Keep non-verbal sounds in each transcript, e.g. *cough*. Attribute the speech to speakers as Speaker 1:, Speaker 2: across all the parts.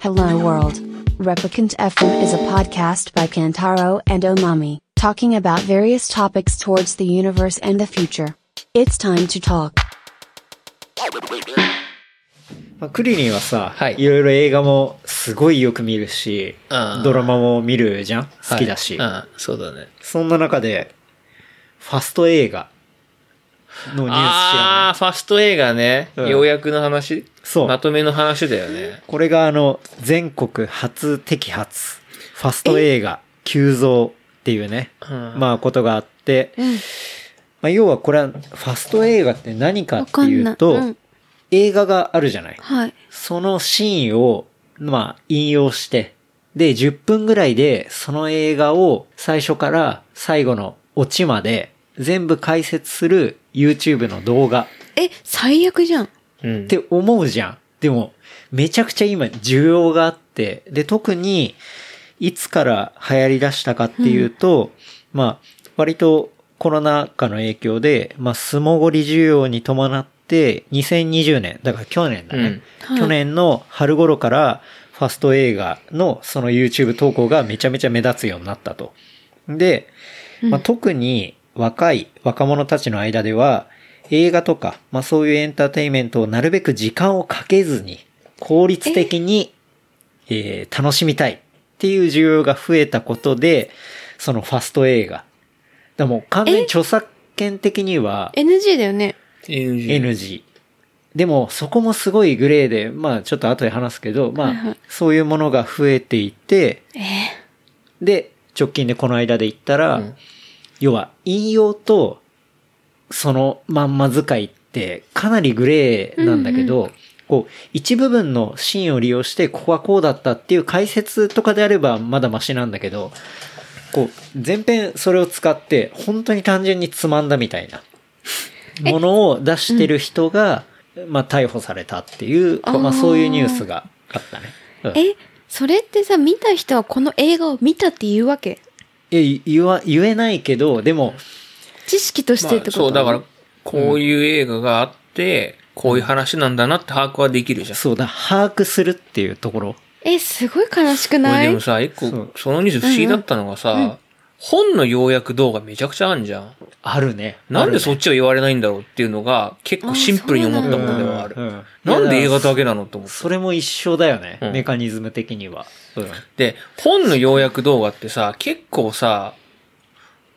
Speaker 1: Hello World. Replicant FM is a podcast by Kantaro and Omami, talking about various topics towards the universe and the future. It's time to talk.
Speaker 2: まあクリリンはさ、
Speaker 3: はいい、
Speaker 2: ろいろ映画もすごいよく見るし、
Speaker 3: うん
Speaker 2: ドラマも見るじゃん好きだし、
Speaker 3: はいうん、そうだね。
Speaker 2: そんな中で、ファスト映画のニュース知ら
Speaker 3: あ
Speaker 2: な
Speaker 3: あ、ファスト映画ね。
Speaker 2: うん
Speaker 3: ようやくの話
Speaker 2: そう
Speaker 3: まとめの話だよね
Speaker 2: い。これがあの、全国初摘発、ファスト映画急増っていうね、
Speaker 3: うん
Speaker 2: まあことがあって、
Speaker 4: Mm,
Speaker 2: まあ要はこれはファスト映画って何かっていうと、
Speaker 4: わかんないうん
Speaker 2: 映画があるじゃない。
Speaker 4: はい。
Speaker 2: そのシーンを、まあ、引用して、で、10分ぐらいで、その映画を最初から最後のオチまで、全部解説する YouTube の動画
Speaker 4: え、最悪じゃん。
Speaker 3: うん
Speaker 2: っ。て思うじゃん。でも、めちゃくちゃ今、需要があって、で、特に、いつから流行り出したかっていうと、まあ、割とコロナ禍の影響で、まあ、スモゴリ需要に伴って、2020年、だから去年だね。
Speaker 3: うん
Speaker 4: はい
Speaker 2: 去年の春頃からファスト映画のその YouTube 投稿がめちゃめちゃ目立つようになったと。で、まあ、特に若い若者たちの間では映画とか、まあ、そういうエンターテインメントをなるべく時間をかけずに効率的に、えー楽しみたいっていう需要が増えたことでそのファスト映画。だからもう完全に著作権的には
Speaker 4: NG だよね。
Speaker 3: NG。
Speaker 2: NG。でも、そこもすごいグレーで、まあ、ちょっと後で話すけど、ま
Speaker 4: はいは
Speaker 2: あ
Speaker 4: い、
Speaker 2: そういうものが増えていて、で、直近でこの間で言ったら、
Speaker 3: うん
Speaker 2: 要は、引用と、そのまんま使いって、かなりグレーなんだけど、こう、一部分のシーンを利用して、ここはこうだったっていう解説とかであれば、まだマシなんだけど、こう、全編それを使って、本当に単純につまんだみたいな。ものを出してる人が、まあ、逮捕されたっていう、
Speaker 4: あー
Speaker 2: まあ、そういうニュースがあったね。うん
Speaker 4: え、それってさ、見た人はこの映画を見たって言うわけ
Speaker 2: いや言わ、言えないけど、でも、
Speaker 4: 知識としてってこと、
Speaker 3: そう、だから、こういう映画があって、こういう話なんだなって把握はできるじゃん。
Speaker 2: そうだ、把握するっていうところ。
Speaker 4: え、すごい悲しくな
Speaker 3: 俺
Speaker 4: い
Speaker 3: でもさ、一個
Speaker 2: そう、
Speaker 3: そのニュース不思議だったのがさ、本の要約動画めちゃくちゃあんじゃん。
Speaker 2: あるね。
Speaker 3: なんでそ
Speaker 2: っ
Speaker 3: っちは言われないんだろうっていうのが、結構シンプルに思ったものではある。なんで映画だけなのと思って。
Speaker 2: それも一緒だよね、
Speaker 3: うん
Speaker 2: メカニズム的には。う
Speaker 3: で、本の要約動画ってさ、結構さ、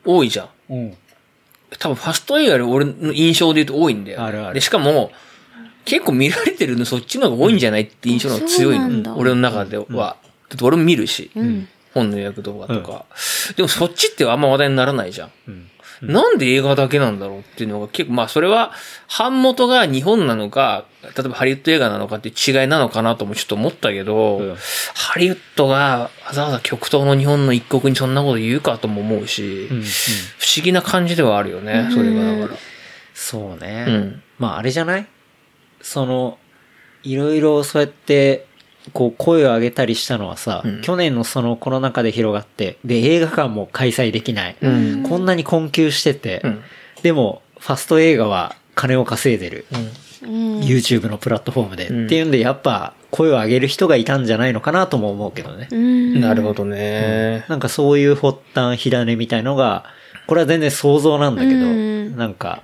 Speaker 3: 多いじゃん。
Speaker 2: ん。
Speaker 3: 多分ファスト映画より俺の印象で言うと多いんだよ。
Speaker 2: あるある
Speaker 3: で、しかも、結構見られてるのそっちの方が多いんじゃないって印象の方が強い
Speaker 4: あそうなん
Speaker 3: の。
Speaker 4: だ
Speaker 3: 俺の中では。だって俺も見るし、
Speaker 4: うん。
Speaker 3: 本の要約動画とか。でもそっちってあんま話題にならないじゃん。
Speaker 2: うん
Speaker 3: なんで映画だけなんだろうっていうのが結構、まあそれは、版元が日本なのか、例えばハリウッド映画なのかっていう違いなのかなともちょっと思ったけど、
Speaker 2: うん
Speaker 3: ハリウッドがわざわざ極東の日本の一国にそんなこと言うかとも思うし、
Speaker 2: うんうん
Speaker 3: 不思議な感じではあるよね、それがだか
Speaker 2: そうね。
Speaker 3: ら。うん。
Speaker 2: まああれじゃないその、いろいろそうやって、こう声を上げたりしたのはさ、
Speaker 3: うん
Speaker 2: 去年のそのコロナ禍で広がって、で映画館も開催できない。
Speaker 3: うん。
Speaker 2: こんなに困窮してて、
Speaker 3: うん。
Speaker 2: でもファスト映画は金を稼いでる。
Speaker 3: うん。
Speaker 4: うん。
Speaker 2: YouTube のプラットフォームで、
Speaker 3: うん
Speaker 2: っていうんでやっぱ声を上げる人がいたんじゃないのかなとも思うけどね。
Speaker 4: うん
Speaker 3: なるほどね。
Speaker 2: なんかそういう発端、火種みたいのが、これは全然想像なんだけど、
Speaker 4: うん
Speaker 2: なんか、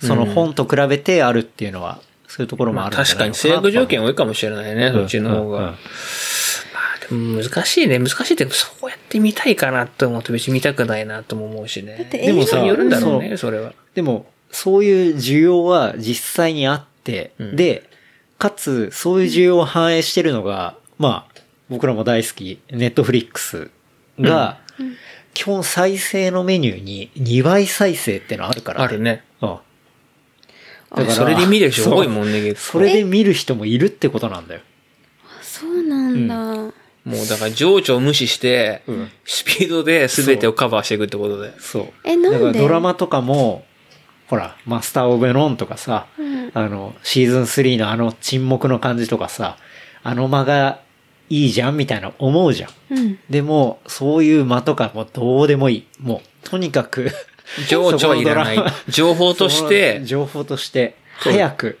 Speaker 2: その本と比べてあるっていうのは、そういうところも
Speaker 3: ま
Speaker 2: あ
Speaker 3: あ
Speaker 2: るんじゃ
Speaker 3: 確
Speaker 2: な
Speaker 3: か
Speaker 2: いのかな
Speaker 3: に制約条件多いかもしれないね、
Speaker 2: と
Speaker 3: そっちの
Speaker 2: う
Speaker 3: 方
Speaker 2: んうんうん
Speaker 3: が。うん難しいね。難しいっていうか、そうやって見たいかなと思って別に見たくないなとも思うしね。
Speaker 4: だって
Speaker 2: でも
Speaker 4: 映
Speaker 2: さ
Speaker 4: 画
Speaker 3: によるんだろう
Speaker 2: そう
Speaker 3: ね、それは。
Speaker 2: でも、そういう需要は実際にあって、
Speaker 3: うん
Speaker 2: で、かつ、そういう需要を反映してるのが、まあ、僕らも大好き、ネットフリックスが、基本再生のメニューに2倍再生ってのあるから、
Speaker 3: あるね。
Speaker 2: うん。
Speaker 4: あ
Speaker 2: だから
Speaker 3: それで見る人
Speaker 2: そう
Speaker 3: 多いもんね、結
Speaker 2: そ
Speaker 3: 構。
Speaker 2: れで見る人もいるってことなんだよ。
Speaker 4: そうなんだ。
Speaker 3: もうだから情緒を無視して、
Speaker 2: ん
Speaker 3: スピードで全てをカバーしていくってことで。、
Speaker 2: そう。
Speaker 4: えなんで
Speaker 2: だからドラマとかも、ほら、マスター・オブ・ノンとかさ、
Speaker 4: うん
Speaker 2: あの、シーズン3のあの沈黙の感じとかさ、あの間がいいじゃんみたいな思うじゃん。
Speaker 4: うん。
Speaker 2: でも、そういう間とかもうどうでもいい。もう、とにかく
Speaker 3: 情緒はいらない
Speaker 2: そ *laughs* このドラマ。
Speaker 3: 情報とし
Speaker 2: そ
Speaker 3: て
Speaker 2: の、情報として、
Speaker 3: そう
Speaker 2: 早く、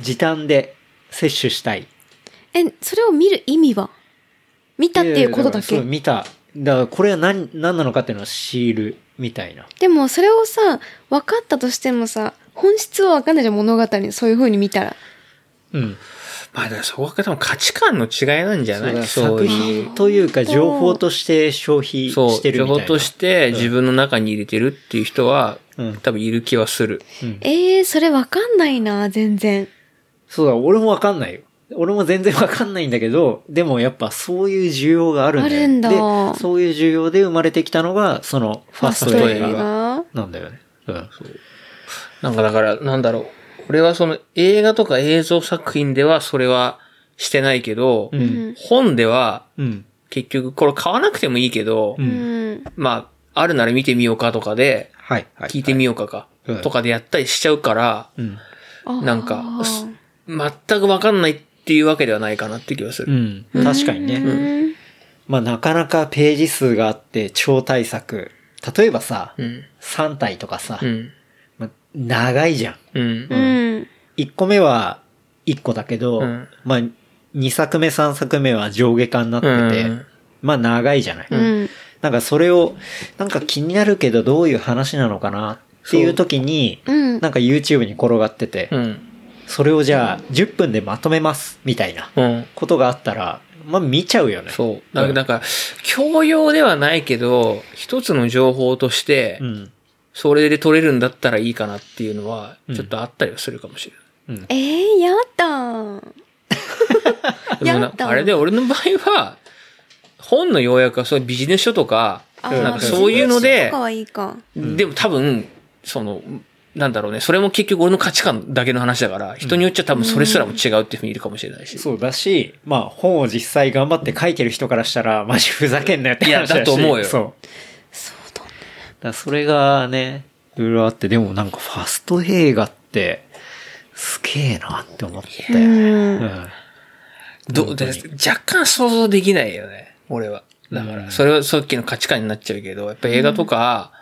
Speaker 2: 時短で摂取したい。
Speaker 4: え、それを見る意味は見たっていうことだ
Speaker 2: いやいやからそ
Speaker 4: け
Speaker 2: う見た。だからこれは何、何なのかっていうのをシールみたいな。
Speaker 4: でもそれをさ分かったとしてもさ本質は分かんないじゃん物語にそういう風に見たら
Speaker 2: うん。
Speaker 3: まあだからそこは多分価値観の違いなんじゃない
Speaker 2: そう
Speaker 3: そう
Speaker 2: 作
Speaker 3: いう
Speaker 2: 品というか情報として消費
Speaker 3: そう、
Speaker 2: してるみたいな。
Speaker 3: 情報として自分の中に入れてるっていう人は、
Speaker 2: うん
Speaker 3: 多分いる気はする。
Speaker 4: えー、それ分かんないな全然
Speaker 2: そうだ、俺もわかんないよ。俺も全然わかんないんだけど、でもやっぱそういう需要があるんだよ。
Speaker 4: あるんだ
Speaker 2: で、そういう需要で生まれてきたのが、そのフ
Speaker 4: フ
Speaker 2: ァ
Speaker 4: ァ
Speaker 2: ス
Speaker 4: ス
Speaker 2: ト
Speaker 4: ト
Speaker 2: 映
Speaker 4: 映
Speaker 2: 画
Speaker 4: 画
Speaker 2: なんだよね。うん。
Speaker 3: なんかだから、なんだろう。俺はその映画とか映像作品ではそれはしてないけど、
Speaker 2: うん
Speaker 3: 本では
Speaker 2: うん。
Speaker 3: 結局これ買わなくてもいいけど、
Speaker 2: う。
Speaker 4: うんん
Speaker 3: まあ、あるなら見てみようかとかで、
Speaker 2: はい。はい
Speaker 3: 聞いてみようかか、
Speaker 2: はいうん
Speaker 3: とかでやったりしちゃうから、
Speaker 2: うん。
Speaker 4: あー
Speaker 3: なんか、す全くわかんないっていうわけではないかなって気がす
Speaker 2: う
Speaker 3: る。
Speaker 2: ん。確かにね。
Speaker 4: うん
Speaker 2: まあなかなかページ数があって超大作。例えばさ、
Speaker 3: うん。
Speaker 2: 3体とかさ、
Speaker 3: うん。
Speaker 2: まあ長いじゃん。
Speaker 3: うん
Speaker 4: う。ん
Speaker 2: 1個目は1個だけど、
Speaker 3: うん
Speaker 2: まあ2作目3作目は上下巻になってて、
Speaker 3: うん
Speaker 2: まあ長いじゃない。
Speaker 4: うん
Speaker 2: なんかそれを、なんか気になるけどどういう話なのかなっていう時に、
Speaker 4: うん
Speaker 2: なんか YouTube に転がってて、
Speaker 3: うん。
Speaker 2: それをじゃあ10分でまとめますみたいな
Speaker 3: うん。
Speaker 2: ことがあったら、まあ見ちゃうよね。
Speaker 3: そう。だ
Speaker 2: うん
Speaker 3: なんか、教養ではないけど、一つの情報として
Speaker 2: う、ん。
Speaker 3: それで取れるんだったらいいかなっていうのは
Speaker 2: う、ん
Speaker 3: ちょっとあったりはするかもしれない。
Speaker 4: えー、やだ
Speaker 2: *laughs*
Speaker 3: でも
Speaker 4: や
Speaker 3: な
Speaker 4: っ、た
Speaker 3: あれで俺の場合は、本の要約はそういうビジネス書とか、
Speaker 4: あ
Speaker 2: う
Speaker 4: ー
Speaker 2: ん
Speaker 3: なんかそういうの
Speaker 4: と
Speaker 3: で
Speaker 4: か、はいいか
Speaker 3: でも多分、その、なんだろうね、それも結局俺の価値観だけの話だから、人によっちゃ多分それすらも違うっていうふうにいるかもしれないし。
Speaker 2: そうだし、まあ本を実際頑張って書いてる人からしたら、マジふざけんなよって
Speaker 3: いや
Speaker 2: 話だし。
Speaker 3: だと思うよ
Speaker 2: そう。
Speaker 4: そう
Speaker 2: だ
Speaker 4: だね
Speaker 2: からそれがね、いろいろあって、でもなんかファスト映画って、すげえなって思ったよね。うん。
Speaker 3: どで若干想像できないよね、俺は。だか
Speaker 2: う
Speaker 3: ら、
Speaker 2: ん
Speaker 3: それはさっきの価値観になっちゃうけど、やっぱ映画とか、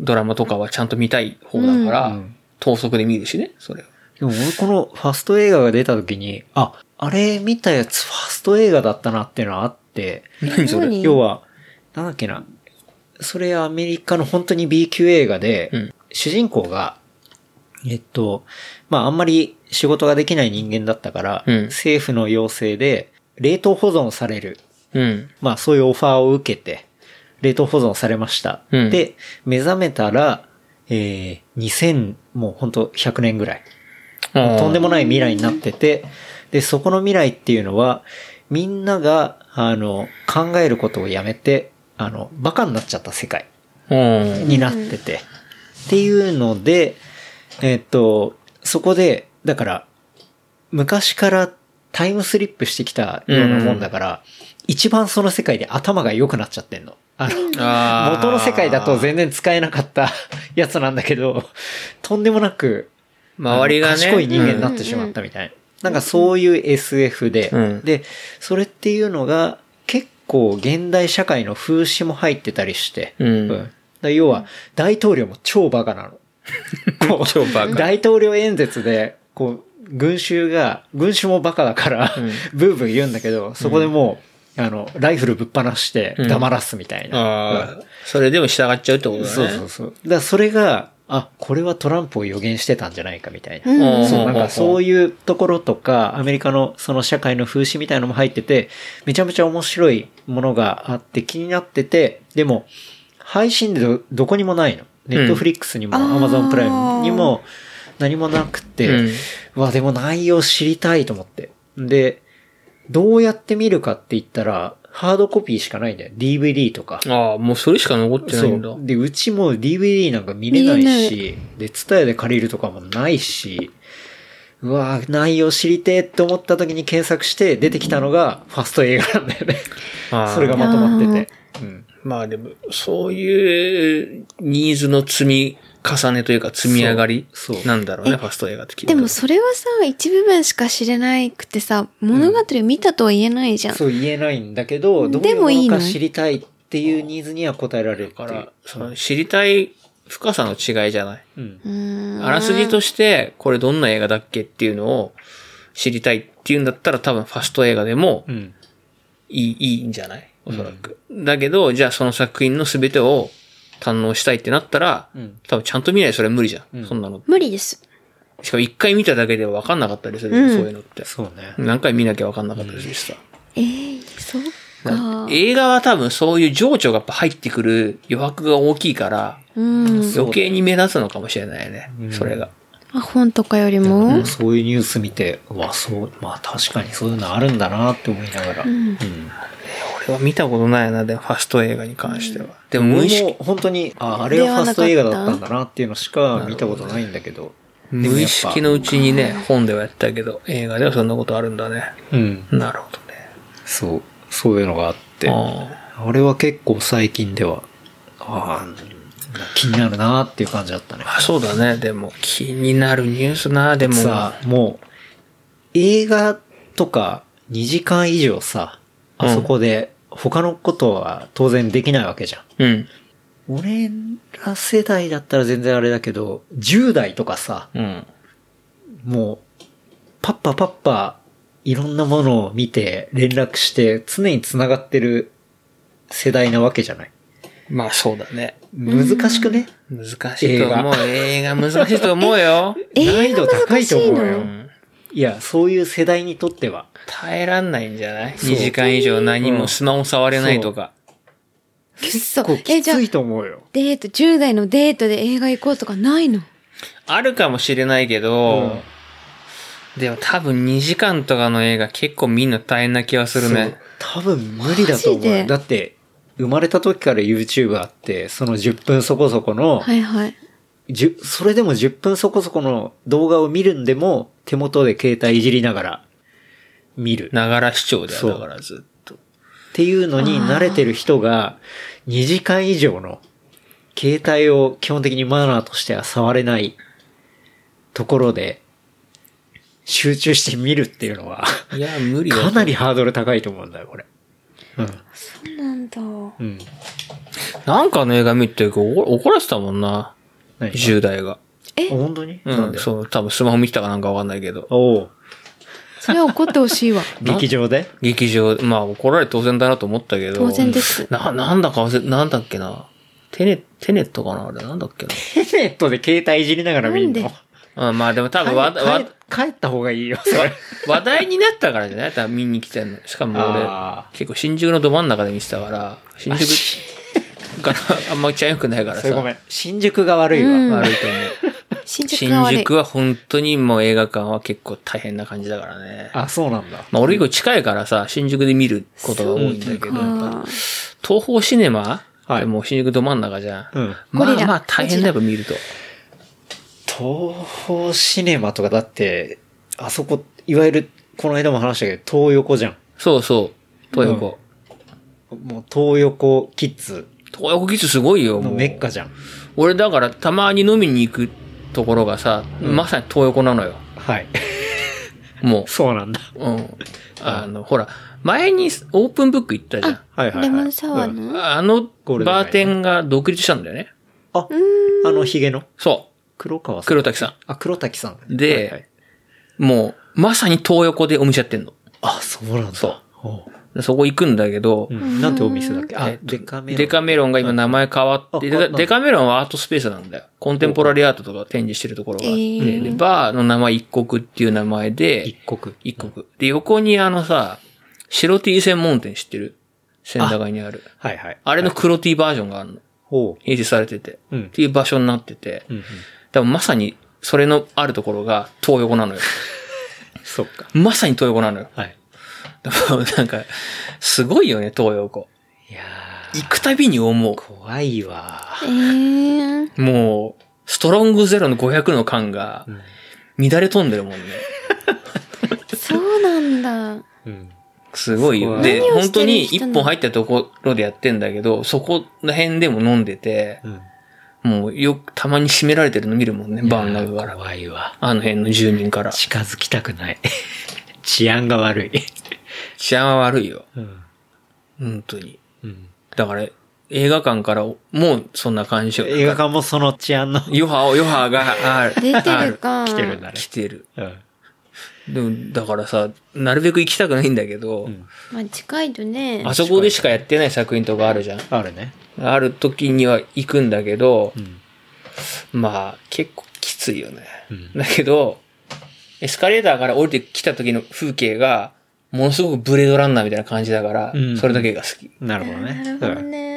Speaker 3: ドラマとかはちゃんと見たい方だから、
Speaker 2: うん
Speaker 3: 等速で見るしね、それは。
Speaker 2: でも俺このファスト映画が出た時に、あ、あれ見たやつファスト映画だったなっていうのはあって、
Speaker 3: 何それ
Speaker 4: 何
Speaker 2: 要は、なんだっけな、それアメリカの本当に B 級映画で、
Speaker 3: うん
Speaker 2: 主人公が、えっと、まああんまり仕事ができない人間だったから、
Speaker 3: うん
Speaker 2: 政府の要請で冷凍保存される
Speaker 3: うん。
Speaker 2: まあそういうオファーを受けて、冷凍保存されました。
Speaker 3: うん
Speaker 2: で、目覚めたら、えー、2000、もう本当100年ぐらい。とんで
Speaker 3: も
Speaker 2: もない未来になってて、で、そこの未来っていうのは、みんなが、あの、考えることをやめて、あの、バカになっちゃった世界
Speaker 3: うん。
Speaker 2: になってて。っていうので、えっと、そこで、だから、昔からタイムスリップしてきたようなもんだから、一番その世界で頭が良くなっちゃってんの。あの、
Speaker 3: あー
Speaker 2: 元の世界だと全然使えなかったやつなんだけど、とんでもなく、
Speaker 3: 周りがね。
Speaker 2: あの賢い人間になってしまったみたいな。なんかそういう SF で、
Speaker 3: うん
Speaker 2: で、それっていうのが結構現代社会の風刺も入ってたりして、
Speaker 3: うん
Speaker 2: だから要は大統領も超バカなの。こう
Speaker 3: 超バカ
Speaker 2: 大統領演説で、こう、群衆が、群衆もバカだから、
Speaker 3: ん
Speaker 2: ブーブー言うんだけど、そこでもう、あの、ライフルぶっ放して
Speaker 3: うん
Speaker 2: 黙らすみたいな。うん
Speaker 3: ああ。それでも従っちゃうってことだね。
Speaker 2: そうそうそう。だからそれが、あ、これはトランプを予言してたんじゃないかみたいな。
Speaker 4: うん
Speaker 3: うん
Speaker 2: そう、なんかそう
Speaker 3: い
Speaker 2: いうところとか、アメリカのその社会の風刺みたいのも入ってて、めちゃめちゃ面白いものがあって気になってて、でも、配信でどどこにもないの。ネットフリックスにも、ア
Speaker 4: あー
Speaker 2: マゾンプライムにも、何もなくて、
Speaker 3: うん
Speaker 2: うわ、でも内容知りたいと思って。で、どうやって見るかって言ったら、ハードコピーしかないんだよ。DVD とか。
Speaker 3: ああ、もうそれしか残ってないんだ
Speaker 2: そ。う。で、うちも DVD なんか見れない
Speaker 4: 見れ
Speaker 2: し、で、ツタヤで借りるとかもないし、うわぁ、内容知りてーって思った時に検索して出てきたのがファスト映画なんだよね。
Speaker 3: ああ
Speaker 2: それがまとまってて。うん。
Speaker 3: まあでも、そういうニーズの積み重ねというか積み上がり
Speaker 2: そうそう
Speaker 3: なんだろうね、
Speaker 4: え
Speaker 3: ファスト映画って聞いた
Speaker 4: で
Speaker 3: ら
Speaker 4: もそれはさ一部分しか知れないくてさ物語を見たとは言えないじゃん、
Speaker 2: そう言えないんだけど、どうい
Speaker 4: で
Speaker 2: うも
Speaker 4: もいい
Speaker 2: の
Speaker 4: の
Speaker 2: か知りたいっていうニーズには応えられる
Speaker 3: だ
Speaker 2: か
Speaker 3: から
Speaker 2: ら、、
Speaker 3: その知りたい深さの違いじゃない。
Speaker 2: うん。
Speaker 4: うーん
Speaker 3: あらすじとして、これどんな映画だっけっていうのを知りたいっていうんだったら多分ファスト映画でも
Speaker 2: うん。
Speaker 3: いい、いいんじゃないおそらく。だけど、じゃあその作品の全てを堪能したいってなったら、
Speaker 2: うん
Speaker 3: 多分ちゃんと見ないとそれは無理じゃん。
Speaker 2: うん
Speaker 3: そんなの。
Speaker 4: 無理です。
Speaker 3: しかも一回見ただけでは分かんなかったりする、
Speaker 4: うん
Speaker 3: そういうのって。
Speaker 2: そうね。
Speaker 3: 何回見なきゃ分かんなかったりするしさ。
Speaker 4: えー、そうか。
Speaker 3: 映画は多分そういう情緒がやっぱ入ってくる余白が大きいから、
Speaker 4: うん。
Speaker 3: 余計に目立つのかもしれないね。それが。
Speaker 4: まあ本とかよりも、
Speaker 2: もうそういうニュース見て、うわ、そう、まあ確かにそういうのあるんだなって思いながら。うん。
Speaker 3: 俺は見たことないな、でもファスト映画に関しては。でも
Speaker 2: 俺
Speaker 3: 無意
Speaker 2: も
Speaker 3: 識、
Speaker 2: 本当に、あ、あれはファスト映画だったんだなっていうのしか見たことないんだけど。でもや
Speaker 3: 無意
Speaker 2: っぱ
Speaker 3: 識のうちにね、本ではやったけど、映画ではそんなことあるんだね。
Speaker 2: うん。
Speaker 3: なるほど
Speaker 2: そう、そういうのがあって。
Speaker 3: ね。
Speaker 2: 俺は結構最近では、ああ、気になるなっていう感じだったね。
Speaker 3: あそうだね。でも、気になるニュースな、でも。
Speaker 2: さあ、もう、映画とか2時間以上さ、あそこで他のことは当然できないわけじゃん。
Speaker 3: うん。
Speaker 2: 俺ら世代だったら全然あれだけど、10代とかさ、
Speaker 3: うん。
Speaker 2: もう、パッパパッパ、いろんなものを見て、連絡して、常に繋がってる世代なわけじゃない。
Speaker 3: まあ、そうだね。
Speaker 2: 難しくね
Speaker 3: 難しいと思う。映画難しいと思うよ。
Speaker 2: 難易度高いと思 *laughs* う
Speaker 4: 映画難しい
Speaker 2: よ
Speaker 4: の。
Speaker 2: いや、そういう世代にとっては。
Speaker 3: 耐えらんないんじゃない
Speaker 2: そう
Speaker 3: ?2 時間以上何もスマホ触れないとか。
Speaker 4: 結
Speaker 2: こう
Speaker 4: え、
Speaker 2: きつ
Speaker 4: じゃあ、
Speaker 2: いと思うよ。
Speaker 4: デート、10代のデートで映画行こうとかないの
Speaker 3: あるかもしれないけど、でも多分2時間とかの映画結構みんな大変な気がするね。
Speaker 2: そう多分無理だと
Speaker 4: マ
Speaker 2: 思
Speaker 4: ジで
Speaker 2: う。だって、生まれた時から YouTube あって、その10分そこそこの、
Speaker 4: はいはい。
Speaker 2: じゅそれでも10分そこそこの動画を見るんでも、手元で携帯いじりながら見る。
Speaker 3: ながら視聴だよ。
Speaker 2: そう
Speaker 3: だからずっと。
Speaker 2: っていうのに慣れてる人が、2時間以上の、携帯を基本的にマナーとしては触れないところで、集中して見るっていうのは、
Speaker 3: いや、無理だと思
Speaker 2: か
Speaker 3: う
Speaker 2: なりハードル高いと思うんだよ、これ。うん。
Speaker 4: そうなんだ。
Speaker 2: うん。
Speaker 3: なんかの映画見てる子怒らせたもんな。
Speaker 2: 何
Speaker 3: 10代が。
Speaker 2: あ本当に
Speaker 3: う、
Speaker 2: なんで
Speaker 3: そう、多分スマホ見てたかなんかわかんないけど。
Speaker 2: おう
Speaker 4: それは怒ってほしいわ。
Speaker 2: 劇場で
Speaker 3: 劇場、まあ怒られて当然だなと思ったけど。
Speaker 4: 当然です
Speaker 3: *laughs* な、なんだか忘れ、なんだっけな。テネ、テネットかなあれ、なんだっけ
Speaker 2: ヘネットで携帯いじりながら見る
Speaker 4: な
Speaker 2: の
Speaker 4: んで
Speaker 3: な。うん、まあでも多分わ、
Speaker 2: 帰
Speaker 3: わ、
Speaker 2: 帰帰った方がいいよ、それ。
Speaker 3: 話題になったからじゃない多分見に来てんの。しかも俺
Speaker 2: あ、
Speaker 3: 結構新宿のど真ん中で見てたから、新宿からあんま治安良くないから
Speaker 2: そ
Speaker 3: さ。
Speaker 2: れごめん。新宿が悪いわ。
Speaker 4: うん
Speaker 2: 悪い
Speaker 3: 悪いと思う。
Speaker 4: *laughs* 新宿が
Speaker 3: 新
Speaker 4: 悪い
Speaker 3: 宿。は本当にもう映画館は結構大変な感じだからね。
Speaker 2: あ、そうなんだ。
Speaker 3: まあ俺結構近いからさ、新宿で見ることが多いんだけど、やっぱ
Speaker 4: あー
Speaker 3: 東宝シネマ
Speaker 2: はい
Speaker 3: でもう新宿ど真ん中じゃん。
Speaker 2: うん
Speaker 3: ま
Speaker 4: ゴリ
Speaker 3: あ
Speaker 4: ラ
Speaker 3: まあ大変だよ、見ると。
Speaker 2: 東宝シネマとかだって、あそこ、いわゆる、この間も話したけど、東横じゃん。
Speaker 3: そうそう、東横。
Speaker 2: もう東横キッズ
Speaker 3: 東横キッズすごいよ、
Speaker 2: の
Speaker 3: もう。
Speaker 2: メッカじゃん。
Speaker 3: 俺だからたまに飲みに行くところがさ、まさに東横なのよ。
Speaker 2: はい。
Speaker 3: も
Speaker 2: *laughs* そうなんだ。
Speaker 3: う。うん。あの、ほら、前にオープンブック行ったじゃん。
Speaker 2: はいはい、はい。
Speaker 4: レモンサワー
Speaker 2: うん
Speaker 4: の
Speaker 3: あの、
Speaker 2: ゴールデン
Speaker 3: バーテンが独立したんだよね。
Speaker 2: あ、あのヒゲの
Speaker 3: そ
Speaker 2: 黒川
Speaker 3: う。
Speaker 2: さん。
Speaker 3: 黒滝さ
Speaker 2: あ、黒滝さん。
Speaker 3: で
Speaker 2: はいはい
Speaker 3: ん。もう、まさに東横でお店やってんの。
Speaker 2: あ、そうなんだ。
Speaker 3: そう
Speaker 2: ほ
Speaker 3: でそこ行くんだけど、
Speaker 2: う。うん、なんてお店だっけあ
Speaker 3: えっ、と
Speaker 2: デカメロン。
Speaker 3: デカメロンが今名前変わ
Speaker 2: あ
Speaker 3: って、
Speaker 2: 変わったんだ
Speaker 3: デカメロンはアートスペースなんだよ。コンテンポラリーアートとか展示してるところがあっ
Speaker 4: え
Speaker 3: て、
Speaker 4: ー
Speaker 3: でバーの名前一国っていう名前
Speaker 2: 一
Speaker 3: で、
Speaker 2: 国。
Speaker 3: 一国。で、横にあのさ、白 T 専門店知ってる千駄ヶ谷にある。
Speaker 2: はいはい。
Speaker 3: あれの黒 T バージョンがあるの。
Speaker 2: ほ
Speaker 3: 併設されてて。
Speaker 2: う。うん
Speaker 3: っ。ていう場所になってて
Speaker 2: う。んうん、
Speaker 3: でもまさに、それのあるところが東横なのよ。
Speaker 2: そっか。
Speaker 3: まさに東横なのよ。 *laughs*
Speaker 2: はい。
Speaker 3: でもなんか、すごいよね、東横。
Speaker 2: いや
Speaker 3: 行くたびに思う。
Speaker 2: ー、怖いわ
Speaker 4: えー、
Speaker 3: もう、ストロングゼロの500の感が、乱れ飛んでるもんね。
Speaker 4: そうなんだ。
Speaker 2: ー。うん。
Speaker 3: すごいよ。
Speaker 2: すごい
Speaker 3: で、
Speaker 4: 何を
Speaker 3: 本当に
Speaker 4: して
Speaker 3: 一
Speaker 4: る人なの
Speaker 3: 本入ったところでやってんだけど、そこら辺でも飲んでて、
Speaker 2: うん。
Speaker 3: もうよくたまに閉められてるの見るもんね、バーの中から。
Speaker 2: 怖いわ。
Speaker 3: あの辺の住人から。
Speaker 2: 近づきたくない。治安が悪い。
Speaker 3: 治安は悪いよ。
Speaker 2: うん。
Speaker 3: 本当に。
Speaker 2: うん。
Speaker 3: だから、映画館からもうそんな感じよ。
Speaker 2: 映画館もその治安の
Speaker 3: 余波を、余波が、あ
Speaker 4: 出てるか。
Speaker 2: 来てるんだね
Speaker 3: 来。てる。
Speaker 2: うん。
Speaker 3: でも、だからさ、なるべく行きたくないんだけど、
Speaker 2: ん
Speaker 4: まあ近いとね
Speaker 3: あそこでしかやってない作品とかあるじゃん。
Speaker 2: あるね。
Speaker 3: ある時には行くんだけど
Speaker 2: う、ん。
Speaker 3: まあ、結構きついよね。
Speaker 2: うん
Speaker 3: だけど、エスカレーターから降りてきた時の風景が、ものすごくブレードランナーみたいな感じだから、
Speaker 2: うん
Speaker 3: それだけが好き。
Speaker 2: なるほどね。
Speaker 4: なるほどね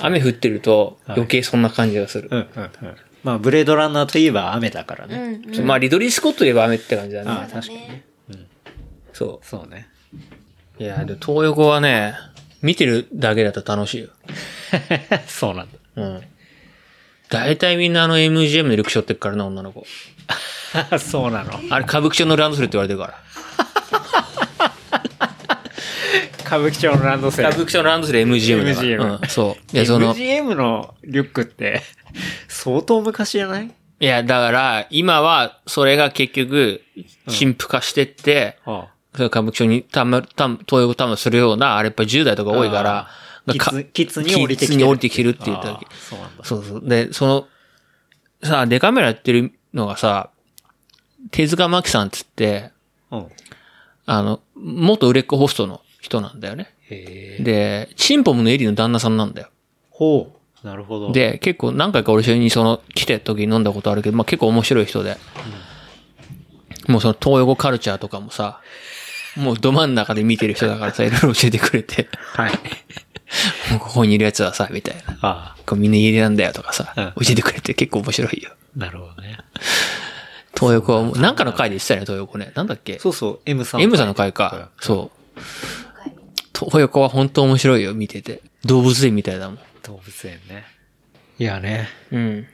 Speaker 3: 雨降ってると
Speaker 2: はい
Speaker 3: 余計そんな感じがする。
Speaker 2: うん。うん。うん。うんまあ、ブレードランナーといえば雨だから
Speaker 4: う
Speaker 2: ね。
Speaker 4: んうん
Speaker 3: まあ、リドリー・スコットで言えば雨って感じだ
Speaker 2: あ
Speaker 3: ね。
Speaker 2: あ、確かにね。うん。
Speaker 3: そ
Speaker 2: そうね。 *laughs*
Speaker 3: う。いや、でも東横はね、見てるだけだと楽しいよ。
Speaker 2: そうなんだ。
Speaker 3: うん。大体みんなあの MGM でリュック背負ってっからな、女の子。
Speaker 2: あ *laughs* そうなの。
Speaker 3: あれ、歌舞伎町のランドセルって言われてるから。
Speaker 2: 歌舞伎町のランドセル
Speaker 3: 歌。舞伎町のランドセル MGM だから。
Speaker 2: MGM
Speaker 3: うん、そう。いや、その、い
Speaker 2: MGM のリュックって、相当昔じゃない
Speaker 3: や、だから、今は、それが結局、陳腐化してって、
Speaker 2: あ
Speaker 3: それ歌舞伎町にたま、たま、東横たまるするような、あれやっぱ10代とか多いから、
Speaker 2: あ。キ
Speaker 3: がか
Speaker 2: ッズ、キッズに降りてきてる。
Speaker 3: キッズに降りてきてるって言ったわけ
Speaker 2: ああそうなんだ。
Speaker 3: そうそう。で、その、さあ、デカメラやってるのがさ、手塚真紀さんっつって、
Speaker 2: うん。
Speaker 3: あの、元売れっ子ホストの人なんだよね。
Speaker 2: へえ。
Speaker 3: で、チンポムのエリーの旦那さんなんだよ。
Speaker 2: ほう。なるほど。、
Speaker 3: で、結構何回か俺一緒にその来てる時に飲んだことあるけど、まあ結構面白い人で。もうその東横カルチャーとかもさ、もうど真ん中で見てる人だからさ、いろいろ教えてくれ *laughs* て、
Speaker 2: はい。
Speaker 3: もうここにいるやつはさ、みたいな。
Speaker 2: あ
Speaker 3: こうみんな家出なんだよとかさ、
Speaker 2: うん
Speaker 3: 教えてくれて結構面白いよ。
Speaker 2: あ、なるほどね。
Speaker 3: 東横はもう、なんかの回で言ってたよね、東横ね。なんだっけ
Speaker 2: そうそう、M さん。
Speaker 3: ?M さんの回か。そう。東横は本当面白いよ、見てて。動物園みたいだもん。
Speaker 2: 動物園ね。いやね、
Speaker 3: うん。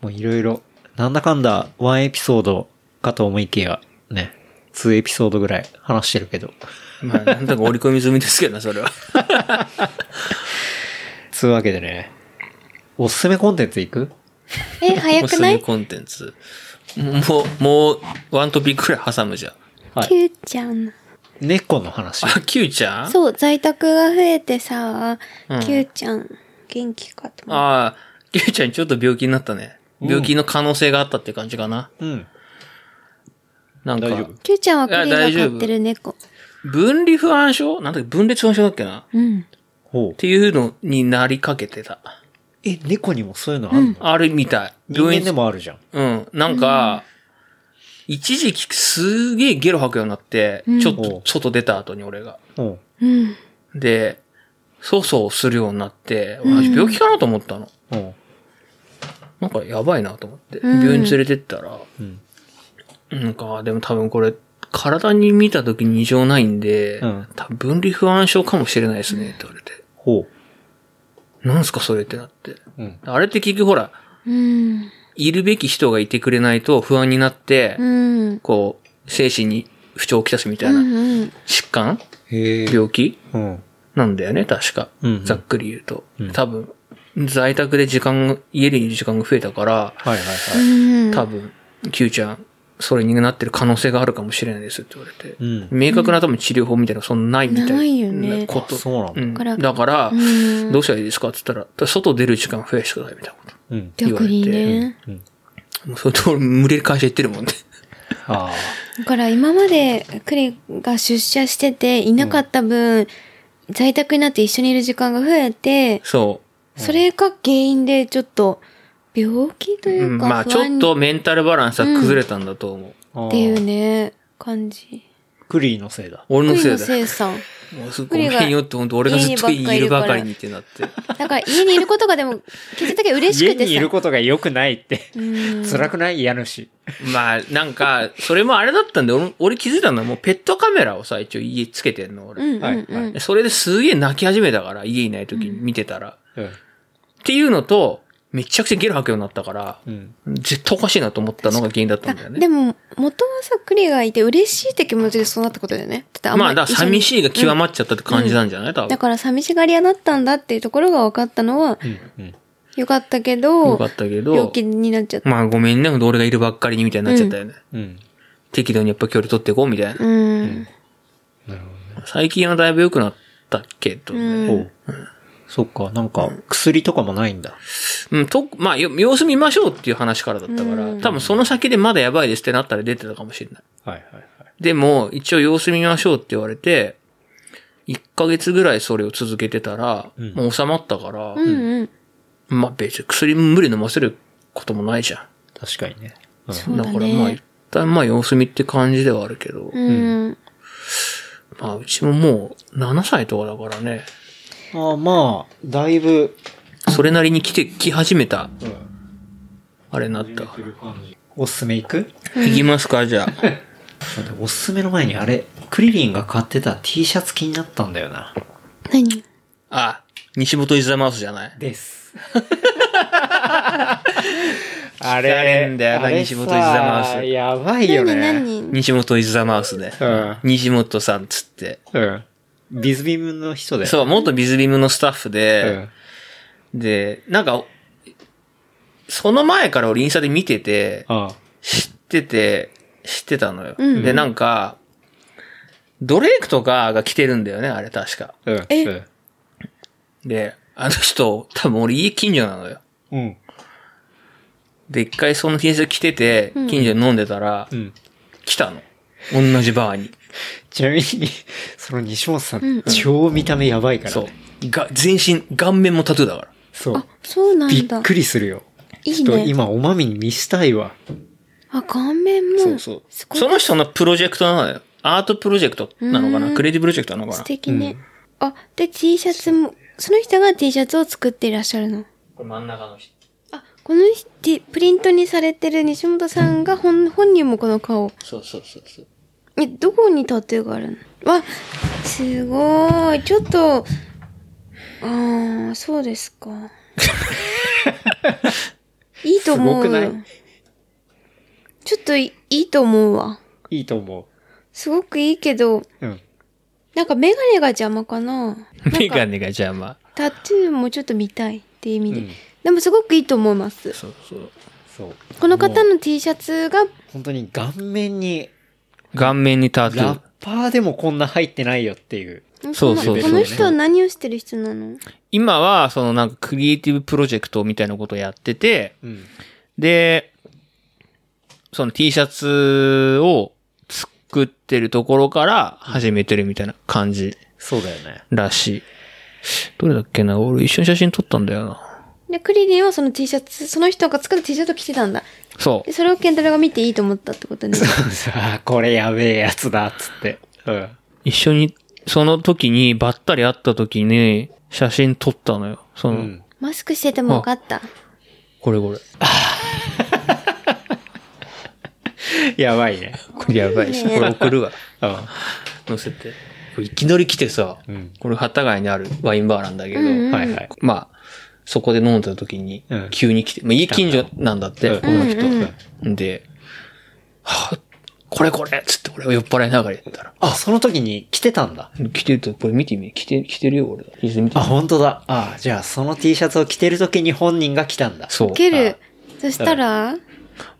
Speaker 2: もういろいろ、なんだかんだ1エピソードかと思いきや、ね、2エピソードぐらい話してるけど、
Speaker 3: まあ、なんとか織り込み済みですけどな、それは。
Speaker 2: つうわけでね、おすすめコンテンツいく
Speaker 4: え早
Speaker 3: おす
Speaker 4: く
Speaker 3: す
Speaker 4: な
Speaker 3: め
Speaker 4: い
Speaker 3: コンテンツ。もう、もう、ワントピックくらい挟むじゃん。
Speaker 2: はい
Speaker 4: キューちゃん
Speaker 2: 猫の
Speaker 3: *laughs*
Speaker 2: 話。
Speaker 3: あ、キューちゃん
Speaker 4: そう在宅が増えてさ
Speaker 3: うん
Speaker 4: キューちゃん元気かと思っ
Speaker 3: ああ、キューちゃんちょっと病気になったね。
Speaker 2: うん
Speaker 3: 病気の可能性があったって感じかな。
Speaker 2: うん。
Speaker 3: なんか
Speaker 2: 大丈、夫
Speaker 4: てキューちゃんはクリ
Speaker 3: いや大丈
Speaker 4: が
Speaker 3: 夫
Speaker 4: 飼ってる猫
Speaker 3: 分離不安症なんだっけ、分裂不安症だっけなっ
Speaker 4: うん
Speaker 2: ほう。
Speaker 3: ていうのになりかけてた。
Speaker 2: え、猫にもそういうのあるの、
Speaker 3: あるみたい。
Speaker 2: 人
Speaker 3: 病
Speaker 2: 間
Speaker 3: 院
Speaker 2: でもあるじゃん。
Speaker 3: うん。なんか、一時期すげえゲロ吐くようになって、
Speaker 4: うん
Speaker 3: ちょっ
Speaker 2: おう
Speaker 3: と外出た後に俺が。
Speaker 2: ほう。
Speaker 4: うん
Speaker 3: で、そうそうするようになって、私病気かなと思ったの。
Speaker 2: ほう。
Speaker 3: なんかやばいなと思って、
Speaker 4: うん
Speaker 3: 病院連れてったら、
Speaker 2: うん。
Speaker 3: なんか、でも多分これ、体に見た時に異常ないんで、
Speaker 2: うん
Speaker 3: 多分分離不安症かもしれないですね、って言われて。
Speaker 2: ほ
Speaker 3: なんすかそれってなって。
Speaker 2: う。うん。
Speaker 3: あれって結局ほら、
Speaker 4: うん
Speaker 3: いるべき人がいてくれないと不安になって、
Speaker 4: うん
Speaker 3: こう、精神に不調をきたすみたい
Speaker 4: うん
Speaker 3: な
Speaker 4: うん
Speaker 3: 疾患、
Speaker 2: へえ。
Speaker 3: 病気
Speaker 2: うん。
Speaker 3: なんだよね、確か。
Speaker 2: うんうん
Speaker 3: ざっくり言うと。
Speaker 2: うん
Speaker 3: 多分、在宅で時間が、家でいる時間が増えたから、
Speaker 2: はいはいは
Speaker 4: う
Speaker 2: い。
Speaker 4: ん
Speaker 3: 多分、キューちゃん、それになってる可能性があるかもしれないですって言われて。
Speaker 2: うん。
Speaker 3: 明確な多分治療法みたいなのそんなないみたいな。
Speaker 4: ないよね
Speaker 3: こと。
Speaker 2: あそうなんだ
Speaker 3: ん
Speaker 4: だから
Speaker 3: だから
Speaker 4: う、ん
Speaker 3: どうしたらいいですかって言ったら、外出る時間増やしてくださいみたいなこ
Speaker 2: うん。
Speaker 4: 逆に
Speaker 3: 言われ
Speaker 4: ね
Speaker 2: うん。
Speaker 3: と。もうそれと俺、無理やり会社行ってる
Speaker 4: *laughs*
Speaker 3: もんね。
Speaker 2: ああ。
Speaker 4: だから今までクリが出社してていなかった分、在宅になって一緒にいる時間が増えて
Speaker 3: そ
Speaker 4: それが原因でちょっと病気と
Speaker 3: う。、
Speaker 4: いううんか
Speaker 3: まあ、
Speaker 4: 不
Speaker 3: ちょ
Speaker 4: 安
Speaker 3: っとメンタルバランスは崩れたんだと思う。
Speaker 2: ああ
Speaker 4: っていうね感じ。
Speaker 2: クリーのせいだ。
Speaker 3: 俺の
Speaker 4: クリ
Speaker 3: せ
Speaker 4: の
Speaker 3: いだ
Speaker 4: せ
Speaker 3: よ。
Speaker 4: いさん。
Speaker 3: もうすぐご
Speaker 4: 栗
Speaker 3: め
Speaker 4: が
Speaker 3: んよって、本当俺がずっと家にいるばかりにってなって。
Speaker 4: だから家にいることがでも気づいたけど嬉し
Speaker 2: 家
Speaker 4: くてさ。
Speaker 2: にいることが良くないって。
Speaker 4: うん
Speaker 2: 辛くない家主。
Speaker 3: まあ、なんか、それもあれだったんで、俺俺気づいたのはもうペットカメラをさ、一応家つけてんの、俺。
Speaker 4: うんうん
Speaker 2: はい
Speaker 4: うん
Speaker 2: は
Speaker 3: それですげえ泣き始めたから、家いない時に見てたら。
Speaker 2: うん。
Speaker 3: っていうのと、めちゃくちゃゲロ吐くようになったから、
Speaker 2: うん。
Speaker 3: 絶対おかしいなと思ったのが原因だったんだよ
Speaker 4: あ
Speaker 3: ね。
Speaker 4: でも、元はさ、クリがいて嬉しいって気持ちでそうなったことだよね。だってん
Speaker 3: まあ、だから寂
Speaker 4: い。
Speaker 3: しいが極まっちゃったって感じなんじゃない、多
Speaker 4: だ
Speaker 3: 分。
Speaker 4: から寂しがり屋だったんだっていうところが分かったのは
Speaker 2: うん。うん。
Speaker 4: 良かったけ
Speaker 3: よ
Speaker 4: ど
Speaker 3: か、ったけ
Speaker 4: 病
Speaker 3: ど、
Speaker 4: 気になっちゃった。
Speaker 3: まあごめんね、俺がいるばっかりにみたいになっちゃったよね。
Speaker 2: うん。
Speaker 3: 適度にやっぱ距離取っていこうみたいな。
Speaker 4: うん。
Speaker 2: なるほどね。
Speaker 3: 最近はだいぶ良くなったけどね。
Speaker 4: うん
Speaker 2: ほう。そっか、なんか、薬とかもないんだ。
Speaker 3: うん、と、まあ、よ様子見ましょうっていう話からだったから、多分その先でまだやばいですってなったら出てたかもしれない。
Speaker 2: はいはいはい。
Speaker 3: でも、一応様子見ましょうって言われて、1ヶ月ぐらいそれを続けてたら、もう収まったから、
Speaker 4: うんうん。
Speaker 3: まあ別に薬無理飲ませることもないじゃん。
Speaker 2: 確かにね。うん
Speaker 4: そう
Speaker 3: だ
Speaker 4: だ
Speaker 3: からまあ
Speaker 4: ね
Speaker 3: 一。旦まあ様子見って感じではあるけど、
Speaker 4: うん。
Speaker 3: まあうちももう7歳とかだからね、
Speaker 2: ああまあ、だいぶ、
Speaker 3: それなりに来て、来始めた、あれになった。
Speaker 2: おすすめいく
Speaker 3: いきま
Speaker 2: *laughs*
Speaker 3: すか、じゃあ。
Speaker 2: 待っておすすめの前にあれ、クリリンが買ってた T シャツ気になったんだよな。
Speaker 4: 何
Speaker 3: あ、西本イズダマウスじゃない。
Speaker 2: *laughs* です。あ
Speaker 3: れあれさ
Speaker 2: やばいよね。
Speaker 4: 何何
Speaker 3: 西本イズダマウスで。
Speaker 2: うん。
Speaker 3: 西本さんっつって。
Speaker 2: うん。ビズビームの人だよ。
Speaker 3: そう、元ビズビムのスタッフで、
Speaker 2: ん。
Speaker 3: で、なんか、その前から俺インスタで見てて、
Speaker 2: あ
Speaker 3: 知ってて、知ってたのよ。
Speaker 4: うん
Speaker 3: で、なんか、ドレイクとかが来てるんだよね、あれ確か。
Speaker 2: うん。
Speaker 4: え
Speaker 3: で、あの人、多分俺家近所なのよ。
Speaker 2: うん。
Speaker 3: で、一回その T シャツ着てて、近所に飲んでたら、
Speaker 2: うん。
Speaker 3: 来たの。同じバーに。
Speaker 2: ちなみに、 *laughs* その西本さん、超見た目やばいから、
Speaker 3: そう
Speaker 2: ね。。
Speaker 3: が、全身、顔面もタトゥーだから。
Speaker 2: そう。
Speaker 4: あ、そうな
Speaker 2: び
Speaker 4: ん
Speaker 2: っ
Speaker 4: だ。
Speaker 2: くりするよ。
Speaker 4: いいね
Speaker 2: ちょっと今、おまみに見したいわ。
Speaker 4: あ、顔面も。
Speaker 3: そうそう。
Speaker 4: すごい
Speaker 3: その人のプロジェクトなのよ。アートプロジェクトなのかなクレディプロジェクトなのか
Speaker 4: 素
Speaker 3: な
Speaker 4: 敵ね。あ、で T シャツも、その人が T シャツを作っていらっしゃるの。
Speaker 3: これ真ん中の人。
Speaker 4: あ、この人 T- プリントにされてる西本さんが本本人もこの顔。
Speaker 3: そうそうそうそう。
Speaker 4: え、どこにタトゥーがあるのわ、すごーい。ちょっと、あー、そうですか。
Speaker 3: *laughs*
Speaker 4: いいと思う。
Speaker 2: すごくない
Speaker 4: ちょっといいいと思うわ。
Speaker 2: いいと思
Speaker 4: すごくいいけど、
Speaker 2: う。うん。
Speaker 4: なんかメガネが邪魔かな。なんか
Speaker 3: *laughs* メガネが邪魔。
Speaker 4: タトゥーもちょっと見たいっていう意味で。でもすごくいいと思います。
Speaker 3: そうそう。
Speaker 2: そう。
Speaker 4: この方
Speaker 2: もう
Speaker 4: の T シャツが、
Speaker 2: 本当に顔面に、
Speaker 3: 顔面にタトゥ
Speaker 2: ラ
Speaker 3: ー
Speaker 2: ッ。パーでもこんな入ってないよっていう。
Speaker 3: そうそうそう
Speaker 4: この人は何をしてる人なの
Speaker 3: 今は、そのなんかクリエイティブプロジェクトみたいなことをやってて、
Speaker 2: うん。
Speaker 3: で、その T シャツを作ってるところから始めてるみたいな感じ
Speaker 2: そうだよね。
Speaker 3: らしい。どれだっけな俺一緒に写真撮ったんだよな。
Speaker 4: で、クリリンはその T シャツ、その人が作る T シャツを着てたんだ。
Speaker 3: そ
Speaker 4: でそれをケンタロウが見ていいと思ったってことね。
Speaker 2: さ *laughs* あ、これやべえやつだ、っつって。うん。
Speaker 3: う。一緒に、その時に、ばったり会った時に、写真撮ったのよ。その、
Speaker 2: うん。
Speaker 4: マスクしてても分かった。
Speaker 3: これこれ。
Speaker 2: やばいね。
Speaker 3: これやばいし、これ送るわ。
Speaker 2: う
Speaker 3: *laughs* 載せて。これいきなり来てさ、
Speaker 2: ん
Speaker 3: これ、幡ヶ谷にあるワインバーなんだけど、
Speaker 2: ん。はいはい。
Speaker 3: まあ、そこで飲んでた時に
Speaker 2: うん、
Speaker 3: 急に来て、まあ、家近所なんだって、この人。
Speaker 2: 人。
Speaker 3: で、はぁこれこれっつって俺は酔っ払いながら言ったら、
Speaker 2: あ、その時に来てたんだ。
Speaker 3: 来てると、これ見てみ、来て、来てるよ俺。見てみて
Speaker 2: あ、。本当だ。あ、じゃあその T シャツを着てる時に本人が来たんだ。
Speaker 3: そう
Speaker 4: ウ。ケる。そしたら、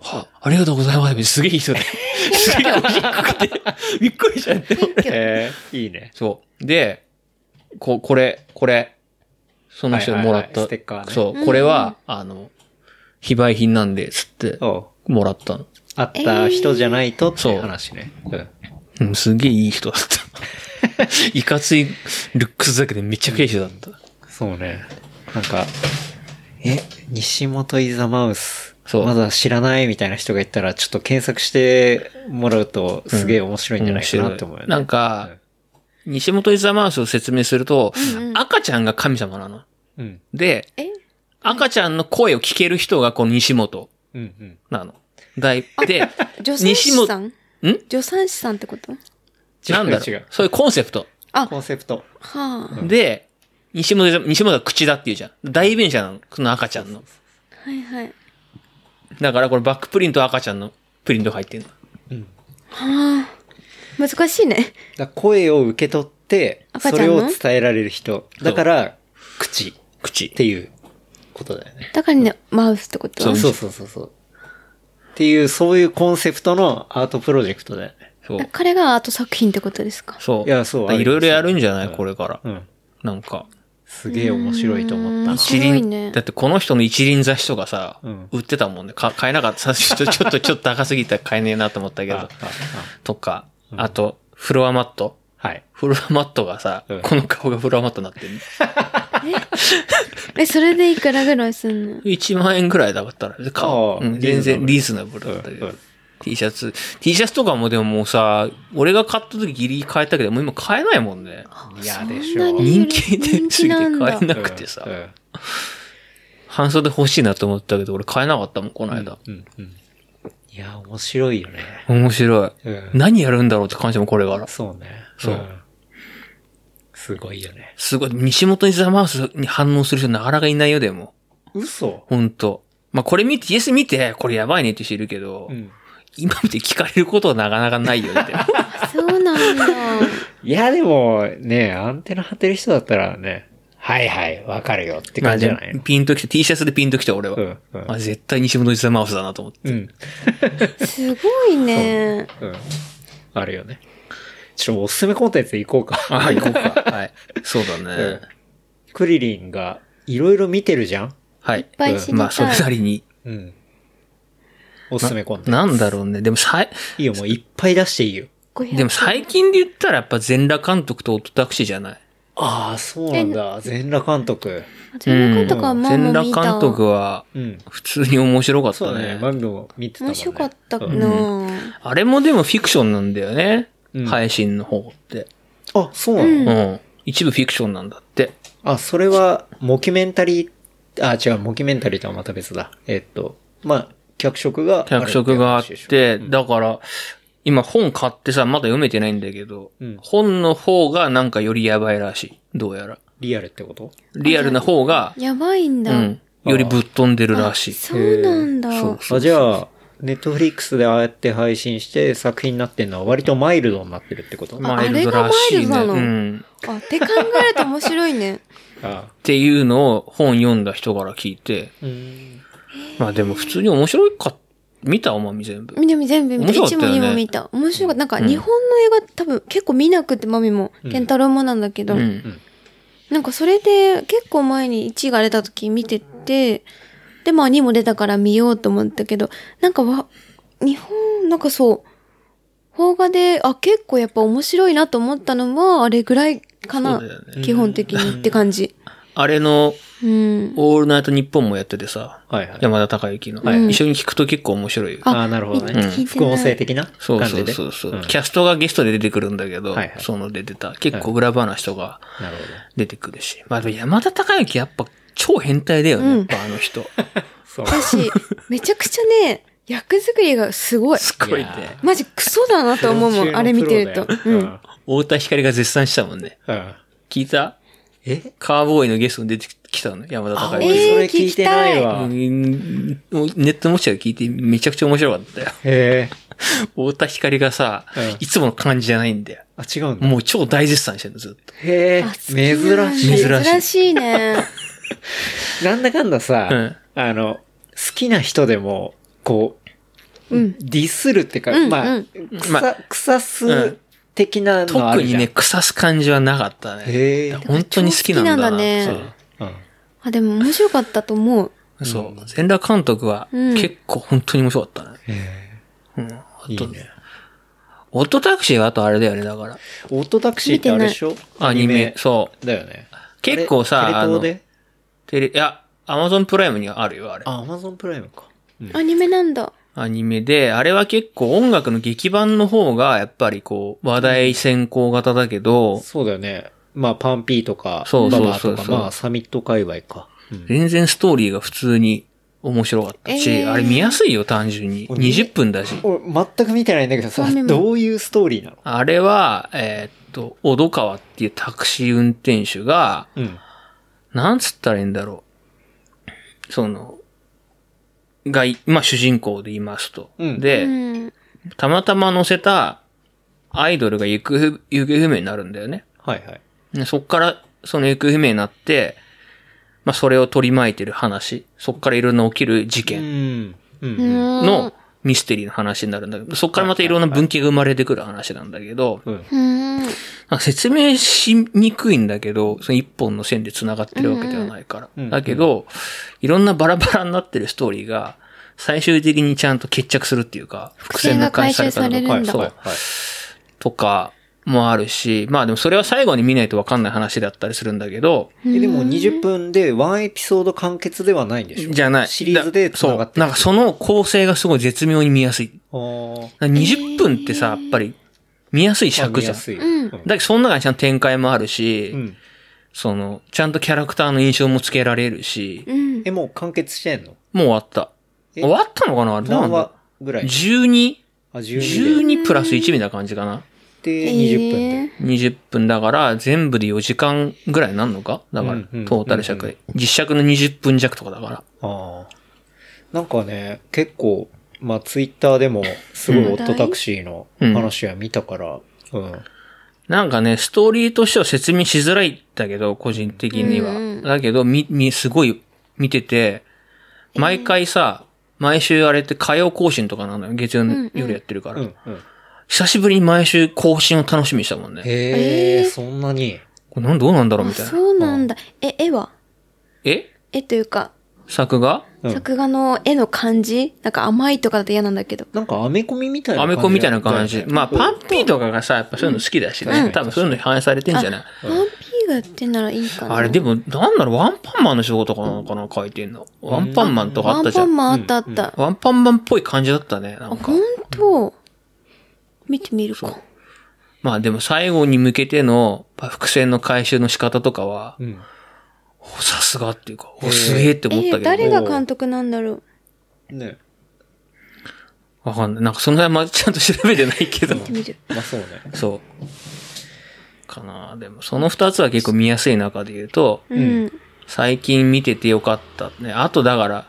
Speaker 3: はありがとうございます。すげえいい人
Speaker 2: *laughs*
Speaker 3: だよ。すげえ美味しくて。びっくりしちゃって。
Speaker 2: えー、いいね。
Speaker 3: そう。で、こ、これ、これ、その人にもらっ
Speaker 2: はいはいはい
Speaker 3: た。
Speaker 2: ステッカーね
Speaker 3: そう。これは、あの、非売品なんで、つって、
Speaker 2: おう
Speaker 3: もらったの。
Speaker 2: 会った人じゃないとって
Speaker 3: そう
Speaker 2: 話ね。うん
Speaker 3: うん、すげえいい人だった。 *laughs* いかついルックスだけでめちゃくちゃいい人だった。
Speaker 2: そうね。なんか、え、西本イザマウス。
Speaker 3: そう
Speaker 2: まだ知らないみたいな人がいたら、ちょっと検索してもらうと、すげえ面白いんじゃないかなって思うよね。
Speaker 3: なんか、西本イザマウスを説明すると、
Speaker 4: うんうん
Speaker 3: 赤ちゃんが神様なの。
Speaker 2: うん、
Speaker 3: で、
Speaker 4: え
Speaker 3: 赤ちゃんの声を聞ける人がこの西本
Speaker 2: うん、うん。
Speaker 3: なの。だい、で、
Speaker 4: 助産師さん
Speaker 3: 西本ん
Speaker 4: 助産師さんってこと
Speaker 3: なんだろ
Speaker 2: *laughs* 違う違う
Speaker 3: う。そういうコンセプト。
Speaker 4: あ、
Speaker 2: コ
Speaker 4: は
Speaker 2: ンセプト。
Speaker 4: あ。
Speaker 3: で、西本イザ、西本は口だって言うじゃん。代弁者なの。この赤ちゃんの。
Speaker 4: はいはい。
Speaker 3: だからこれバックプリントは赤ちゃんのプリントが入ってるの。
Speaker 4: はあ。難しいね。
Speaker 2: だから声を受け取って、
Speaker 4: 赤
Speaker 2: そ
Speaker 4: ちゃ
Speaker 2: れ
Speaker 4: んの
Speaker 2: を伝えられる人。だから、口っ
Speaker 3: 口。
Speaker 2: ていうことだよね。
Speaker 4: だからね、マウスってこと
Speaker 2: そうそうそうそうそう。っていう、そういうコンセプトのアートプロジェクトだよね。
Speaker 3: そう。
Speaker 4: 彼がアート作品ってことですか
Speaker 3: そう。
Speaker 2: いやそう
Speaker 3: だか
Speaker 2: あ
Speaker 3: ら
Speaker 2: り
Speaker 3: いろいろやるんじゃないこれから。
Speaker 2: うん。
Speaker 3: なんか、
Speaker 2: すげえ面白いと思ったな
Speaker 4: 面。白いね
Speaker 3: だってこの人の一輪雑誌とかさ、
Speaker 2: うん
Speaker 3: 売ってたもんね。か買えなかった。ちょ *laughs* っと、ちょっと、ちょっと高すぎたら買えねえなと思ったけ
Speaker 2: ああ
Speaker 3: ど。
Speaker 2: あ
Speaker 3: とか、あと、フロアマット。
Speaker 2: はい。
Speaker 3: フロアマットがさ、
Speaker 2: うん
Speaker 3: この顔がフロアマットになってる。
Speaker 4: え、それでいくらぐらいすんの
Speaker 3: 1万円ぐらいだったら、
Speaker 2: あ
Speaker 3: 顔
Speaker 2: あ
Speaker 3: うん全然リ
Speaker 2: リ
Speaker 3: ー
Speaker 2: ー
Speaker 3: ズナブルだったけ
Speaker 2: う
Speaker 3: ど
Speaker 2: んうん。
Speaker 3: T シャツ。T シャツとかもでももうさ、俺が買った時ギリ買えたけど、もう今買えないもんね。
Speaker 2: いやでし
Speaker 4: そんな
Speaker 2: ょう。
Speaker 4: に
Speaker 3: 人気ですぎ
Speaker 4: 人気
Speaker 3: て
Speaker 4: なんだ
Speaker 3: 買えなくてさ
Speaker 2: う、ん
Speaker 3: 半袖欲しいなと思ったけど、俺買えなかったもん、この間。
Speaker 2: うんうん。いや、面白いよね。
Speaker 3: 面白い。
Speaker 2: うん。
Speaker 3: 何やるんだろうって感じもこれから。
Speaker 2: そうね。。
Speaker 3: そうん
Speaker 2: すごいよね。
Speaker 3: すごい、西本にザマウスに反応する人なかなかいないよ、でも。
Speaker 2: 嘘
Speaker 3: ほんと。まあ、これ見て、イエス見て、これやばいねって知るけど、
Speaker 2: うん。
Speaker 3: 今見て聞かれることはなかなかないよね、でも
Speaker 4: そうなんだ。
Speaker 2: いや、でも、ね、アンテナ張ってる人だったらね、はいはい、わかるよ *laughs* って
Speaker 3: まあ
Speaker 2: 感じじゃないの。
Speaker 3: ピンときて、T シャツでピンときて、俺は。
Speaker 2: うんうん
Speaker 3: まあ、絶対西本にザマウスだなと思って。
Speaker 2: うん。
Speaker 4: すごいね。
Speaker 2: うん。あるよね。ちょっとおすすめコンテンツ行こうか。
Speaker 3: あ、行こうか。はい。そうだね。
Speaker 2: うんクリリンがいろいろ見てるじゃん
Speaker 3: はい。い
Speaker 4: っぱい知りたい
Speaker 3: まあ、それなりに。
Speaker 2: うん。おすすめコンテンツ。
Speaker 3: なんだろうね。でも、さい、
Speaker 2: いいよ、もういっぱい出していいよ。
Speaker 4: 500
Speaker 3: でも最近で言ったらやっぱ全裸監督とオトタクシーじゃない
Speaker 2: ああ、そうなんだ。全裸監督。
Speaker 4: 全裸監督はまあ
Speaker 3: 全
Speaker 4: ま
Speaker 3: 裸
Speaker 4: あ見た。
Speaker 3: 監督は
Speaker 2: うん。
Speaker 3: 普通に面白かっ
Speaker 2: そ
Speaker 3: た
Speaker 2: うだ
Speaker 3: ね
Speaker 2: ね。。マミも見てたもん
Speaker 4: 面
Speaker 2: ね。
Speaker 4: 白かったな
Speaker 2: うん
Speaker 4: ぁ。
Speaker 3: あれもでもフィクションなんだよね。
Speaker 2: うん
Speaker 3: 配信の方って。
Speaker 2: あ、そうなの、
Speaker 3: うん。一部フィクションなんだって。
Speaker 2: あ、それは、モキュメンタリー、あ、違う、モキュメンタリーとはまた別だ。えっと、まあ、脚色がある
Speaker 3: 脚色があって
Speaker 2: 話でしょ、
Speaker 3: だから、今本買ってさ、まだ読めてないんだけど、
Speaker 2: うん
Speaker 3: 本の方がなんかよりやばいらしい。どうやら。
Speaker 2: リアルってこと
Speaker 3: リアルな方が、
Speaker 4: やばいん
Speaker 3: う
Speaker 4: だ。
Speaker 3: ん。よりぶっ飛んでるらしい。
Speaker 4: そうなんだ。
Speaker 3: そう
Speaker 2: あ、じゃあ、ネットフリックスでああやって配信して作品になってんのは割とマイルドになってるってこと
Speaker 3: マイルドらしいね。
Speaker 4: ああれがマイルドなの
Speaker 3: うん。
Speaker 4: あ、って考えると面白
Speaker 3: *laughs*
Speaker 4: いね。
Speaker 2: あ
Speaker 3: っていうのを本読んだ人から聞いて、
Speaker 2: うん。
Speaker 3: まあでも普通に面白いか、見たおまみ全部。
Speaker 4: みなみ全部見た。
Speaker 3: 面白か
Speaker 4: 1
Speaker 3: った
Speaker 4: も
Speaker 3: よね
Speaker 4: 2も見た。面白かった。なんか
Speaker 3: うん
Speaker 4: 日本の映画多分結構見なくて、まみも。ケンタロウもなんだけ
Speaker 3: う
Speaker 4: ど。
Speaker 3: ん。
Speaker 4: なんかそれで結構前に1が出た時見てて、でまあ2も出たから見ようと思ったけど、なんかわ、日本、なんかそう、邦画で、あ、結構やっぱ面白いなと思ったのは、あれぐらいかな、
Speaker 3: そうだよね
Speaker 4: 基本的にって感じ。
Speaker 3: あれの、
Speaker 4: うん。
Speaker 3: オールナイトニッポンもやっててさ、
Speaker 2: はいはい。
Speaker 3: 山田孝之の、
Speaker 4: い
Speaker 3: 一緒に聞くと結構面白いよ。
Speaker 2: ああ、なるほど
Speaker 4: み
Speaker 2: ね。
Speaker 4: 聞いて
Speaker 2: 副
Speaker 4: ない
Speaker 2: 音声的な
Speaker 3: そう
Speaker 2: 感
Speaker 3: そ
Speaker 2: じ
Speaker 3: う
Speaker 2: で。
Speaker 3: そうそう、
Speaker 2: ん
Speaker 3: キャストがゲストで出てくるんだけど、
Speaker 2: はいはい
Speaker 3: その出てた。結構裏話とか
Speaker 2: なる
Speaker 3: 出てくるし。まあでも山田孝之やっぱ超変態だよね、
Speaker 4: うん
Speaker 3: やっぱあの人。
Speaker 2: *laughs* ほど。そう。
Speaker 4: 私、めちゃくちゃね、役作りがすごい。
Speaker 3: すごい
Speaker 2: いや
Speaker 3: ね。
Speaker 4: マジクソだなと思うも
Speaker 2: 中
Speaker 4: ん、
Speaker 2: の
Speaker 4: あれ見てると
Speaker 2: プロ。だ
Speaker 4: う
Speaker 2: よ
Speaker 4: ん。
Speaker 3: 太田光が絶賛したもんね。
Speaker 2: うんうん
Speaker 3: 聞いた
Speaker 2: え
Speaker 3: カーボーイのゲストに出てきたの山田
Speaker 2: あ、
Speaker 3: 孝
Speaker 2: 俺
Speaker 3: 之。
Speaker 2: それ聞いてないわ。
Speaker 3: うんネット持ちで聞いてめちゃくちゃ面白かったよ。
Speaker 2: へえ。
Speaker 3: 太田光がさ、
Speaker 2: うん
Speaker 3: いつもの感じじゃないんだよ。
Speaker 2: あ、違うんだ。
Speaker 3: もう超大絶賛してるの、ずっと。
Speaker 2: へえ
Speaker 4: あ好、きな
Speaker 2: 珍しい。
Speaker 3: 珍しい
Speaker 4: 珍しいね。
Speaker 2: *laughs* なんだかんださ、
Speaker 3: うん
Speaker 2: あの、好きな人でも、こう、
Speaker 4: うん
Speaker 2: ディスるってか、
Speaker 4: うん
Speaker 2: ま
Speaker 4: う
Speaker 2: あ
Speaker 4: ん、
Speaker 2: 草、
Speaker 3: まあ
Speaker 2: 草
Speaker 3: うん
Speaker 2: す的なのあ
Speaker 3: 特
Speaker 2: る
Speaker 3: に
Speaker 2: じゃん。
Speaker 3: ね、腐す感じはなかったね。
Speaker 2: へえ。
Speaker 3: 本当に好きなんだな
Speaker 4: 好きなんだね
Speaker 2: うん
Speaker 4: あ、でも面白かったと思う。
Speaker 3: そう。全裸監督は
Speaker 4: うん
Speaker 3: 結構本当に面白かったね。
Speaker 2: へ
Speaker 3: うん。あ
Speaker 2: えい
Speaker 3: と
Speaker 2: い、ね。
Speaker 3: オットタクシーはあとあれだよね、だから。
Speaker 2: オートタクシーってあれでしょ
Speaker 3: アニメ。そう。
Speaker 2: だよね。
Speaker 3: 結構さ
Speaker 2: あれテレ東で
Speaker 3: テレ、いや、アマゾンプライムにはあるよ、あれ。
Speaker 2: あ、アマゾンプライムか。
Speaker 4: アニメなんだ。
Speaker 3: アニメで、あれは結構音楽の劇版の方が、やっぱりこう、話題先行型だけど、
Speaker 2: そうだよね。まあ、パンピーとか、
Speaker 3: そうそう
Speaker 2: ババアとか
Speaker 3: そうそう
Speaker 2: まあ、サミット界隈か。うん
Speaker 3: 全然ストーリーが普通に面白かったし、
Speaker 4: えー
Speaker 3: あれ見やすいよ、単純に。
Speaker 2: 俺見
Speaker 3: 20分だし。
Speaker 2: 俺、全く見てないんだけどさ
Speaker 4: アニ、メ
Speaker 2: どういうストーリーなの
Speaker 3: あれは、えーっと、小戸川っていうタクシー運転手が、
Speaker 2: うん。
Speaker 3: なんつったらいいんだろう。その、がい、まあ主人公で言いますと。
Speaker 2: うん
Speaker 4: う
Speaker 3: で、
Speaker 4: ん。
Speaker 3: たまたま乗せたアイドルが行方不行方不明になるんだよね。
Speaker 2: はいはい。
Speaker 3: でそっから、その行方不明になって、まあそれを取り巻いてる話。そっからいろんな起きる事
Speaker 2: う
Speaker 3: 件
Speaker 2: ん。うん。
Speaker 4: の
Speaker 3: のミステリーの話になるんだけど、そっからまたいろんな文系が生まれてくる話なんだけど、
Speaker 2: うん。
Speaker 4: うん。
Speaker 3: なんか説明しにくいんだけど、その一本の線で繋がってるわけではないから。
Speaker 2: うんうん
Speaker 3: だけど、いろんなバラバラになってるストーリーが、最終的にちゃんと決着するっていうか、伏
Speaker 4: 線が回収
Speaker 3: たりとか
Speaker 4: されるんだ
Speaker 3: そう
Speaker 2: はい。はい。
Speaker 3: とかもあるし、まあでもそれは最後に見ないとわかんない話だったりするんだけど、
Speaker 2: えでも20分でワンエピソード完結ではないんでしょ
Speaker 3: じゃない。
Speaker 2: シリーズで繋がって
Speaker 3: そう。なんかその構成がすごい絶妙に見やすい。
Speaker 2: あー
Speaker 3: だから20分ってさ、やっぱり見やすい尺じゃ
Speaker 2: 見や
Speaker 3: ん。だ
Speaker 2: す
Speaker 3: け
Speaker 2: い
Speaker 4: うん
Speaker 2: うん
Speaker 3: どその中にちゃんと展開もあるし、
Speaker 2: うん
Speaker 3: その、ちゃんとキャラクターの印象もつけられるし、
Speaker 4: うん。
Speaker 2: え、もう完結してんの
Speaker 3: もう終わった。
Speaker 2: え
Speaker 3: 終わったのかなあれどうな
Speaker 2: 何
Speaker 3: んだ
Speaker 2: 話ぐらい
Speaker 3: ?12?12
Speaker 2: あ、12で。
Speaker 3: プラス1みたいな感じかな。
Speaker 2: で、20分で。
Speaker 3: 20分だから、全部で4時間ぐらいになんのかだから、
Speaker 2: うんうん
Speaker 3: トータル尺で。実尺の20分弱とかだから。
Speaker 2: ああ。なんかね、結構、まあ、ツイッターでも、すごい
Speaker 3: うん
Speaker 2: オットタクシーの話は見たから、うん。
Speaker 3: なんかね、ストーリーとしては説明しづらいんだけど、個人的には。
Speaker 4: うんうん
Speaker 3: だけど、み、み、すごい見てて、毎回さ、毎週あれって火曜更新とかなのよ。月曜の夜やってるから。
Speaker 2: うん、うん。
Speaker 3: 久しぶりに毎週更新を楽しみにしたもんね。
Speaker 2: へ
Speaker 4: え
Speaker 2: え、
Speaker 4: ー
Speaker 2: そんなに。
Speaker 3: これなんどうなんだろう
Speaker 4: あ、
Speaker 3: みたいな。
Speaker 4: そうなんだ。え、絵は
Speaker 3: え
Speaker 4: 絵というか、
Speaker 3: 作画
Speaker 2: うん
Speaker 4: 作画の絵の感じなんか甘いとかだと嫌なんだけど。
Speaker 2: なんかアメコミみたいな
Speaker 3: ア
Speaker 2: 感じ。
Speaker 3: メコみたいな感じ。まあ、パンピーとかがさ、やっぱそういうの好きだしね。
Speaker 2: うん
Speaker 3: 多分そういうのに反映されてんじゃない
Speaker 4: ワンピーがやってんならいいかな。
Speaker 3: あれ、でも、なんだろう、ワンパンマンの仕事かなのかな、書いてんの。ワンパンマンとかあ
Speaker 4: ワ
Speaker 3: っ
Speaker 4: ン
Speaker 3: たじ
Speaker 4: パ
Speaker 3: ゃ
Speaker 4: ン
Speaker 3: ん。
Speaker 4: マンあったあった。
Speaker 3: ワンパンマンっぽい感じだったね、なん
Speaker 4: あ、
Speaker 3: か
Speaker 4: ほ。んと。見てみるか。
Speaker 3: まあでも最後に向けての、まあ伏線の回収の仕方とかは、
Speaker 2: うん。
Speaker 3: おさすがっていうか、
Speaker 2: へ
Speaker 3: お
Speaker 2: え
Speaker 3: すげえって
Speaker 4: え
Speaker 3: 思った
Speaker 4: ー、
Speaker 3: け
Speaker 4: 誰
Speaker 3: ど。
Speaker 4: が監督なんだろう。
Speaker 2: ね。
Speaker 3: わかんない。なんかその辺までちゃんと調べてないけど。
Speaker 4: 見てみる。
Speaker 2: まあそうね。
Speaker 3: そう。かなでもその二つは結構見やすい中で言うと、
Speaker 4: うん。
Speaker 3: 最近見ててよかった。ね。あとだから、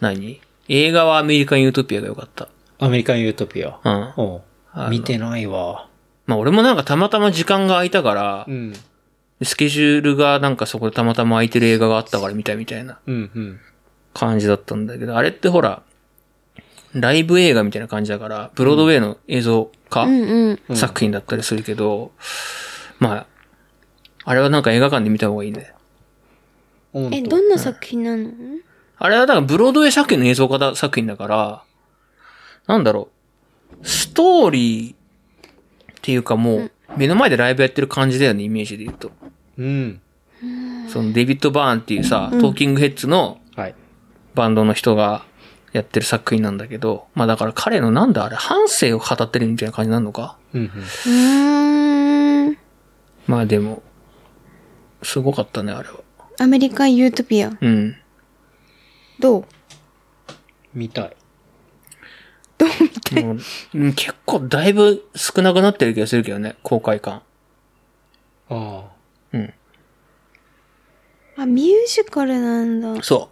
Speaker 3: 何映画はアメリカンユートピアがよかった。
Speaker 2: アメリカンユートピア。
Speaker 3: うん。
Speaker 2: おう
Speaker 3: あの
Speaker 2: 見てないわ。
Speaker 3: まあ俺もなんかたまたま時間が空いたから、
Speaker 2: うん。
Speaker 3: スケジュールがなんかそこでたまたま空いてる映画があったから見たみたいな
Speaker 2: うん、うん。
Speaker 3: 感じだったんだけど、あれってほら、ライブ映画みたいな感じだから、ブロードウェイの映像化、
Speaker 4: うんうん。
Speaker 3: 作品だったりするけど、まあ、あれはなんか映画館で見た方がいいね。
Speaker 2: ほん
Speaker 4: え、
Speaker 2: と
Speaker 4: どんな作品なの
Speaker 3: あれはだからブロードウェイ作品の映像化だ作品だから、なんだろう、ストーリーっていうかもう、目の前でライブやってる感じだよね、イメージで言うと。
Speaker 2: うん。
Speaker 3: そのデビッド・バーンっていうさ、トーキングヘッズの
Speaker 2: はい。
Speaker 3: バンドの人がやってる作品なんだけど、まあだから彼のなんだあれ、半生を語ってるみたいな感じなのか
Speaker 2: うん、うん。
Speaker 4: うーん。
Speaker 3: まあでも、すごかったね、あれは。
Speaker 4: アメリカンユートピア。
Speaker 3: うん。
Speaker 4: どう
Speaker 2: 見たい。
Speaker 3: もううん結構だいぶ少なくなってる気がするけどね、公開感。
Speaker 2: あ
Speaker 3: うん。
Speaker 4: あ、ミュージカルなんだ。
Speaker 3: そ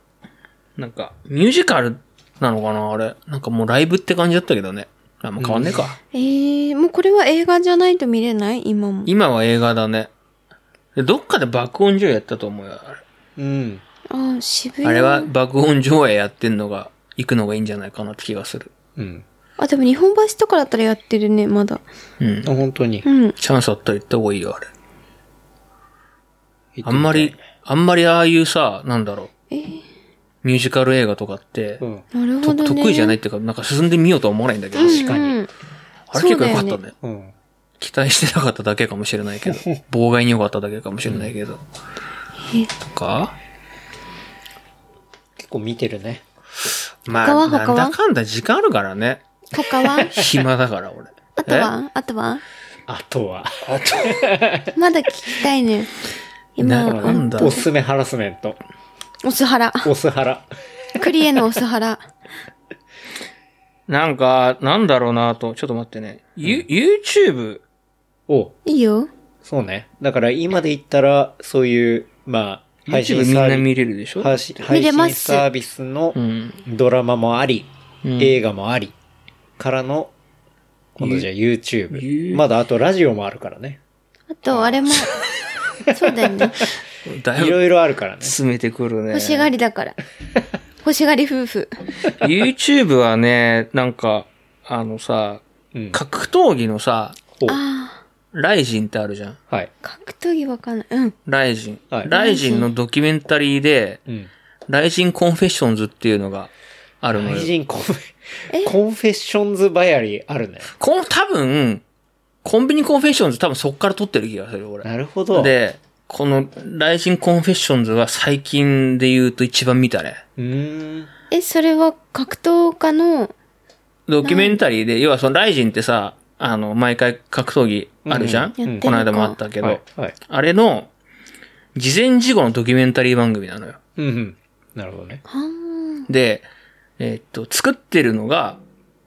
Speaker 3: う。なんか、ミュージカルなのかな、あれ。なんかもうライブって感じだったけどね。あ、もう変わんねえか。
Speaker 4: えー、もうこれは映画じゃないと見れない今も。
Speaker 3: 今は映画だね。でどっかで爆音上映やったと思うよ、あれ。
Speaker 2: あ。うん。
Speaker 4: あ、渋谷。
Speaker 3: あれは爆音上映やってんのが、行くのがいいんじゃないかなって気がする。
Speaker 2: うん。
Speaker 4: あ、でも日本橋とかだったらやってるね、まだ。
Speaker 3: うん
Speaker 2: あ。本当に
Speaker 4: う。ん。
Speaker 3: チャンスあったら行った方がいいよ、あれ。あんまり、あんまりああいうさ、なんだろう。
Speaker 4: えー、
Speaker 3: ミュージカル映画とかって、
Speaker 2: うん。
Speaker 4: なる
Speaker 3: と
Speaker 4: ほどね。
Speaker 3: 得意じゃない
Speaker 4: い。
Speaker 3: っていうか、なんか進んでみようとは思わないんだけど、
Speaker 4: 確
Speaker 2: かに
Speaker 4: うん、
Speaker 3: あれ結構良かった
Speaker 4: そうだ
Speaker 3: ね。
Speaker 2: うん。
Speaker 3: 期待してなかっただけかもしれないけ *laughs* ど、妨害に良かっただけかもしれないけど。とか
Speaker 2: 結構見てるね。
Speaker 3: ま
Speaker 4: 他
Speaker 3: あ、
Speaker 4: は
Speaker 3: な
Speaker 4: 他
Speaker 3: ん
Speaker 4: は
Speaker 3: だかんだ時間あるからね。
Speaker 4: 他は
Speaker 3: 暇だから、俺。
Speaker 4: *laughs* あとはあとは
Speaker 2: あとは。あと
Speaker 4: まだ聞きたいね。
Speaker 3: な
Speaker 4: 今、
Speaker 3: るほど
Speaker 4: うん
Speaker 3: だ
Speaker 2: *laughs* おすすめハラスメント。
Speaker 4: オスハラ。
Speaker 2: オスハラ。
Speaker 4: クリエのオスハラ。
Speaker 3: えなんか、なんだろうなと、ちょっと待ってね。ゆ、YouTube、
Speaker 2: お
Speaker 4: いいよ。
Speaker 2: そうね。だから今で言ったら、そういう、まあ、配
Speaker 3: YouTube
Speaker 2: 信
Speaker 3: みん
Speaker 2: サ
Speaker 3: な
Speaker 2: ービ
Speaker 3: 見れるでし
Speaker 2: ス、
Speaker 3: ょ
Speaker 2: 配信
Speaker 4: 見
Speaker 2: 配
Speaker 4: れま
Speaker 2: 信
Speaker 4: す
Speaker 2: サービスの
Speaker 3: うん。
Speaker 2: ドラマもあり、
Speaker 3: うん
Speaker 2: 映画もあり、からの、今度じゃあ YouTube。まだあとラジオもあるからね。
Speaker 4: あと、あれも、そうだよね。 *laughs*
Speaker 3: だい
Speaker 2: い
Speaker 3: ぶ
Speaker 2: ろいろあるからね。
Speaker 3: 進めてくるね。
Speaker 4: 欲しがりだから。欲しがり夫婦。
Speaker 3: *laughs* YouTube はね、なんか、あのさ、
Speaker 2: うん
Speaker 3: 格闘技のさ、
Speaker 2: ほう
Speaker 4: あ
Speaker 3: ライジンってあるじゃん。
Speaker 2: あはい。
Speaker 4: あ、格闘技わかんない。うん。
Speaker 3: ライジン。
Speaker 2: はい
Speaker 3: ライジンのドキュメンタリーで、
Speaker 2: うん。
Speaker 3: ライジンコンフェッションズっていうのがあるの
Speaker 2: 愛
Speaker 3: よ。
Speaker 2: 人コンフェ、コンフェッションズバヤリーあるね。
Speaker 3: こん多分、コンビニコンフェッションズ多分そっから撮ってる気がする、俺。
Speaker 2: なるほど。、
Speaker 3: で、このライジンコンフェッションズは最近で言うと一番見たね。
Speaker 2: うーん。
Speaker 4: え、それは格闘
Speaker 3: *laughs*
Speaker 4: 家の、
Speaker 3: ドキュメンタリーで、要はそのライジンってさ、あの、毎回格闘技あるじゃん、
Speaker 4: うんうんやってる
Speaker 3: この間もあったけど、
Speaker 2: はい。はい。
Speaker 3: あれの、事前事後のドキュメンタリー番組なのよ。
Speaker 2: うんうん。なるほどね。
Speaker 4: はー
Speaker 3: で、えーっと、作ってるのが、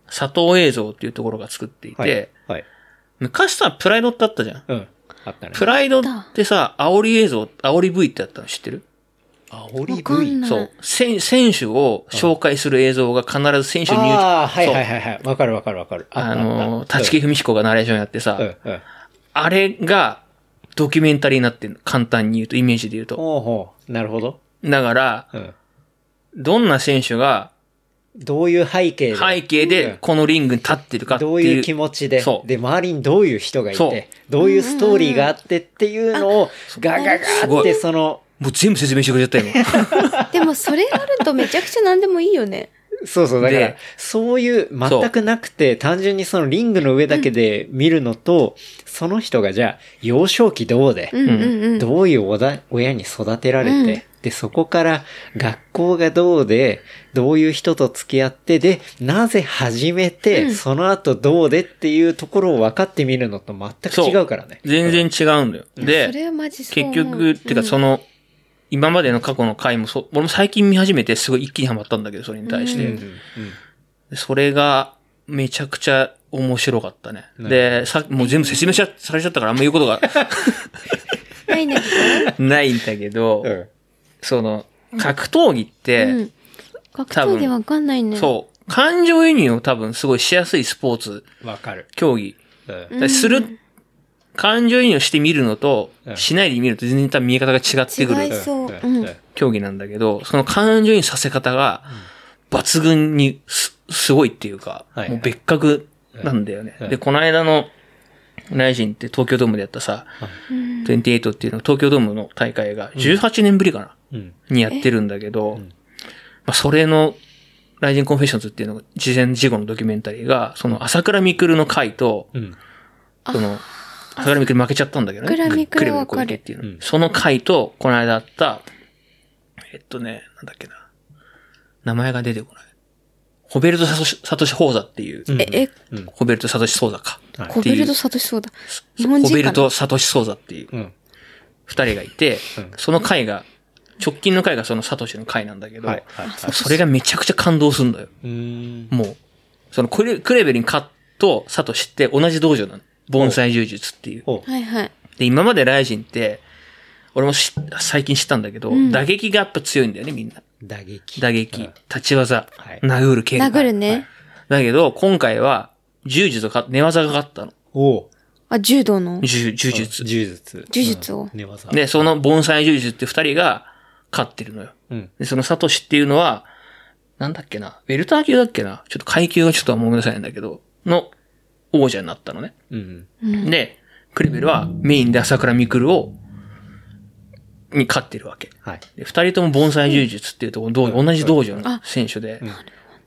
Speaker 3: 佐藤映像っていうところが作っていて、
Speaker 2: はい。はい。
Speaker 3: 昔さ、プライドってあったじゃん。
Speaker 2: うん。あったね。
Speaker 3: プライドってさ、煽り映像、煽り V ってあったの知ってる、
Speaker 2: あ、オ
Speaker 4: わかんない。
Speaker 3: そう。選選手を紹介する映像が必ず選手入
Speaker 2: ああ、はい
Speaker 3: そう
Speaker 2: はいはいはい。わかるわかるわかる。
Speaker 3: あのー、
Speaker 2: た
Speaker 3: 立木文彦がナレーションやってさ、
Speaker 2: うんうん。
Speaker 3: あれがドキュメンタリーになってるの。簡単に言うと、イメージで言うと。
Speaker 2: ほうほう。なるほど。
Speaker 3: だから、
Speaker 2: うん。
Speaker 3: どんな選手が
Speaker 2: どういう背景で、
Speaker 3: 背景でこのリングに立ってるかっていう。
Speaker 2: どういう気持ちで
Speaker 3: そ、う
Speaker 2: で、周りにどういう人がい
Speaker 3: そう
Speaker 2: て、どういうストーリーがあってっていうのを、ガガ
Speaker 3: す
Speaker 2: ガっ
Speaker 3: ご
Speaker 2: て
Speaker 3: い
Speaker 2: その、
Speaker 3: もう全部説明してくれちゃ
Speaker 2: *laughs*
Speaker 3: ったよ。
Speaker 4: でもそれあるとめちゃくちゃ何でもいいよね。
Speaker 2: そうそう、だから
Speaker 3: で、
Speaker 2: そういう、
Speaker 3: そう
Speaker 2: 全くなくて、単純にそのリングの上だけで見るのと、その人がじゃあ、幼少期どうで、
Speaker 4: うんうんうん。
Speaker 2: どういうおだ親に育てられて、
Speaker 4: うん
Speaker 2: で、そこから学校がどうで、どういう人と付き合って、で、なぜ始めて、
Speaker 4: うん
Speaker 2: その後どうでっていうところを分かってみるのと全く違うからね。
Speaker 3: 全然違うんだよ。
Speaker 4: それ
Speaker 3: で、
Speaker 4: はマジそう
Speaker 3: 結
Speaker 4: 思う。
Speaker 3: 局、っていうかそ
Speaker 4: の、
Speaker 3: の、今までの過去の回もそう、俺も最近見始めてすごい一気にハマったんだけど、それに対し
Speaker 2: う
Speaker 3: て。
Speaker 2: んうん
Speaker 3: それがめちゃくちゃ面白かったね。で、さもう全部説明しちゃされちゃったからあんま言うことが
Speaker 4: ないんだけ
Speaker 3: ないんだけど、
Speaker 2: *laughs* うん
Speaker 3: その、格闘技っ
Speaker 4: どね。
Speaker 3: て、
Speaker 4: うん。格闘技わかんないね。
Speaker 3: そう、感情移入を多分すごいしやすいスポーツ、
Speaker 2: わかる。
Speaker 3: 競技。
Speaker 2: うん
Speaker 4: うん
Speaker 3: する、感情移入して見るのと
Speaker 2: う、ん
Speaker 3: しないで見ると全然多分見え方が違ってく
Speaker 4: 違い
Speaker 3: る
Speaker 4: そう
Speaker 2: うん
Speaker 4: うん
Speaker 3: 競技なんだけど、その感情移入させ方が、抜群にす、すごいっていうか、
Speaker 2: はい
Speaker 3: もう別格なんだよね。
Speaker 2: うん
Speaker 3: で、この間の、ライジンって東京ドームでやったさ、
Speaker 4: うん。
Speaker 3: 28っていうの東京ドームの大会が18年ぶりかな、
Speaker 2: うん
Speaker 3: にやってるんだけど、まあ、それの、ライジンコンフェッションズっていうのが、事前事後のドキュメンタリーが、その朝倉未来の回と、
Speaker 2: うん
Speaker 3: その、朝倉未来負けちゃったんだけどね。
Speaker 4: 朝倉未来は
Speaker 3: クレバ小池っていう
Speaker 2: わかる
Speaker 3: の。その回と、この間あった、えっとね、なんだっけな。名前が出てこない。ホベルト・サトシ・サトシ・ホーザっていう。
Speaker 2: うん
Speaker 4: え、え、
Speaker 3: ホベルト・サトシ・ソーザか。
Speaker 2: はい
Speaker 4: コベルトサトシそうだ。日本人
Speaker 3: ホ
Speaker 4: かな
Speaker 3: ベルト・サトシ・ソーザっていう
Speaker 2: うん
Speaker 3: 二人がいて
Speaker 2: うん、
Speaker 3: その回が、直近の回がそのサトシの回なんだけど、
Speaker 2: はいはいはい
Speaker 3: それがめちゃくちゃ感動すんだよ。
Speaker 2: うーん
Speaker 3: もう。そのクレクレベリン・カッとサトシって同じ道場なの。盆栽柔術っていう。
Speaker 2: ほう
Speaker 4: はいはい。
Speaker 3: で、今までライジンって、俺もし最近知ったんだけど、打撃がやっぱ強いんだよね、みんな。
Speaker 2: 打撃。
Speaker 3: 打撃、立ち技、
Speaker 2: はい
Speaker 3: 殴る、蹴る。
Speaker 4: 殴るね。
Speaker 3: だけど、今回は、柔術とか、寝技がかかったの。
Speaker 2: おう
Speaker 4: あ、柔道の
Speaker 3: 柔柔術。
Speaker 2: 柔術。
Speaker 4: 柔術を
Speaker 2: うん寝技。
Speaker 3: で、その盆栽柔術って二人が勝ってるのよ。
Speaker 2: うん。
Speaker 3: で、そのサトシっていうのは、なんだっけな、ウェルター級だっけな、ちょっと階級がちょっと思い出せないんだけど、の王者になったのね。
Speaker 2: うん。
Speaker 3: で、クレベルはメインで朝倉未来を、に勝ってるわけ。
Speaker 2: はい。
Speaker 3: で、二人とも盆栽柔術っていうところ、同じ道場の選手で、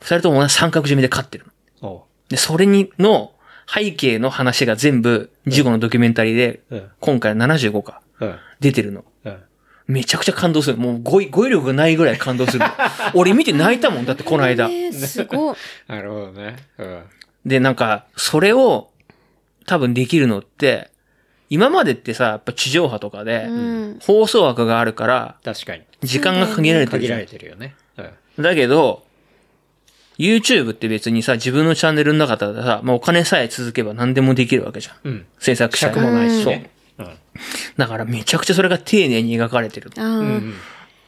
Speaker 3: 二人とも同じ三角締めで勝ってるの。
Speaker 2: おう
Speaker 3: で、それに、の背景の話が全部、事故のドキュメンタリーで
Speaker 2: うん、
Speaker 3: 今回75か、
Speaker 2: うん。
Speaker 3: 出てるの。
Speaker 2: うん。
Speaker 3: めちゃくちゃ感動する。もう語彙、語彙力がないぐらい感動する。俺見て泣いたもん、だってこの間。
Speaker 4: えー、すごい。
Speaker 2: なるほどね。うん。
Speaker 3: で、なんか、それを、多分できるのって、今までってさ、やっぱ地上波とかで
Speaker 4: う、ん。
Speaker 3: 放送枠があるから、
Speaker 2: 確かに。
Speaker 3: 時間が限られてる
Speaker 2: 限
Speaker 3: じゃ
Speaker 2: ら
Speaker 3: ん
Speaker 2: れ。てるよね。うん。
Speaker 3: だけど、YouTube って別にさ、自分のチャンネルの中でさ、まあお金さえ続けば何でもできるわけじゃん。
Speaker 2: うん。
Speaker 3: 制作者
Speaker 2: 尺もないし
Speaker 3: そう
Speaker 2: ね。。うん。
Speaker 3: だからめちゃくちゃそれが丁寧に描かれてる。
Speaker 4: あ
Speaker 2: う
Speaker 4: ー
Speaker 2: ん。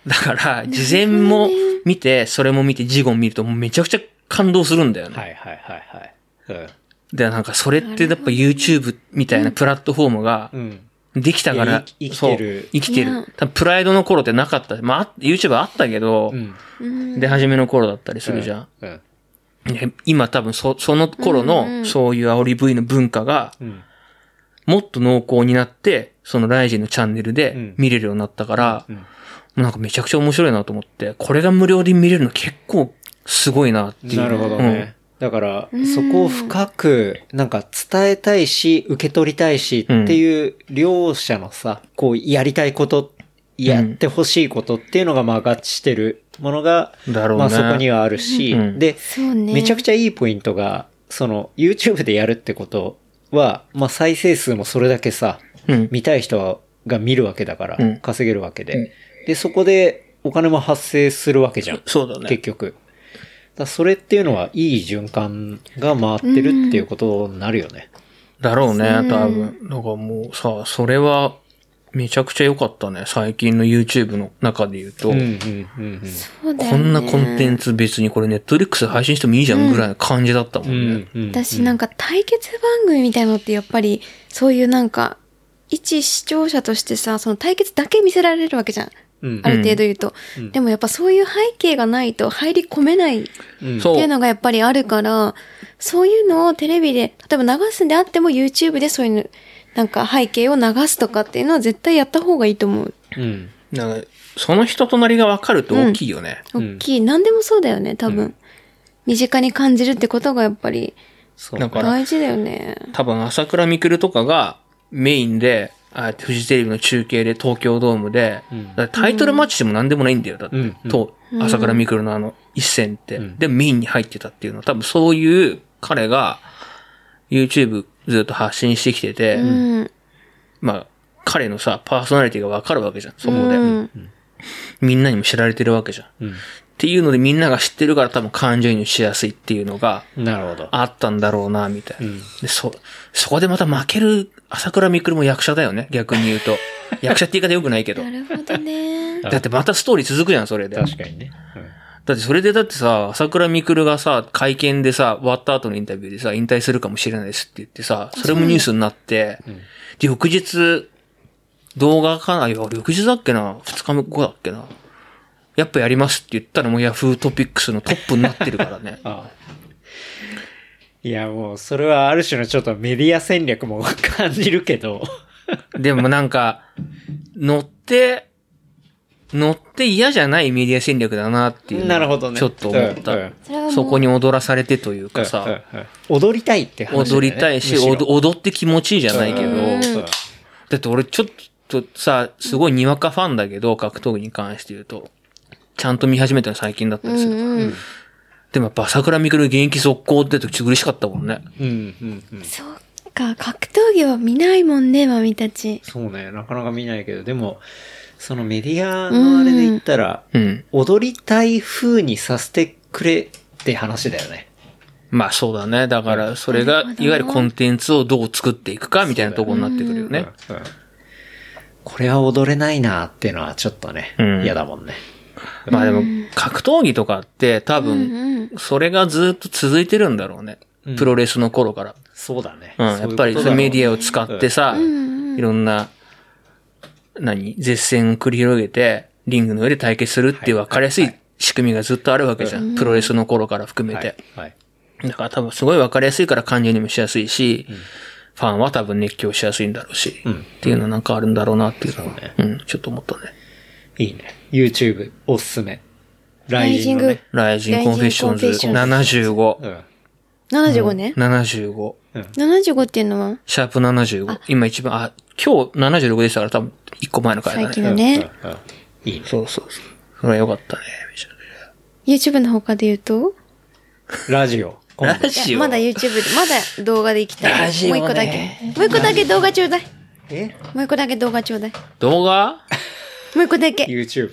Speaker 3: だから、事前も見て、それも見て、事後も見ると、もうめちゃくちゃ感動するんだよね。
Speaker 2: はいはいはいはい。
Speaker 3: で、なんかそれってやっぱ YouTube みたいなプラットフォームが
Speaker 2: う、ん。うん。
Speaker 3: できたか
Speaker 2: いや
Speaker 3: ら
Speaker 2: い、生きてる
Speaker 3: そう生きて
Speaker 4: うん
Speaker 3: る。多分プライドの頃ってなかった。まあ、あ YouTube あったけど、
Speaker 2: うん。
Speaker 4: うん
Speaker 3: 出始めの頃だったりするじゃん。
Speaker 2: うん。
Speaker 3: ね今多分そ、その頃
Speaker 4: うんう
Speaker 3: の
Speaker 4: ん
Speaker 3: そういう煽り V の文化が
Speaker 2: うん。
Speaker 3: もっと濃厚になって、そのライジンのチャンネ
Speaker 2: う
Speaker 3: ルで
Speaker 2: ん
Speaker 3: 見れるようになったから、
Speaker 2: うん
Speaker 3: もうなんかめちゃくちゃ面白いなと思って、これが無料で見れるの結構すごいなっていう。
Speaker 2: なるほどね。だから、そこを深く、なんか伝えたいし、受け取りたいしっていう、両者のさ、こう、やりたいこと、やってほしいことっていうのが、まあ、合致してるものが、
Speaker 3: うん。だろうね。
Speaker 2: まあ、そこにはあるし
Speaker 3: う、ん
Speaker 2: で、
Speaker 4: そうね。
Speaker 2: めちゃくちゃいいポイントが、その、YouTube でやるってことは、まあ、再生数もそれだけさ、
Speaker 3: うん。
Speaker 2: 見たい人が見るわけだか
Speaker 3: う
Speaker 2: ら
Speaker 3: ん、
Speaker 2: 稼げるわけで。で、そこでお金も発生するわけじゃん。
Speaker 3: そうだ
Speaker 2: 結
Speaker 3: ね。
Speaker 2: 局。だからそれっていうのはいい循環が回ってるっていうことになるよね。
Speaker 3: だろうね、
Speaker 4: うん
Speaker 3: 多分。だからもうさ、それはめちゃくちゃ良かったね。最近の YouTube の中で言うと、
Speaker 2: うんうんうん
Speaker 4: そうだよ
Speaker 3: こ
Speaker 4: ね
Speaker 3: んなコンテンツ別にこれ Netflix で配信してもいいじゃんぐらいの感じだったもん
Speaker 2: う
Speaker 3: ね。
Speaker 2: ん。うん。
Speaker 4: 私なんか対決番組みたいのってやっぱりそういうなんか一視聴者としてさその対決だけ見せられるわけじゃん
Speaker 2: うん
Speaker 4: ある程度言うと、
Speaker 2: ん
Speaker 4: でもやっぱそういう背景がないと入り込めないっ
Speaker 2: うん
Speaker 3: そう
Speaker 4: ていうのがやっぱりあるからそういうのをテレビで例えば流すんであっても YouTube でそういうのなんか背景を流すとかっていうのは絶対やった方がいいと思う
Speaker 2: うん。
Speaker 3: なんか、その人となりが分かると大きいよね。
Speaker 4: 大きい、何でもそうだよね多分、身近に感じるってことがやっぱり
Speaker 2: そう
Speaker 3: なん。か、
Speaker 4: 大事だよね
Speaker 3: 多分朝倉未来とかがメインで、ああやってフジテレビの中継で東京ドームで、
Speaker 2: うん
Speaker 3: だからタイトルマッチでも何でもないんだよ、だって。
Speaker 2: うん
Speaker 3: と、朝倉未来のあの一戦って、
Speaker 2: ん
Speaker 3: で、メインに入ってたっていうのは、多分そういう彼が YouTube ずっと発信してきてて、
Speaker 4: うん
Speaker 3: まあ、彼のさ、パーソナリティが分かるわけじゃん、そこで。
Speaker 4: うん
Speaker 3: みんなにも知られてるわけじゃん。
Speaker 2: うん
Speaker 3: っていうのでみんなが知ってるから多分感情移入しやすいっていうのが、
Speaker 2: なるほど。
Speaker 3: あったんだろうな、みたいな。
Speaker 2: うん
Speaker 3: で、そ、そこでまた負ける朝倉未来も役者だよね、逆に言うと。役者って言い方良くない
Speaker 4: *laughs*
Speaker 3: けど
Speaker 4: な。るほどね。
Speaker 3: だってまたストーリー続くじゃん、それで。だ
Speaker 2: 確かにね。。
Speaker 3: ってそれでだってさ、朝倉未来がさ、会見でさ、終わった後のインタビューでさ、引退するかもしれないですって言ってさ、それもニュースになって、で、翌日、動画かな、いや、翌日だっけな、二日後だっけな。やっぱやりますって言ったらもうヤフートピックスのトップになってるからね
Speaker 2: *laughs* ああいや、もう、それはある種のちょっとメディア戦略も感じるけど。
Speaker 3: でもなんか、乗って、乗って嫌じゃないメディア戦略だなっていう。
Speaker 2: なるほどね
Speaker 3: ちょっと思った。
Speaker 2: うんうん
Speaker 4: それはもう
Speaker 3: そこに踊らされてというか
Speaker 2: うん
Speaker 3: さ、
Speaker 2: うん踊りたいって話だよね。
Speaker 3: 踊りたいし、
Speaker 2: むろ
Speaker 3: 踊踊って気持ちいいじゃないけど、
Speaker 2: うん
Speaker 3: だ
Speaker 2: そう
Speaker 3: って俺ちょっとさ、すごいにわかファンだけど、格闘技に関して言うと、ちゃんと見始めたの最近だったりする。
Speaker 4: うんうん、
Speaker 3: でもやっぱ桜みくる現役続行って時嬉しかったもんね。
Speaker 2: うんうんうん。
Speaker 4: そっか、格闘技は見ないもんね、マミたち。
Speaker 2: そうね、なかなか見ないけど、でも、そのメディアのあれで言ったら、
Speaker 3: うん。
Speaker 2: 踊りたい風にさせてくれって話だよね。
Speaker 3: まあそうだね。だから、それが、い
Speaker 4: なる
Speaker 3: わ
Speaker 4: ほど
Speaker 3: ゆるコンテンツをどう作っていくかみたいなところになってくるよね。
Speaker 2: うん。これは踊れないなっていうのはちょっとね、
Speaker 3: うん
Speaker 2: 嫌だもんね。
Speaker 3: まあでも、格闘技とかって多分、
Speaker 4: うん。
Speaker 3: それがずっと続いてるんだろうね。プロレスの頃から。
Speaker 2: そうだね。
Speaker 3: うん、やっぱりそういうメデ
Speaker 2: ア。
Speaker 3: ィアを使ってさ、いろんな、何、絶戦を繰り広げて、リングの上で対決するっていう分かりやすい仕組みがずっとあるわけじゃん。プロレスの頃から含め
Speaker 2: はい
Speaker 3: て。。
Speaker 2: はい。
Speaker 3: だから多分すごい分かりやすいから感情にもしやすいし、ファンは多分熱狂しやすいんだろうし、
Speaker 2: ん
Speaker 3: っていうのなんかあるんだろうなっていうのは
Speaker 2: そうね
Speaker 3: うん、ちょっと思ったね。
Speaker 2: いいね。YouTube おすすめ。ライジング、ね。
Speaker 3: ライジンコンフェッションズ
Speaker 4: ライジンコンフェッ
Speaker 3: 75。
Speaker 2: うん。
Speaker 4: 75ね。
Speaker 3: 75。
Speaker 4: 75っていうのは
Speaker 3: シャープ75。今一番、あ、今日76でしたから多分1個前の回だね。
Speaker 4: 最近のね。
Speaker 2: うんうんいいね。
Speaker 3: そうそうそう。それは良かったね。めちゃく
Speaker 4: YouTube の他で言うと
Speaker 2: ラジオ。今度
Speaker 3: ラ
Speaker 4: い
Speaker 3: ジ
Speaker 4: や
Speaker 3: オ。
Speaker 4: まだ YouTube で、まだ動画で行きたい。
Speaker 3: ラジオね
Speaker 4: もう一個だけ。もう一個だけ動画ちょうだい。
Speaker 2: え
Speaker 4: もう一個だけ動画ちょうだい。
Speaker 3: 動画
Speaker 4: もう一個だけ。
Speaker 2: ?YouTube?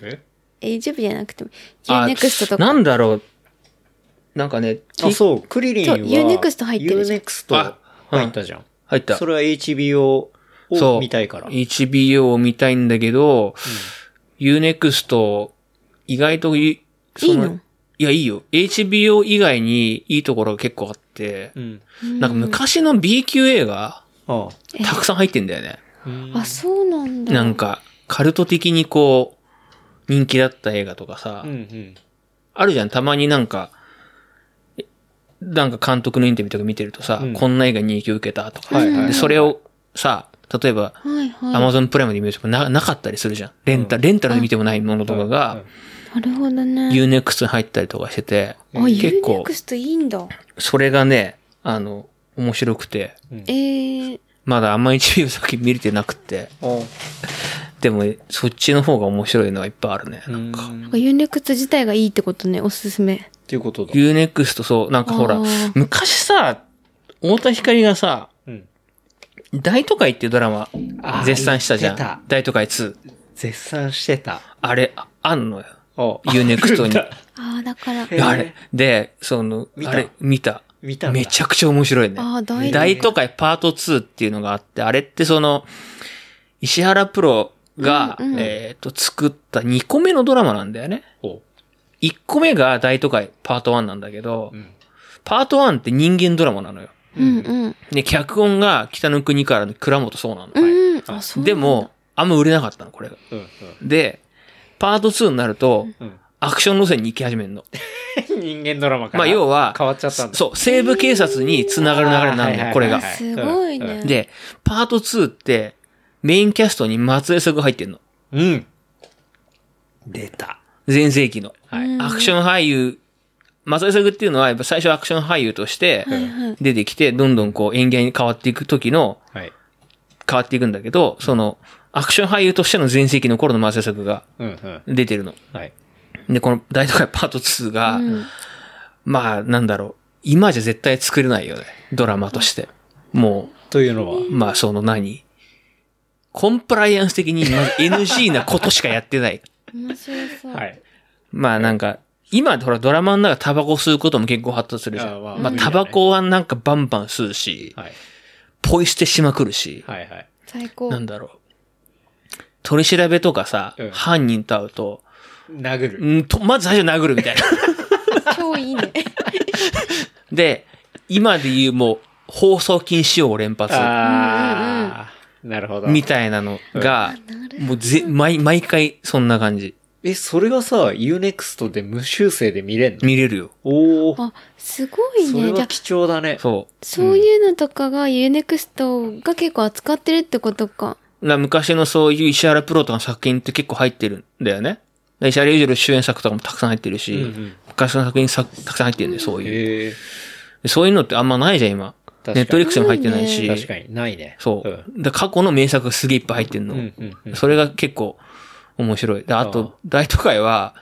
Speaker 4: え YouTube じゃなくても。
Speaker 3: あ
Speaker 4: Unext と
Speaker 3: な
Speaker 4: か。
Speaker 3: んだろう。なんかね、
Speaker 2: あ、
Speaker 3: き
Speaker 2: そう、クリリンは。
Speaker 4: そう Unext 入ってるじゃん
Speaker 2: Unext 入ったじゃん。
Speaker 3: 入った。
Speaker 2: それは HBO
Speaker 3: そ
Speaker 2: を
Speaker 3: う
Speaker 2: 見たいから。
Speaker 3: HBO を見たいんだけど、Unext、意外といい
Speaker 4: いいの
Speaker 3: いや、いいよ。HBO 以外にいいところが結構あって
Speaker 2: う、ん。
Speaker 3: なんか昔の B 級映画、
Speaker 2: ああ
Speaker 3: たくさん入ってんだよね。
Speaker 4: あ、そうなんだ。
Speaker 3: なんか、カルト的にこう、人気だった映画とかさ、
Speaker 2: うんうん。
Speaker 3: あるじゃん、たまになんか、えなんか監督のインタビューとか見てるとさ、
Speaker 2: うん
Speaker 3: こんな映画に影響受けたとか、
Speaker 2: はいはいはい
Speaker 3: でそれをさ、例えば、
Speaker 4: はいはい。
Speaker 3: アマゾンプライムで見るとななかったりするじゃん。レンタル、レンタルで見てもないものとか
Speaker 2: うん
Speaker 3: が、
Speaker 4: なるほどね。
Speaker 3: UNEXT に入ったりとかしてて、
Speaker 4: あ、ユ
Speaker 3: 結
Speaker 4: ーネ
Speaker 3: 構
Speaker 4: ク、ストいいんだ。
Speaker 3: それがね、あの、面白くて、
Speaker 4: えー、
Speaker 3: まだあんまり一部作品見れてなくて、
Speaker 2: お
Speaker 3: でも、そっちの方が面白いのはいっぱいあるね。なんか。
Speaker 2: っ
Speaker 4: ユーネクスト自体がいいってことね、おすすめ。
Speaker 2: ていうことだ。
Speaker 3: UNEXT そう、なんかほら
Speaker 4: あー、
Speaker 3: 昔さ、太田光がさ、
Speaker 2: うん
Speaker 3: 大都会っていうドラマ
Speaker 2: あ、ー
Speaker 3: 絶賛したじゃ
Speaker 2: 言って
Speaker 3: ん
Speaker 2: た。
Speaker 3: 大都会2。
Speaker 2: 絶賛してた。
Speaker 3: *laughs* あれ、ああんのよ。
Speaker 2: お *laughs*
Speaker 3: UNEXT に。
Speaker 4: ああ、だから。
Speaker 2: へー
Speaker 3: あれ。で、その、
Speaker 2: 見た
Speaker 3: あれ、見た。
Speaker 2: 見たんだ
Speaker 3: めちゃくちゃ面白いね。
Speaker 4: あー大
Speaker 3: 大都会パート2っていうのがあって、あれってその、石原プロが、
Speaker 4: うんうん
Speaker 3: えっと、作った2個目のドラマなんだよね。
Speaker 2: お
Speaker 3: 1個目が大都会パート1なんだけど、
Speaker 2: うん
Speaker 3: パート1って人間ドラマなのよ。
Speaker 4: うんうん。
Speaker 3: で、脚本が北の国からの倉本そうなの。
Speaker 4: うん。あ、そうなんだ
Speaker 3: で、も、あんま売れなかったの、これが。
Speaker 2: うん
Speaker 3: で、パート2になると、
Speaker 2: うん
Speaker 3: アクション路線に行き始めるの。
Speaker 2: うん。人間ドラマから。
Speaker 3: まあ、要は、
Speaker 2: 変わっちゃったんだ。
Speaker 3: そう、西部警察に繋がる流れになるの
Speaker 2: あー
Speaker 3: よ、これ
Speaker 2: は
Speaker 3: が
Speaker 2: い。はい
Speaker 4: すごいね。
Speaker 3: で、パート2って、メインキャストに松江さんが入ってんの。
Speaker 2: うん。出た。
Speaker 3: 全盛期の。
Speaker 4: うん
Speaker 3: アクション俳優、松井作っていうのは、やっぱ最初アクション俳優として
Speaker 4: はいはい、
Speaker 3: 出てきて、どんどんこう演芸に変わっていく時の、
Speaker 2: はい。
Speaker 3: 変わっていくんだけど、その、アクション俳優としての全盛期の頃の松井作が
Speaker 2: うんうん。
Speaker 3: 出てるの。
Speaker 2: はい。
Speaker 3: で、この大都会パート2が、
Speaker 4: うん
Speaker 3: まあ、なんだろう。今じゃ絶対作れないよね。ドラマとして。も
Speaker 2: というのは
Speaker 3: う、、まあ、その何コンプライアンス的にまず NG なことしかやってない。 *laughs*
Speaker 4: 面白そう。
Speaker 2: はい。
Speaker 3: まあなんか、今、ほら、ドラマの中タバコ吸うことも結構発達するじゃ
Speaker 2: あ
Speaker 3: ん。
Speaker 2: まあ
Speaker 3: まあ、
Speaker 2: うん
Speaker 3: タバコはなんかバンバン吸うし、
Speaker 2: はい。
Speaker 3: ポイ捨てしまくるし、
Speaker 2: はいはい。
Speaker 4: 最高。
Speaker 3: なんだろう。取り調べとかさ、
Speaker 2: うん
Speaker 3: 犯人と会うと、
Speaker 2: 殴る。
Speaker 3: うんと、まず最初殴るみたいな。
Speaker 4: 超いいね。
Speaker 3: で、今で言うもう、放送禁止用を連発
Speaker 2: ああ、なるほど。
Speaker 3: みたいなのが、もうぜ、毎、毎回そんな感じ。
Speaker 2: え、それがさ、UNEXT で無修正で見れんの
Speaker 3: 見れるよ。
Speaker 2: おー。
Speaker 4: あ、すごい
Speaker 2: それ
Speaker 4: ね。じゃ
Speaker 2: は
Speaker 4: あ
Speaker 2: 貴重だね。
Speaker 3: そ
Speaker 4: そういうのとかが UNEXT が結構扱ってるってことか。
Speaker 3: う。な昔のそういう石原プロとかの作品って結構入ってるんだよね。で石原裕次郎主演作とかもたくさん入ってるし、
Speaker 2: うんうん
Speaker 3: 昔の作品さたくさん入ってるんで、そういう。
Speaker 2: へえ。
Speaker 3: でそういうのってあんまないじゃん、今。
Speaker 2: 確かに
Speaker 3: ネットリックスにも入ってないし。
Speaker 2: 確かに、ないね。
Speaker 3: そう。
Speaker 2: ん
Speaker 3: で過去の名作がすげえいっぱい入ってんの。
Speaker 2: うんうんうん。
Speaker 3: それが結構面白い。であと、大都会は、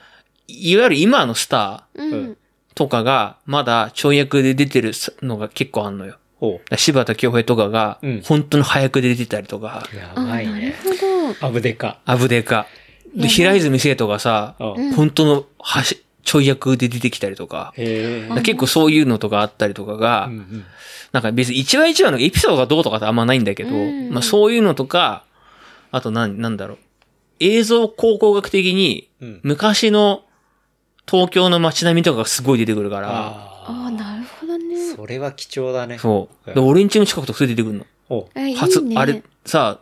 Speaker 3: いわゆる今のスター
Speaker 4: うん。
Speaker 2: うん
Speaker 3: とかが、まだ跳躍で出てるのが結構あんのよ。
Speaker 2: おう
Speaker 3: だから柴田恭平とかが
Speaker 2: うん、
Speaker 3: 本当の早くで出てたりとか、
Speaker 2: や
Speaker 4: あ、
Speaker 2: ば
Speaker 4: ないる
Speaker 2: ね。
Speaker 4: ほど。
Speaker 2: アブデカ。
Speaker 3: アブデカ。
Speaker 4: やば
Speaker 3: で、
Speaker 4: い
Speaker 3: 平泉聖とかさ、
Speaker 2: う
Speaker 3: 本当のはし、ちょい役で出てきたりとか、
Speaker 2: へえ
Speaker 3: だから。結構そういうのとかあったりとかが、
Speaker 2: うんうん
Speaker 3: なんか別に一話一話のエピソードがどうとかってあんまないんだけど、
Speaker 4: うん
Speaker 3: まあそういうのとか、あとなん、なんだろう。映像考古学的に
Speaker 2: うん、
Speaker 3: 昔の東京の街並みとかがすごい出てくるから、
Speaker 2: あ
Speaker 4: ああ、なるほどね
Speaker 2: あ。。それは貴重だね。
Speaker 3: そう。で、
Speaker 2: うん
Speaker 3: 俺んちの近くとかそれ出てくるの。
Speaker 2: おう。
Speaker 4: あ、いい
Speaker 3: 初、
Speaker 4: ね。
Speaker 3: あれ、さ、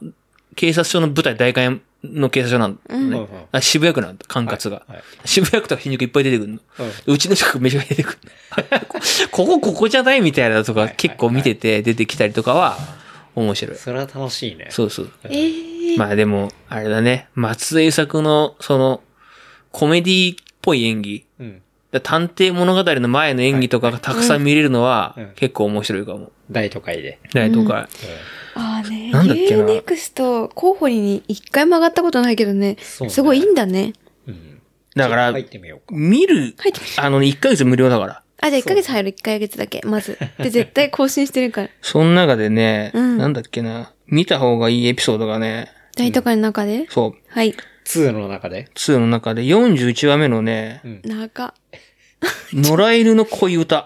Speaker 3: 警察署の舞台大会の警察署なのね。
Speaker 4: うん
Speaker 2: うんうん
Speaker 3: あ渋谷区なんだ、管轄が、
Speaker 2: はいはい
Speaker 3: 渋谷区とか新宿いっぱい出てくるの。
Speaker 2: うん
Speaker 3: うちの近くめちゃくちゃ出てくる。 *laughs* ここ、ここじゃないみたいなとか結構見てて出てきたりとかは面白い。
Speaker 2: それは楽しいね。
Speaker 3: そうそう。
Speaker 4: ええ
Speaker 3: まあでも、あれだね。松江作の、その、コメディっぽい演技。
Speaker 2: うん。
Speaker 3: だ探偵物語の前の演技とかがたくさん見れるのは
Speaker 2: うん
Speaker 3: 結構面白いかも。
Speaker 2: 大都会で。
Speaker 3: ないとか。
Speaker 4: ああね。
Speaker 3: なんだっけな
Speaker 4: UNEXT 候補に一回も上がったことないけどね。
Speaker 2: そうね
Speaker 4: すごいいいんだね。
Speaker 2: うん。
Speaker 3: だから
Speaker 2: 入、ってみようか。
Speaker 3: 見る
Speaker 4: 入ってみ、
Speaker 3: あのね、1ヶ月無料だから。
Speaker 4: あ、じゃあ1ヶ月入る、1ヶ月だけ、まず。で、絶対更新してるから。
Speaker 3: その中でね、
Speaker 4: うん
Speaker 3: なんだっけな、見た方がいいエピソードがね、
Speaker 4: 大都会の中で
Speaker 3: そう、
Speaker 4: はい。
Speaker 2: 2の中で。
Speaker 3: 2の中で41話目のね、
Speaker 4: 長。
Speaker 3: 野良犬の恋歌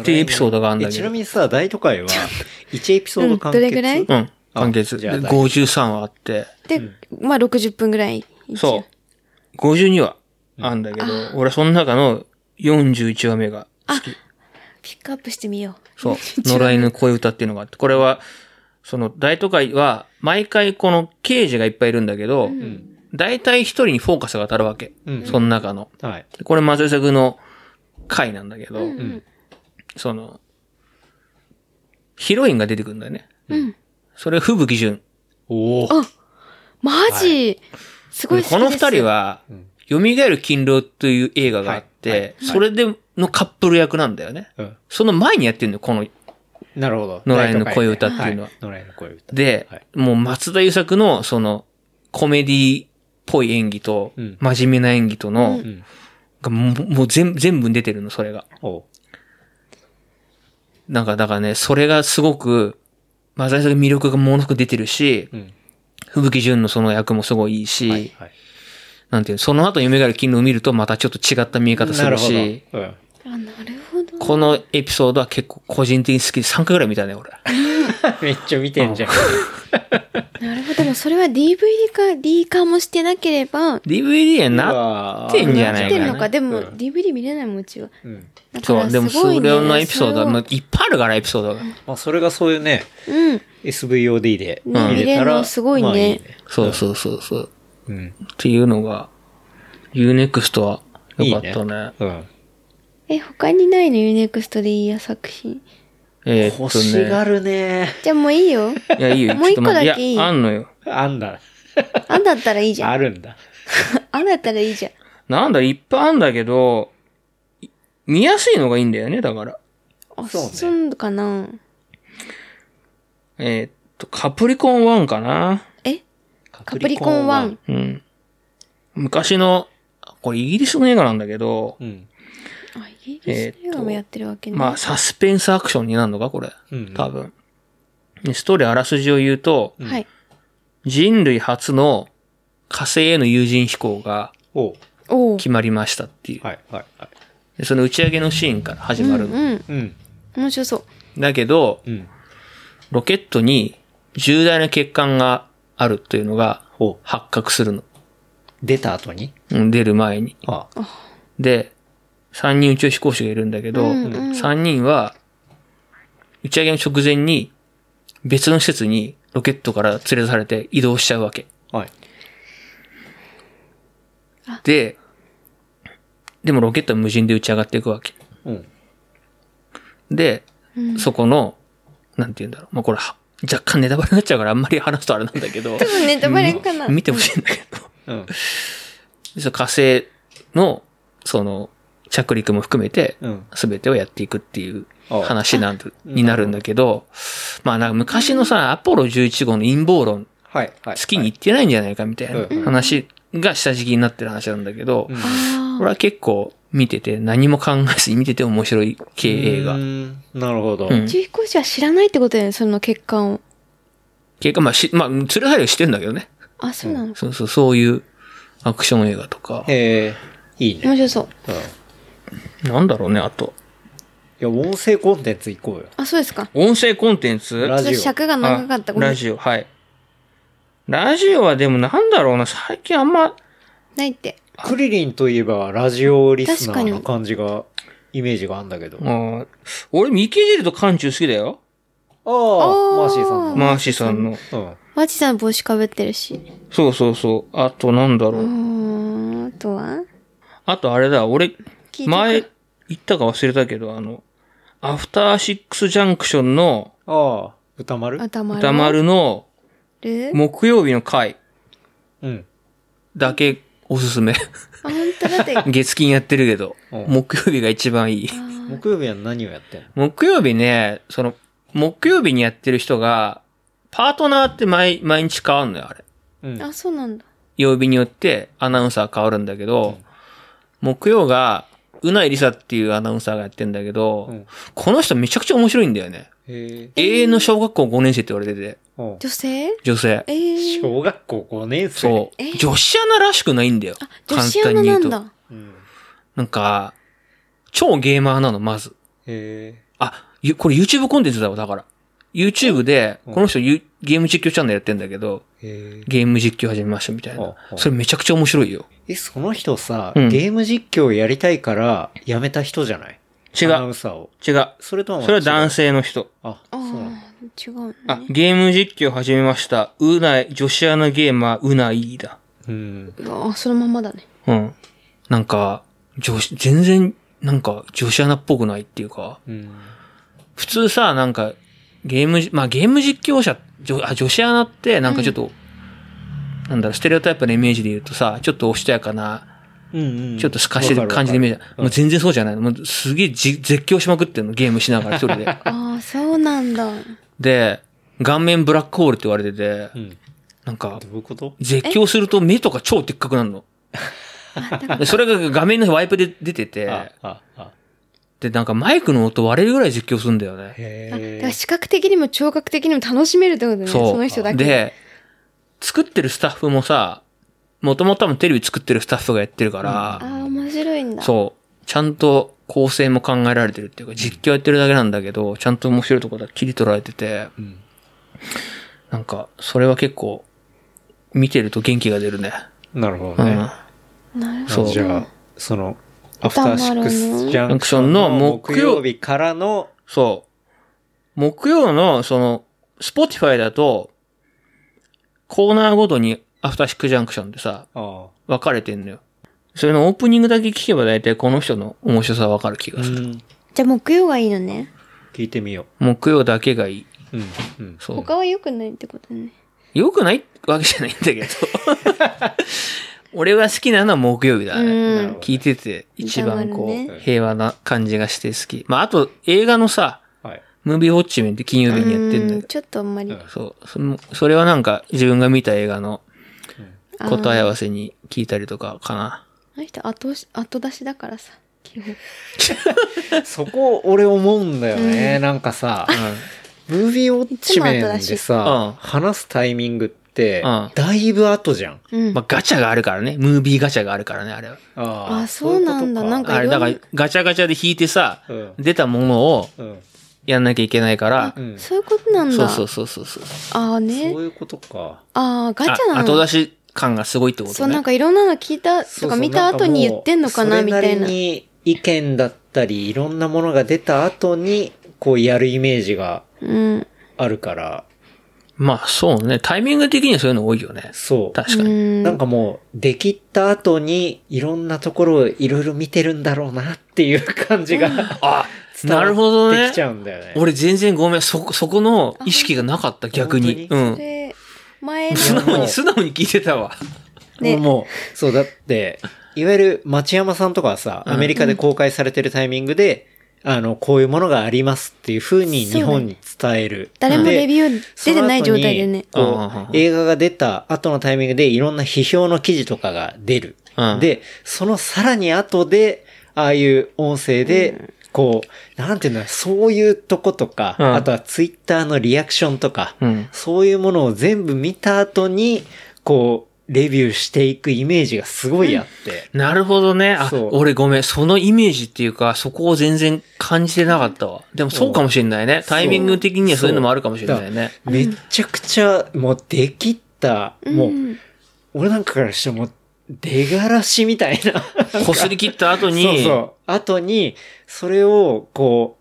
Speaker 3: っていうエピソードがあるんだ
Speaker 2: え
Speaker 3: け
Speaker 2: ちな
Speaker 3: ど。
Speaker 2: みにさ、大都会は、1エピソード完結。
Speaker 4: うんどれぐら
Speaker 3: う
Speaker 4: い
Speaker 3: ん、完結。
Speaker 2: あじ
Speaker 3: で
Speaker 2: ゃあ大丈夫
Speaker 3: 53話あって、
Speaker 4: で、まあ60分ぐらい。
Speaker 3: そう、52話あんだけど、俺はその中の41話目が好き。
Speaker 4: ピックアップしてみよう。 *laughs*
Speaker 3: そう、野良犬の恋歌っていうのがあって、これは、その大都会は、毎回この刑事がいっぱいいるんだけど、
Speaker 2: ん
Speaker 3: 大体一人にフォーカスが当たるわけ。
Speaker 2: うん
Speaker 3: その中の。
Speaker 2: はい。
Speaker 3: でこれ松井作の回なんだけど、
Speaker 2: ん
Speaker 3: その、ヒロインが出てくるんだよね。
Speaker 4: うん
Speaker 3: それ、吹雪純。
Speaker 2: おお。
Speaker 4: あマジ、すごい好き
Speaker 3: この二人
Speaker 4: は、
Speaker 3: は
Speaker 2: ん、
Speaker 3: 蘇る勤労という映画があっ
Speaker 2: はい
Speaker 3: て、
Speaker 2: はい
Speaker 3: それでのカップル役なんだよね。
Speaker 2: うん
Speaker 3: その前にやってるのよ、この。
Speaker 2: なるほど。
Speaker 3: 野良犬の声歌っていうのは
Speaker 2: 大都会ねい野良犬の声歌。
Speaker 3: で、
Speaker 2: はい
Speaker 3: もう松田優作の、その、コメディっぽい演技と、
Speaker 2: うん
Speaker 3: 真面目な演技との、
Speaker 2: ん
Speaker 3: がもうもう全部全部出てるの、それが。
Speaker 2: おう
Speaker 3: なんか、だからね、それがすごく、松田優作の魅力がものすごく出てるし、
Speaker 2: うん。
Speaker 3: 吹雪純のその役もすごいいいし、
Speaker 2: はい。はい
Speaker 3: なんていうのその後、夢がある金のを見るとまたちょっと違った見え方す
Speaker 2: なる
Speaker 3: る
Speaker 2: ほど。う
Speaker 3: し、
Speaker 2: ん。
Speaker 4: あ、なるほど。
Speaker 3: このエピソードは結構個人的に好きで3回ぐらい見たね、俺。
Speaker 2: めっちゃ見てんじゃん。
Speaker 4: なるほど。でもそれは DVD か D 化もしてなければ、
Speaker 3: DVD やな。
Speaker 2: な
Speaker 3: ってんじゃな
Speaker 4: ないっ
Speaker 3: か
Speaker 4: て
Speaker 3: な。
Speaker 4: んのか。でも
Speaker 2: うん
Speaker 4: DVD 見れないもん、うちは。
Speaker 2: うん。
Speaker 4: だか
Speaker 3: そ
Speaker 4: ら
Speaker 3: う、
Speaker 4: す
Speaker 3: で
Speaker 4: ごい、ね、
Speaker 3: もそれのエピソードは、
Speaker 4: それを
Speaker 3: まあいっぱいあるから、エピソードが。
Speaker 2: まあ、それがそういうね、
Speaker 4: うん。
Speaker 2: SVOD で
Speaker 4: うん
Speaker 2: 入れ
Speaker 4: 見れ
Speaker 2: た
Speaker 4: る
Speaker 2: ら。
Speaker 4: のすごいね
Speaker 2: まあ
Speaker 3: そうそうそうそう。
Speaker 2: うん。
Speaker 3: っていうのが、UNEXT は良かったね。
Speaker 2: うん。
Speaker 4: え、他にないの ?UNEXT でいいや、作品。
Speaker 3: えー
Speaker 2: 欲しが
Speaker 3: っ
Speaker 2: るね。
Speaker 4: じゃあもういいよ。
Speaker 3: とね。いや、いいよ。
Speaker 4: もう一個
Speaker 3: ちょっと待って
Speaker 4: だけいい
Speaker 3: や、あんのよ。
Speaker 2: あんだ。
Speaker 4: あんだったらいいじゃん。
Speaker 2: あるんだ。
Speaker 4: あんだったらいいじゃん。
Speaker 3: なんだ、いっぱいあんだけど、い見やすいのがいいんだよね、だから。
Speaker 4: あ、
Speaker 2: そうね
Speaker 4: そうかな。
Speaker 3: えーっと、カプリコン1かな。
Speaker 4: えカプリコン1。。
Speaker 3: うん。昔の、これイギリスの映画なんだけど、
Speaker 2: うん。
Speaker 4: あ、イギリス映画もやってるわけね。
Speaker 3: まあ、サスペンスアクションになるのか、これ。
Speaker 2: うん
Speaker 3: 多分。でストーリーあらすじを言うと、
Speaker 4: はい。
Speaker 3: 人類初の火星への有人飛行が
Speaker 2: おう
Speaker 4: おお。
Speaker 3: 決まりましたっていう。
Speaker 2: はい、はい、はい。
Speaker 3: でその打ち上げのシーンから始まるの。
Speaker 4: うん。
Speaker 2: うん。
Speaker 4: 面白そう。
Speaker 3: だけど、
Speaker 2: うん。
Speaker 3: ロケットに重大な欠陥があるというのが
Speaker 2: おう
Speaker 3: 発覚するの。
Speaker 2: 出た後に
Speaker 3: うん出る前に。
Speaker 2: ああ。
Speaker 3: で、3人宇宙飛行士がいるんだけど、
Speaker 4: うんうん
Speaker 3: 3人は、打ち上げの直前に、別の施設にロケットから連れ出されて移動しちゃうわけ。
Speaker 2: はい。
Speaker 3: で、でもロケットは無人で打ち上がっていくわけ。
Speaker 2: うん。
Speaker 3: で、
Speaker 4: うん
Speaker 3: そこの、なんて言うんだろう。まあ、これは、若干ネタバレになっちゃうからあんまり話すとあれなんだけど、
Speaker 4: 多分ネタバレかな。
Speaker 3: 見てほしいんだけ
Speaker 2: う
Speaker 3: ど。
Speaker 2: ん。
Speaker 3: でその火星の、その、着陸も含めて、
Speaker 2: うん。
Speaker 3: すべてをやっていくっていう
Speaker 2: ああ
Speaker 3: 話 *laughs* なんでになるんだけど、まあなんか昔のさ、アポロ11号の陰謀論、
Speaker 2: はい、はい。
Speaker 3: 月に行ってないんじゃないかみたいな
Speaker 2: うん
Speaker 3: 話が下敷きになってる話なんだけど、
Speaker 2: うん
Speaker 4: あ
Speaker 3: これは結構見てて何も考えずに見てて面白い系映
Speaker 2: うー。
Speaker 3: 画
Speaker 2: んなるほど。
Speaker 3: うん
Speaker 4: あ。宇宙飛行士は知らないってことだよね、その欠陥を。
Speaker 3: 結果まあし、まあ、連れ去りはしてんだけどね。
Speaker 4: あ、そうなの。
Speaker 3: そうそう、そういうアクション映画とか。
Speaker 2: ええ、いいね。
Speaker 4: 面白そう。
Speaker 2: うん。い
Speaker 3: なんだろうね、あと。
Speaker 2: や、音声コンテンツ行こうよ。
Speaker 4: あ、そうですか。
Speaker 3: 音声コンテンツ
Speaker 2: ラジオ
Speaker 4: ちょっと尺が長かった。
Speaker 3: あ
Speaker 4: ごめ
Speaker 3: ラ
Speaker 4: ん
Speaker 3: ジオ、はい。ラジオはでもなんだろうな、最近あんま、
Speaker 4: ないって。
Speaker 2: クリリンといえばラジオリスナ
Speaker 4: 確
Speaker 2: ー
Speaker 4: か
Speaker 2: な
Speaker 4: に
Speaker 2: 感じが、イメージがあるんだけど。あ
Speaker 3: ああ、俺、ミキジルと缶中好きだよ。
Speaker 2: あ、マーシーさんの。
Speaker 3: マーシーさんの。
Speaker 2: うん。
Speaker 4: ワチさん帽子かぶってるし。
Speaker 3: そうそうそう。あと、なんだろ
Speaker 4: う
Speaker 3: う。
Speaker 4: ーん、あとは
Speaker 3: あと、あれだ、俺、
Speaker 4: 聞いてく
Speaker 3: 前、言ったか忘れたけど、あの、アフターシックスジャンクションの、
Speaker 2: ああ、歌丸
Speaker 4: あ、黙る。
Speaker 3: 歌丸の、
Speaker 4: る
Speaker 3: 木曜日の回
Speaker 2: うん。
Speaker 3: だけ、おすすめ。 *laughs*
Speaker 4: あ、本当だって。
Speaker 3: 月金やってるけど、
Speaker 2: うん
Speaker 3: 木曜日が一番いい。
Speaker 2: 木曜日は何をやってんの
Speaker 3: 木曜日ね、その、木曜日にやってる人が、パートナーって毎、毎日変わんのよ、あれ。
Speaker 2: うん。
Speaker 4: あ、そうなんだ。
Speaker 3: 曜日によってアナウンサー変わるんだけど、木曜が、うないりさっていうアナウンサーがやってんだけど、
Speaker 2: うん
Speaker 3: この人めちゃくちゃ面白いんだよね。
Speaker 2: へえ。
Speaker 3: 永遠の小学校5年生って言われてて、
Speaker 2: うん
Speaker 4: 女性
Speaker 3: 女性。
Speaker 4: えー。
Speaker 2: 小学校5年生。
Speaker 3: そう、
Speaker 4: え
Speaker 3: 女子アナらしくないんだよ。
Speaker 4: 女子アナなん
Speaker 3: と。
Speaker 4: だ。
Speaker 2: うん。
Speaker 3: なんか、超ゲーマーなの、まず。
Speaker 2: へえ。
Speaker 3: あ、ゆこれ YouTube コンテンツだわ、だから。YouTube で、この人ゆゲーム実況チャンネルやってんだけど、
Speaker 2: へえ。
Speaker 3: ゲーム実況始めましたみたいな
Speaker 2: う。ん
Speaker 3: それめちゃくちゃ面白いよ。
Speaker 2: え、その人さ、
Speaker 3: うん
Speaker 2: ゲーム実況やりたいからやめた人じゃない
Speaker 3: 違
Speaker 2: アナウ
Speaker 3: う
Speaker 2: ン。サーを。
Speaker 3: 違う。
Speaker 2: それとはま
Speaker 3: そ
Speaker 2: た
Speaker 3: れ
Speaker 2: 違う
Speaker 3: は男。性の人。
Speaker 2: あ、
Speaker 4: あ
Speaker 2: そうなんだ。
Speaker 4: あ、違う
Speaker 3: あ
Speaker 4: の、ね。
Speaker 3: ゲーム実況始めました。うない、女子アナゲーマー、うないだ。
Speaker 2: うん。
Speaker 4: あ、そのままだね。
Speaker 3: うん。なんか、女子、全然、なんか、女子アナっぽくないっていうか、
Speaker 2: うん。
Speaker 3: 普通さ、なんか、ゲームじ、まあゲーム実況者、女あ女子アナって、なんかちょっと、なんだろう、ステレオタイプのイメージで言うとさ、ちょっとおしとやかな、
Speaker 2: うんうん。
Speaker 3: ちょっと透かしてる感じのイメージ
Speaker 2: わかるわかる
Speaker 3: もう全然そうじゃないの。もうすげえじ絶叫しまくってんの、ゲームしながら一
Speaker 2: *laughs*
Speaker 3: 人で。
Speaker 4: ああ、そうなんだ。
Speaker 3: で、顔面ブラックホールって言われてて、
Speaker 2: うん。
Speaker 3: なんか、
Speaker 2: どういうこと
Speaker 3: 絶叫すると目とか超でっかくなるの。でそれが画面のワイプで出て
Speaker 2: あ
Speaker 3: て、、
Speaker 2: あ、あ、
Speaker 3: で、なんかマイクの音割れるぐらい絶叫するんだよね。
Speaker 2: へ
Speaker 4: あだから
Speaker 2: え。
Speaker 4: 視覚的にも聴覚的にも楽しめるってことね。
Speaker 3: そう。
Speaker 4: その人だけ。
Speaker 3: で、作ってるスタッフもさ、もともと多分テレビ作ってるスタッフがやってるか
Speaker 4: ああ、
Speaker 3: ら、
Speaker 4: 面白いんだ。
Speaker 3: そう。ちゃんと構成も考えられてるっていうか、実況やってるだけなんだけど、ちゃんと面白いところだけ切り取られてて、
Speaker 2: うん。
Speaker 3: なんか、それは結構、見てると元気が出るね。
Speaker 2: なるほ
Speaker 3: う
Speaker 2: どね
Speaker 3: ん。。
Speaker 4: なるほ
Speaker 2: そ。
Speaker 3: そうう
Speaker 2: じゃあ、その、アフターシックスジャンクション
Speaker 3: 歌
Speaker 2: の
Speaker 3: 丸の木
Speaker 2: 木曜日からの、
Speaker 3: そう。木曜の、その、スポティファイだと、コーナーごとにアフターシックジャンクションってさ、
Speaker 2: あ
Speaker 3: 分かれてんのよ。それのオープニングだけ聞けば大体この人の面白さ分かる気
Speaker 2: あ、う
Speaker 3: がする。
Speaker 2: ん。
Speaker 4: どじゃあ木曜がいいのね。
Speaker 2: 聞いてみよ
Speaker 3: 木曜だけがいい。
Speaker 2: う。うん、うん。
Speaker 3: そう。
Speaker 4: 他は良くないってことね。
Speaker 3: 良くないわけじゃないんだけど。俺は好きなのは木曜日だ、ね。
Speaker 4: う
Speaker 2: なるほ
Speaker 4: ん。
Speaker 2: ど
Speaker 3: 聞いてて一番こ
Speaker 4: 歌丸
Speaker 3: う、
Speaker 2: ね
Speaker 3: 平和な感じがして好き。まあ、あと映画のさ、
Speaker 2: はい。
Speaker 3: ムービーウォッチメンって金曜日にやってんだ
Speaker 4: う
Speaker 3: け
Speaker 4: ん
Speaker 3: ど、
Speaker 4: ちょっとあんまり。
Speaker 2: うん
Speaker 3: そう。そのそれはなんか自分が見た映画の
Speaker 4: あー
Speaker 3: 答え合わせに聞いたりとかかな。
Speaker 4: あの人後し、後出しだからさ。基本
Speaker 2: そこ、俺思うんだよね。なんかさ、ムービーウォッチメンで
Speaker 4: いつ
Speaker 3: 後
Speaker 2: さ
Speaker 3: だ、し
Speaker 2: 話すタイミングって
Speaker 3: うん、
Speaker 2: だいぶ後じゃん。
Speaker 4: うん。
Speaker 3: まあ、ガチャがあるからね。ムービーガチャがあるからね、あれは。
Speaker 2: あ
Speaker 4: あそうなんだ
Speaker 2: そういうことか
Speaker 4: なんか
Speaker 3: あれ、
Speaker 4: いろ
Speaker 3: だ
Speaker 4: ん
Speaker 3: か
Speaker 4: な
Speaker 3: らガチャガチャで引いてさ、
Speaker 2: うん
Speaker 3: 出たものを
Speaker 2: うん。
Speaker 3: やんなきゃいけないから
Speaker 4: あ、
Speaker 2: うん
Speaker 4: そういうことなんだ。
Speaker 3: そうそうそうそうそう。
Speaker 4: ああね
Speaker 2: そ。ういうことか。
Speaker 4: ああ、ガチャ
Speaker 3: あ
Speaker 4: なの
Speaker 3: 後出し感がすごいってことね。
Speaker 4: そう、なんかいろんなの聞いた
Speaker 2: そ
Speaker 4: と
Speaker 2: うそ
Speaker 4: か
Speaker 2: う
Speaker 4: 見た後に言ってんのかな、
Speaker 2: ん
Speaker 4: み
Speaker 2: かもう
Speaker 4: た
Speaker 2: そ
Speaker 4: い
Speaker 2: れ
Speaker 4: な
Speaker 2: なり。に意見だったり、いろんなものが出た後に、こうやるイメージが
Speaker 4: うん。
Speaker 2: あるから、
Speaker 3: まあそうね。タイミング的にはそういうの多いよね。
Speaker 2: そう。
Speaker 3: 確か
Speaker 4: う
Speaker 3: に。
Speaker 4: ん
Speaker 2: なんかもう、できた後に、いろんなところをいろいろ見てるんだろうなっていう感じが、
Speaker 3: あ、
Speaker 2: 伝わ
Speaker 3: なるほど
Speaker 2: って
Speaker 3: ね
Speaker 2: き。ちゃうんだよね。
Speaker 3: 俺全然ごめん。そこ、そこの意識がなかった、逆
Speaker 2: 本
Speaker 3: に。
Speaker 2: 当
Speaker 3: う
Speaker 2: に
Speaker 3: ん。
Speaker 4: で、前
Speaker 3: 素
Speaker 4: の、
Speaker 3: 直に、素直に聞いてたわ。
Speaker 4: ね
Speaker 2: もう、そうだって、いわゆる町山さんとかはさ、
Speaker 3: うん
Speaker 2: アメリカで公開されてるタイミングで、あの、こういうものがありますっていう風に日本に伝える。
Speaker 4: 誰もレ
Speaker 2: で
Speaker 4: ビュー出てない状態でね。
Speaker 2: その後
Speaker 3: うんうん
Speaker 2: に
Speaker 3: うん
Speaker 2: こう映画が出た後のタイミングでいろんな批評の記事とかが出る。
Speaker 3: うん
Speaker 2: で、そのさらに後で、ああいう音声で、こう、なんていうんだろう、そういうとことか、
Speaker 3: うん
Speaker 2: あとはツイッターのリアクションとか、
Speaker 3: うん。
Speaker 2: そういうものを全部見た後に、こう、レビューしていくイメージがすごいあって。
Speaker 3: なるほどね。あ
Speaker 2: そう、
Speaker 3: 俺ごめん。そのイメージっていうか、そこを全然感じてなかったわ。でもそうかもしれないね。タイミング的にはそういうのもあるかもしれないね。
Speaker 2: めちゃくちゃ、もうできった、もう、
Speaker 4: ん
Speaker 2: 俺なんかからしても、出がらしみたいな。
Speaker 3: こすり切った後に、
Speaker 2: そうそう。後に、それを、こ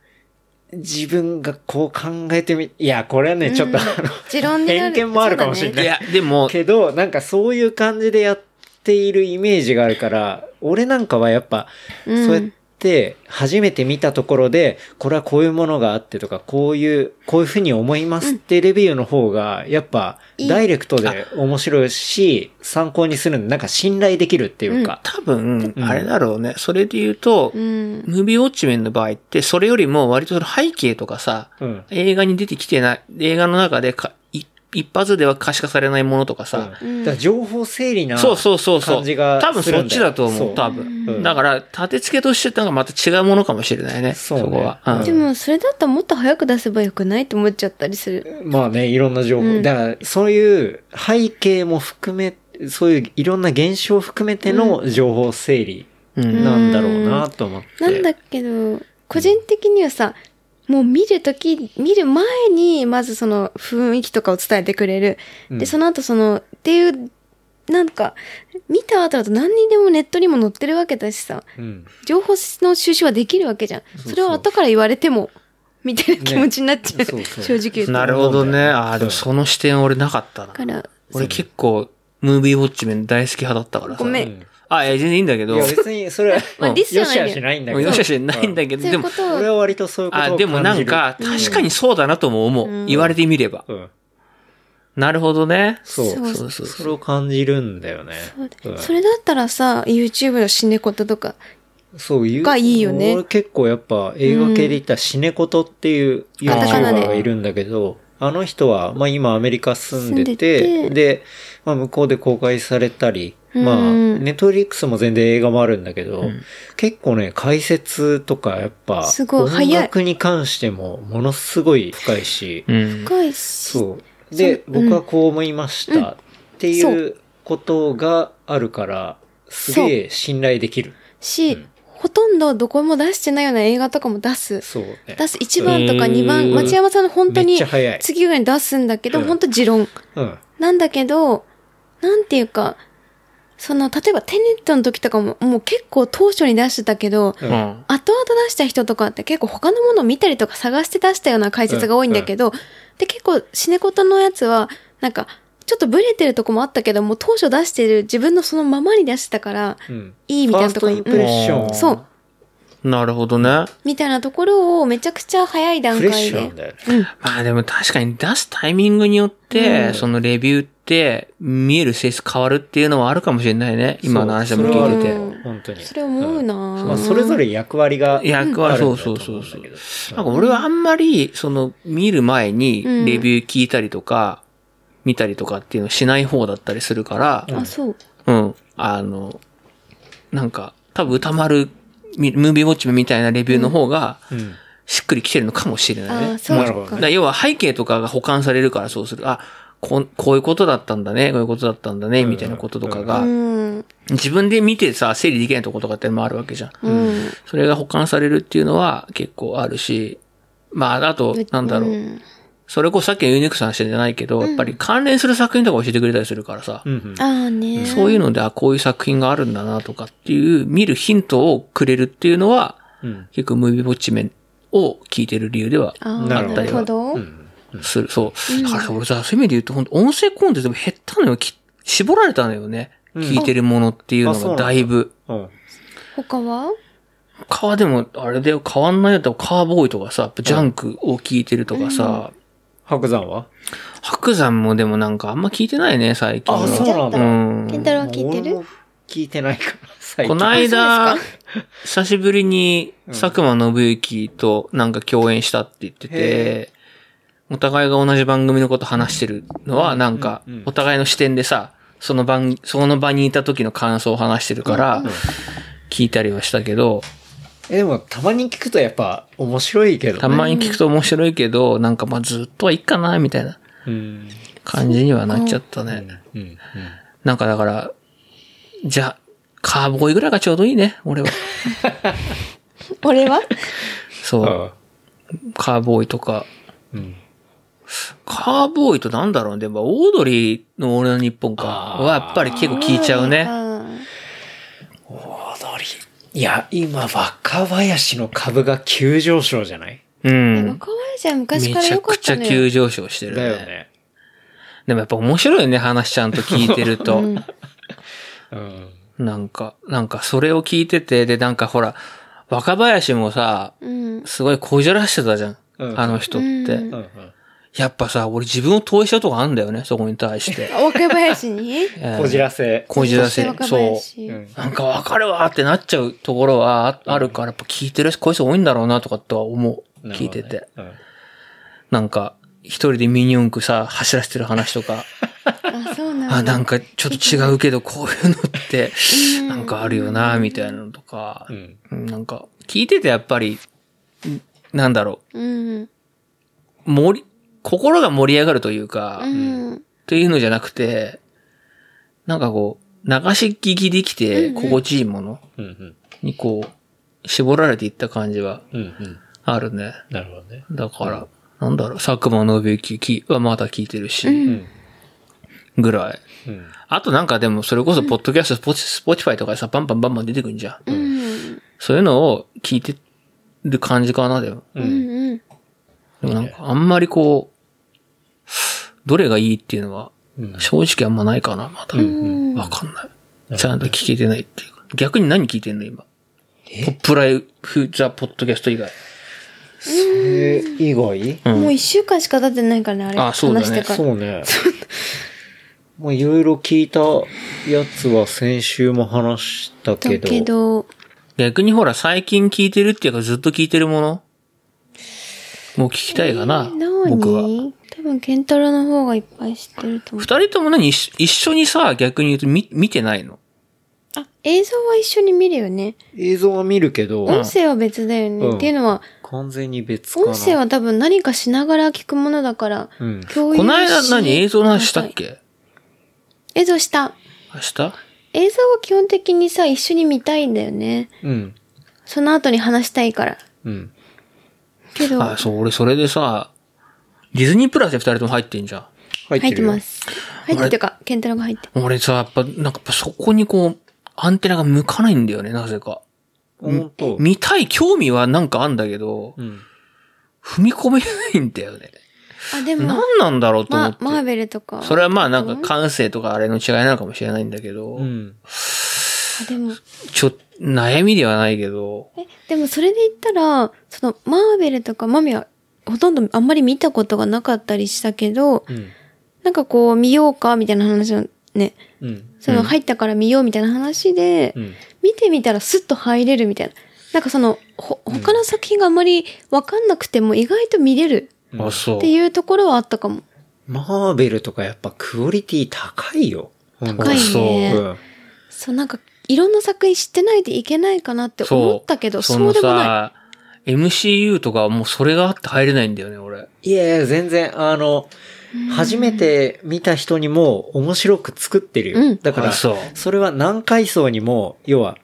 Speaker 2: う、自分がこう考えてみ、いや、これはね、ちょっと、
Speaker 4: うん
Speaker 2: あの、
Speaker 4: 持論になる。
Speaker 2: 偏見もあるかもしれ
Speaker 3: い
Speaker 2: な
Speaker 3: や、でも、
Speaker 2: けど、なんかそういう感じでやっているイメージがあるから、俺なんかはやっぱ、
Speaker 4: そう
Speaker 2: そう
Speaker 4: だ
Speaker 2: やっ
Speaker 4: ね
Speaker 2: て初めて見たところで、これはこういうものがあってとか、こういう、こういうふうに思いますってレビューの方が、やっぱ
Speaker 4: いい
Speaker 2: ダイレクトで面白いし、参考にするんで、なんか信頼できるっていうか。
Speaker 3: 多分、あれだろうね。それで言うと
Speaker 4: う、ん。
Speaker 3: ムービーウォッチメンの場合って、それよりも割とその背景とかさ、
Speaker 2: うん。
Speaker 3: 映画に出てきてない、映画の中でかい一発では可視化されないものとか
Speaker 2: う
Speaker 3: さ、
Speaker 2: ん、だから情報整理な。
Speaker 3: そうそうそうそう。
Speaker 2: 感じが
Speaker 3: 多分
Speaker 2: する
Speaker 3: そ
Speaker 2: ん
Speaker 3: っ
Speaker 2: だ
Speaker 3: ち
Speaker 2: よ
Speaker 3: だと
Speaker 2: そ
Speaker 3: 思
Speaker 2: う
Speaker 3: う、多
Speaker 2: うん
Speaker 3: 分。だから、立て付けとしてなんかまた違うものかもしれないね。
Speaker 2: そう
Speaker 3: そ
Speaker 2: ね
Speaker 3: こは。
Speaker 2: うん
Speaker 4: でも、それだったらもっと早く出せばよくないって思っちゃったりする。
Speaker 2: まあね、いろんな情報。
Speaker 4: うん
Speaker 2: だから、そういう背景も含め、そういういろんな現象を含めての情報整理
Speaker 3: うん
Speaker 2: なんだろうなと思って。
Speaker 4: なんだけど、個人的にはさ、もう見るとき、見る前に、まずその雰囲気とかを伝えてくれる。
Speaker 2: うん
Speaker 4: で、その後その、っていうなんか、見た後だと何にでもネットにも載ってるわけだしさ、
Speaker 2: うん。
Speaker 4: 情報の収集はできるわけじゃん。
Speaker 2: そう
Speaker 4: それを後から言われても、みたいな気持ちになっちゃう。
Speaker 2: そうそう
Speaker 4: 正直言うと。
Speaker 3: な
Speaker 4: だ
Speaker 3: るほどね。ああ、でもその視点俺なかったな。
Speaker 4: から、
Speaker 3: 俺結構、ムービーウォッチメン大好き派だったからさ。
Speaker 4: ごめ。
Speaker 2: うんん
Speaker 3: あ、いや、全然いいんだけ
Speaker 2: い
Speaker 3: ど。
Speaker 2: や別にそれは、
Speaker 4: まあディスじ
Speaker 2: よ
Speaker 4: ゃない
Speaker 2: し
Speaker 4: んだよ
Speaker 2: あしないんだけど。
Speaker 3: よしよしないんだけど、
Speaker 4: そうい
Speaker 3: で
Speaker 4: う
Speaker 3: も
Speaker 4: こ、と
Speaker 2: 俺
Speaker 4: を、
Speaker 2: は割とそういうことを
Speaker 3: あ、
Speaker 2: 感じ
Speaker 3: で
Speaker 2: る。
Speaker 3: もなんか、確かにそうだなとも思う。
Speaker 4: ん
Speaker 3: 言われてみれば。
Speaker 2: うん。
Speaker 3: なるほどね。
Speaker 2: そう。
Speaker 4: そう
Speaker 3: そうそう
Speaker 2: それを感じるんだよね。うん
Speaker 4: それだったらさ、YouTube の死ねこととか、
Speaker 2: そういう。
Speaker 4: がいいよね
Speaker 2: 俺結構やっぱ映画系で言ったら死ねことっていう
Speaker 3: カタカナ
Speaker 2: YouTuber
Speaker 4: で
Speaker 2: がいるんだけど、あの人は、まあ今アメリカ住んで
Speaker 4: 住ん
Speaker 2: て、
Speaker 4: でて
Speaker 2: で、まあ向こうで公開されたり、まあ、
Speaker 4: うん
Speaker 2: ネットフリックスも全然映画もあるんだけど、
Speaker 3: ん
Speaker 2: 結構ね、解説とかやっぱ、
Speaker 4: すごい早い
Speaker 2: 音楽に関してもものすごい深いし、
Speaker 3: うん。
Speaker 4: 深いし、
Speaker 2: そう。で、
Speaker 4: うん
Speaker 2: 僕はこう思いましたってい
Speaker 4: そう
Speaker 2: ことがあるから、すげえ信頼できる。
Speaker 4: し、ほとんどどこも出してないような映画とかも出す。
Speaker 2: そうね。
Speaker 4: 出す1番とか
Speaker 3: うん
Speaker 4: 2番、町山さんの本当
Speaker 2: めっ
Speaker 4: に
Speaker 2: ちゃ早い。
Speaker 4: 次ぐらいに出すんだけど、
Speaker 2: うん
Speaker 4: 本当持論。
Speaker 2: うん。
Speaker 4: なんだけど、なんていうか、その、例えばテネットの時とかも、もう結構当初に出してたけど、
Speaker 2: う。
Speaker 3: うん
Speaker 2: うん
Speaker 3: ん。
Speaker 4: 後々出した人とかって結構他のものを見たりとか探して出したような解説が多いんだけど、で、結構死ねことのやつは、なんか、ちょっとブレてるとこもあったけども、当初出してる自分のそのままに出してたから、いいみたいなとこ
Speaker 2: ファーストインプレッション。
Speaker 4: そう、
Speaker 3: なるほどね。
Speaker 4: みたいなところをめちゃくちゃ早い段
Speaker 2: フレッシュ
Speaker 4: 階
Speaker 2: な
Speaker 4: で
Speaker 2: ん。だよね。
Speaker 3: まあでも確かに出すタイミングによって、そのレビューって見える性質変わるっていうのはあるかもしれないね。今の話
Speaker 2: そ
Speaker 3: も
Speaker 2: うそれはあ
Speaker 3: 聞
Speaker 2: る
Speaker 3: いて
Speaker 2: け
Speaker 3: て。
Speaker 2: ど本当に。
Speaker 4: それ思うなぁ
Speaker 2: まあ、それぞれ役割が。
Speaker 3: 役
Speaker 2: あ
Speaker 3: は、
Speaker 2: るん
Speaker 3: そ
Speaker 2: だ
Speaker 3: う
Speaker 2: と
Speaker 3: そう
Speaker 2: 思
Speaker 3: そ
Speaker 2: だ
Speaker 3: ううんそう
Speaker 2: けど。。
Speaker 3: なんか俺はあんまり、その、見る前に、
Speaker 4: うん
Speaker 3: レビュー聞いたりとか、見たりとかっていうのしない方だったりするから、
Speaker 4: あ、そう。
Speaker 3: うん。あの、なんか、多分歌丸、みムービーウォッチメンみたいなレビューの方が、
Speaker 2: うん。
Speaker 3: しっくりきてるのかもしれないね。
Speaker 4: あ、そ
Speaker 2: な
Speaker 4: う
Speaker 2: るほど
Speaker 4: か
Speaker 3: だか。ら要は背景とかが保管されるからそうする。あ、こんこういうことだったんだね、こういうことだったんだね、みたいなこととかが
Speaker 4: う、ん。
Speaker 3: 自分で見てさ、整理できないとことかってもあるわけじゃん。
Speaker 4: うん。
Speaker 3: それが保管されるっていうのは結構あるし、まあ、あと、なんだろう。
Speaker 4: ん
Speaker 3: それこそさっきのユニークさんしてじゃないけど、やっぱり関連する作品とか教えてくれたりするからさ、
Speaker 2: うんうん。
Speaker 4: ああね。
Speaker 3: そういうので、あ、こういう作品があるんだなとかっていう、見るヒントをくれるっていうのは、
Speaker 2: うん。
Speaker 3: 結構ムービーウォッチメンを聞いてる理由では
Speaker 4: あー
Speaker 2: な
Speaker 4: な
Speaker 2: るほど
Speaker 4: るほど。
Speaker 2: うん。
Speaker 3: する。そう。だから俺さ、そういう意味で言うと、本当音声コンテンツも減ったのよ。き絞られたのよね。
Speaker 2: うん
Speaker 3: 聞いてるものっていう
Speaker 2: あ
Speaker 3: の
Speaker 2: そうな
Speaker 3: が
Speaker 2: んだ
Speaker 3: だいぶ。
Speaker 2: うん。
Speaker 4: 他は
Speaker 3: 川でも、あれだよ、変わんないやったらカーボーイとかさ、やっぱジャンクを聞いてるとかさ、
Speaker 2: 白山は
Speaker 3: 白山もでもなんかあんま聞いてないね、最近は。
Speaker 2: あそうなんだ
Speaker 3: うん。
Speaker 4: 健太郎は聞いて
Speaker 2: 俺
Speaker 4: る
Speaker 2: も聞いてないから、最
Speaker 3: こ
Speaker 2: 近。
Speaker 3: の間、 *laughs* 久しぶりに佐久間信之となんか共演したって言ってて、お互いが同じ番組のこと話してるのは、なんか
Speaker 2: うんうん、
Speaker 3: お互いの視点でさ、その番、その場にいた時の感想を話してるから、聞いたりはしたけど、
Speaker 2: え、でも、たまに聞くとやっぱ面白いけど
Speaker 3: た
Speaker 2: ね。
Speaker 3: まに聞くと面白いけど、なんかまあずっとはいいかな、みたいな
Speaker 2: うん。
Speaker 3: 感じにはなっちゃったね。
Speaker 2: うん。うん。
Speaker 3: なんかだから、じゃあ、カーボーイぐらいがちょうどいいね、俺は。
Speaker 4: 俺は
Speaker 3: そう。カーボーイとか。
Speaker 2: うん。
Speaker 3: カーボーイとなんだろうね。でも、オードリーの俺の日本か
Speaker 2: あー
Speaker 3: はやっぱり結構聞いちゃうね。
Speaker 4: あ
Speaker 2: 踊り。いや、今、若林の株が急上昇じゃない
Speaker 3: う
Speaker 4: ー
Speaker 3: ん。
Speaker 4: 若林は昔
Speaker 3: め
Speaker 4: から
Speaker 3: ちゃ
Speaker 4: 良か
Speaker 3: く
Speaker 4: っ
Speaker 3: ち
Speaker 4: た
Speaker 3: ゃ
Speaker 4: のよ
Speaker 3: 急。上昇してる
Speaker 2: だ
Speaker 3: ね。
Speaker 2: よね。
Speaker 3: でもやっぱ面白いよね、話ちゃんと聞いてると。
Speaker 2: うん。
Speaker 3: *laughs* なんか、なんかそれを聞いてて、でなんかほら、若林もさ、
Speaker 4: うん。
Speaker 3: すごいこじらしてたじゃん。
Speaker 2: うん
Speaker 3: あの人って。
Speaker 2: うんうん。
Speaker 3: やっぱさ、俺自分を投影したとこあるんだよね、そこに対
Speaker 4: *laughs*
Speaker 3: して。
Speaker 4: 若林に
Speaker 3: *laughs* えー
Speaker 2: こじらせ。
Speaker 3: こじらせる。
Speaker 4: 若
Speaker 3: そう。
Speaker 4: 林
Speaker 2: うん。
Speaker 3: なんかわかるわーってなっちゃうところはああるから、やっぱ聞いてるこういう人多いんだろうなとかとは思う。聞いてて。
Speaker 2: なる
Speaker 3: なんか、一人でミニ四駆さ、走らせてる話とか、
Speaker 4: あ、そうな
Speaker 3: あ、
Speaker 4: んだ。
Speaker 3: なんかちょっと違うけど、こういうのって、なんかあるよな、みたいなのとか
Speaker 2: ほど、ね。
Speaker 3: うんなんか、聞いててやっぱり、んなんだろ
Speaker 4: うん。
Speaker 3: う、盛り、心が盛り上がるというか、
Speaker 4: うん。
Speaker 3: というのじゃなくて、なんかこう、流し聞きできて、心地いいもの
Speaker 2: うん。うん。
Speaker 3: にこう、絞られていった感じは
Speaker 2: うん。うん。
Speaker 3: あるね。
Speaker 2: なるほどね。
Speaker 3: だから、なんだろう、佐久間信之はまだ聞いてるし、
Speaker 2: ん
Speaker 3: ぐらい。
Speaker 2: うん。
Speaker 3: あとなんかでもそれこそ、ポッドキャスト、スポスポティファイとかでさ、バンバンバンバン出てくるんじゃん。
Speaker 4: うん。
Speaker 3: そういうのを聞いてる感じかな、でも。
Speaker 2: う。
Speaker 4: うんん。
Speaker 3: でもなんか、あんまりこう、どれがいいっていうのは、
Speaker 2: うん
Speaker 3: 正直あんまないかな、まだ。
Speaker 4: うん。
Speaker 3: わかんない。ちゃんと聞けてないっていうか。逆に何聞いてんの、今。ポップライフ、ザ・ポッドキャスト以外。
Speaker 2: それ以外
Speaker 3: うん
Speaker 4: もう一週間しか経ってないからね、あれ。
Speaker 3: あそうだね
Speaker 4: 話してから。
Speaker 2: そうね。 *laughs* まあいろいろ聞いたやつは先週も話したけ
Speaker 4: だけ
Speaker 2: ど、
Speaker 4: ど、
Speaker 3: 逆にほら、最近聞いてるっていうか、ずっと聞いてるものもう聞きたいかな、
Speaker 4: な
Speaker 3: 僕は。
Speaker 4: に多分、ケンタロウの方がいっぱい知ってると思
Speaker 3: 二
Speaker 4: う。
Speaker 3: 人とも何一緒一緒にさ、逆に言うと見見てないの
Speaker 4: あ、映像は一緒に見るよね。
Speaker 2: 映像は見るけど、
Speaker 4: 音声は別だよね。
Speaker 2: うん
Speaker 4: っていうのは、
Speaker 2: 完全に別かな。
Speaker 4: 音声は多分何かしながら聞くものだから、
Speaker 2: うん。
Speaker 4: 共有
Speaker 3: この間
Speaker 4: し
Speaker 3: 何映像の話したっけ
Speaker 4: 映像した。
Speaker 3: 明日
Speaker 4: 映像は基本的にさ、一緒に見たいんだよね。
Speaker 2: うん。
Speaker 4: その後に話したいから。
Speaker 2: うん。
Speaker 4: けど、
Speaker 3: あ、そう、俺それでさ、ディズニープラスで二人とも入ってんじゃ
Speaker 2: 入
Speaker 4: 入って
Speaker 2: るよ
Speaker 4: ま。す。入ってるっていうか、ケンタロウが入ってる。
Speaker 3: ん。俺さ、やっぱ、なんかやっぱそこにこう、アンテナが向かないんだよね、なぜか。
Speaker 2: 本当。
Speaker 3: 見たい興味はなんかあんだけど、
Speaker 2: うん。
Speaker 3: 踏み込めないんだよね。
Speaker 4: あ、でも、
Speaker 3: 何なんだろうと思っ
Speaker 4: ま
Speaker 3: て。、
Speaker 4: マーベルとか。
Speaker 3: それはまあなんか感性とかあれの違いなのかもしれないんだけど、
Speaker 2: うん。
Speaker 4: あでも、
Speaker 3: ちょ、悩みではないけど、
Speaker 4: え、でもそれで言ったら、その、マーベルとかマミは、ほとんどあんまり見たことがなかったりしたけど、
Speaker 2: うん。
Speaker 4: なんかこう、見ようか、みたいな話をね、
Speaker 2: うん。
Speaker 4: その、
Speaker 3: うん
Speaker 4: 入ったから見ようみたいな話で、
Speaker 2: うん。
Speaker 4: 見てみたらスッと入れるみたいな。なんかその、ほ、他の作品があんまりわかんなくても意外と見れる
Speaker 2: うん
Speaker 3: あ、そう。
Speaker 4: っていうところはあったかも。
Speaker 2: マーベルとかやっぱクオリティ高いよ。本当
Speaker 4: 高いね
Speaker 2: そう
Speaker 4: そう、なんか、いろんな作品知ってないといけないかなって思ったけど、そう
Speaker 3: の
Speaker 4: でもない。
Speaker 3: さ、MCU とかはもうそれがあって入れないんだよね、俺。
Speaker 2: いやいや、全然、あの、初めて見た人にも面白く作ってるよ。
Speaker 4: うん
Speaker 2: だから、
Speaker 3: あそう
Speaker 2: それは何階層にも、要は、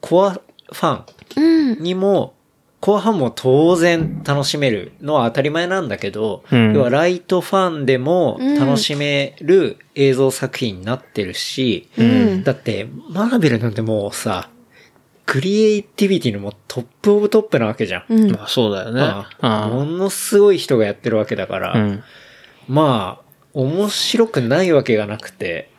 Speaker 2: コアファ
Speaker 4: うん
Speaker 2: ン。にも、コアファンも当然楽しめるのは当たり前なんだけど、
Speaker 3: うん
Speaker 2: 要はライトファンでも楽しめる映像作品になってるし、
Speaker 4: うん。
Speaker 2: だって、マーベルなんてもうさ、クリエイティビティのもうトップオブトップなわけじゃん。
Speaker 4: うん。
Speaker 3: まあそうだよね。
Speaker 2: まあ
Speaker 3: う
Speaker 2: も
Speaker 3: ん
Speaker 2: のすごい人がやってるわけだから、
Speaker 3: うん。
Speaker 2: まあ、面白くないわけがなくて、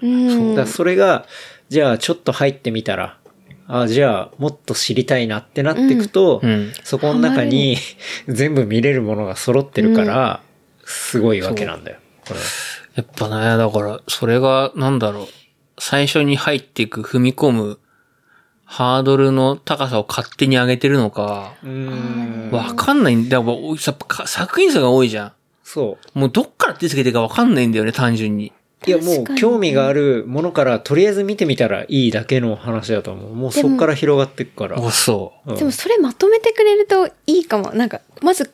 Speaker 4: う
Speaker 2: うんだからそれが、じゃあちょっと入ってみたら、あじゃあもっと知りたいなってなっていくと、
Speaker 3: うん
Speaker 2: そこの中に全部見れるものが揃ってるから、すごいわけなんだよ。
Speaker 3: やっぱね、だから、それが、なんだろう。最初に入っていく、踏み込む、ハードルの高さを勝手に上げてるのか、
Speaker 2: うん。うん
Speaker 3: わかんないんだ。やっぱおやっぱか作品数が多いじゃ
Speaker 2: そ
Speaker 3: ん。もうどっから手つけていいかわかんないんだよね、単純に。
Speaker 2: う。いや
Speaker 4: 確
Speaker 2: も
Speaker 4: か
Speaker 2: う
Speaker 4: に
Speaker 2: 興味があるものからとりあえず見てみたらいいだけの話だと思う。もうそこから広がっていくから。
Speaker 3: おそ
Speaker 2: うん
Speaker 4: でもそれまとめてくれるといいかも。なんか、まず、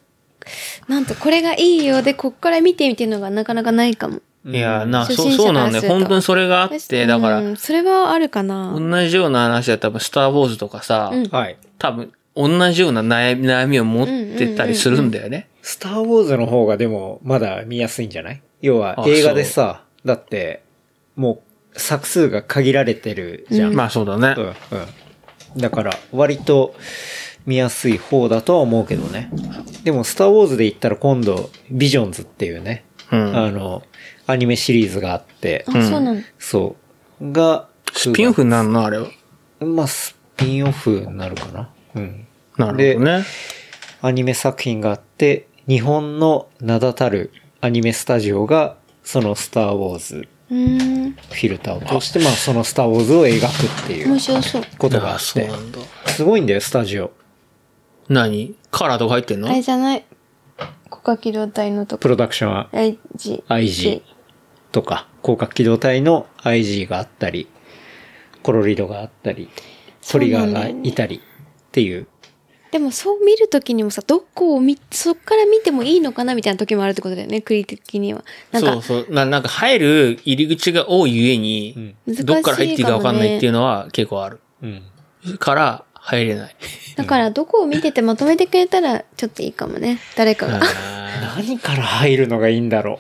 Speaker 4: なんとこれがいいようで、こっから見てみてるのがなかなかないかも。
Speaker 3: う。いや、な、
Speaker 4: 初
Speaker 3: そう、
Speaker 4: 心者
Speaker 3: そうなんだ
Speaker 4: からす
Speaker 3: よ。
Speaker 4: ると
Speaker 3: 本当にそれがあって、だか
Speaker 4: う
Speaker 3: ら、
Speaker 4: ん、それはあるかな。
Speaker 3: 同じような話は多分、スター・ウォーズとかさ、
Speaker 4: うん
Speaker 2: はい。
Speaker 3: 多分、同じような悩み悩みを持ってたりするんだよね。
Speaker 2: スター・ウォーズの方がでもまだ見やすいんじゃない要は
Speaker 3: あ
Speaker 2: 映画でさ、だってもう作数が限られてるじゃん。
Speaker 3: まあそうだね
Speaker 2: うん。うん。だから割と見やすい方だとは思うけどね。でもスター・ウォーズで言ったら今度ビジョンズっていうね、
Speaker 3: うん
Speaker 2: あの、アニメシリーズがあって、
Speaker 4: あ、そうなの。
Speaker 2: そう。が、
Speaker 3: スピンオフになるのあれは。
Speaker 2: まあスピンオフになるかな。うん。
Speaker 3: なるほどね。
Speaker 2: アニメ作品があって、日本の名だたるアニメスタジオが、そのスター・ウォーズ
Speaker 4: うーん。
Speaker 2: フィルターを通して、まあそのスター・ウォーズを描くってい
Speaker 4: 面
Speaker 2: う
Speaker 4: 白そう。
Speaker 2: ことがあ
Speaker 3: あ
Speaker 2: っ
Speaker 3: そう
Speaker 2: て
Speaker 3: な、んだ。
Speaker 2: すごいんだよ、スタジオ。
Speaker 3: 何カラーとか入ってんの
Speaker 4: あれじゃない。コカ機動隊のと
Speaker 2: プ
Speaker 4: こ。
Speaker 2: ロダクションは
Speaker 4: IG。
Speaker 2: IG とか、広角機動隊の IG があったり、コロリドがあったり、トリガーがいたりっていう。
Speaker 4: でもそう見るときにもさ、どこを見、そっから見てもいいのかなみたいな時もあるってことだよね、クリティ的には。なん
Speaker 3: そう
Speaker 4: か、
Speaker 3: そうな。なんか入る入り口が多いゆえに、
Speaker 4: 難しいかもね
Speaker 3: どっから入っていいかわかんないっていうのは結構ある。
Speaker 2: うん。
Speaker 3: から入れない。
Speaker 4: だからどこを見ててまとめてくれたらちょっといいかもね、誰かが。
Speaker 2: 何から入るのがいいんだろ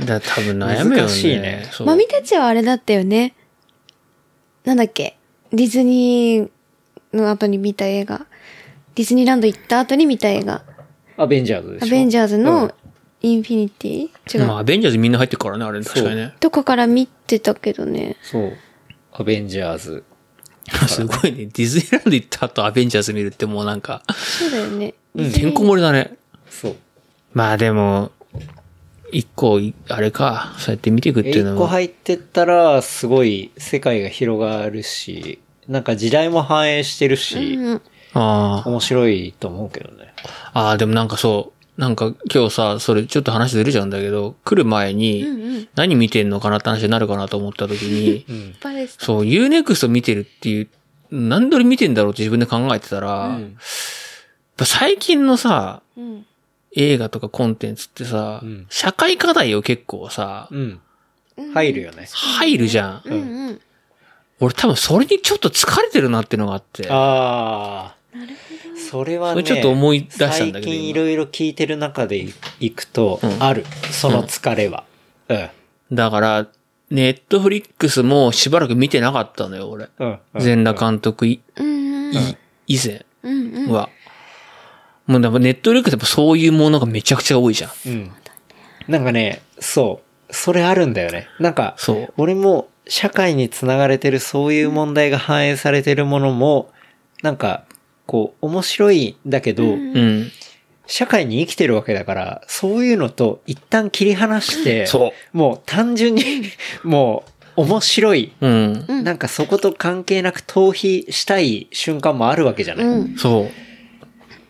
Speaker 2: う。
Speaker 3: だから多分悩むよね。
Speaker 2: 難しいね
Speaker 3: そう
Speaker 4: マミたちはあれだったよね。なんだっけ。ディズニーの後に見た映画。ディズニーランド行った後に見た映画。
Speaker 2: *laughs* アベンジャーズでしょ
Speaker 4: アベンジャーズ
Speaker 2: うん
Speaker 4: のインフィニティ、違う。
Speaker 3: まあ、アベンジャーズみんな入ってるからね、あれ確かにね。
Speaker 4: とかから見てたけどね。
Speaker 2: そう。アベンジャーズ。
Speaker 3: すごいね。ディズニーランド行った後アベンジャーズ見るってもうなんか、
Speaker 4: そうだよね。
Speaker 3: てんこ盛りだね。
Speaker 2: そう。
Speaker 3: まあでも、一個、あれか、そうやって見ていくっていう
Speaker 2: 一
Speaker 3: の
Speaker 2: 個
Speaker 3: は。
Speaker 2: 入ってったら、すごい世界が広がるし、なんか時代も反映してるし、
Speaker 4: うん。
Speaker 3: あ
Speaker 2: 面白いと思うけどね。
Speaker 3: あ。ああ、でもなんかそう、なんか今日さ、それちょっと話ずれちゃうんだけど、来る前
Speaker 4: うん
Speaker 3: に、
Speaker 4: うん。
Speaker 3: 何見てんのかなって話になるかなと思った時に、
Speaker 2: うん。
Speaker 4: バレてた。
Speaker 3: そう、UNEXT 見てるっていう、何通り見てんだろうって自分で考えてたら、やっぱ最近のさ、
Speaker 4: うん。
Speaker 3: 映画とかコンテンツってさ、
Speaker 2: うん
Speaker 3: 社会課題を結構さ、
Speaker 2: うん。入るよね。
Speaker 3: 入るじゃん。
Speaker 4: うんうん。
Speaker 3: 俺多分それにちょっと疲れてるなっていうのがあって。
Speaker 2: ああ。それは
Speaker 3: そ
Speaker 2: ね、
Speaker 3: れちょっと思い出したんだけど
Speaker 2: 最近いろいろ聞いてる中でいいくと、
Speaker 3: うん
Speaker 2: ある。その疲れは。うん。
Speaker 3: だから、ネットフリックスもしばらく見てなかったのよ、俺。
Speaker 2: うん。うん
Speaker 3: 全裸監督い、
Speaker 4: うんうん。
Speaker 3: い以前
Speaker 4: うんうん。
Speaker 3: は。もうでもネットフリックスやっぱそういうものがめちゃくちゃ多いじゃん。
Speaker 2: うん。なんかね、そう。それあるんだよね。なんか、
Speaker 3: そう。
Speaker 2: 俺も社会につながれてるそういう問題が反映されてるものも、なんか、こう、面白いんだけど、
Speaker 3: うん。
Speaker 2: 社会に生きてるわけだから、そういうのと一旦切り離して、
Speaker 3: そ
Speaker 2: もう単純に、 *laughs* もう、面白い。
Speaker 3: う。うん。
Speaker 4: うん
Speaker 2: なんかそこと関係なく逃避したい瞬間もあるわけじゃない、
Speaker 4: う
Speaker 2: だか
Speaker 4: ん。
Speaker 3: そう。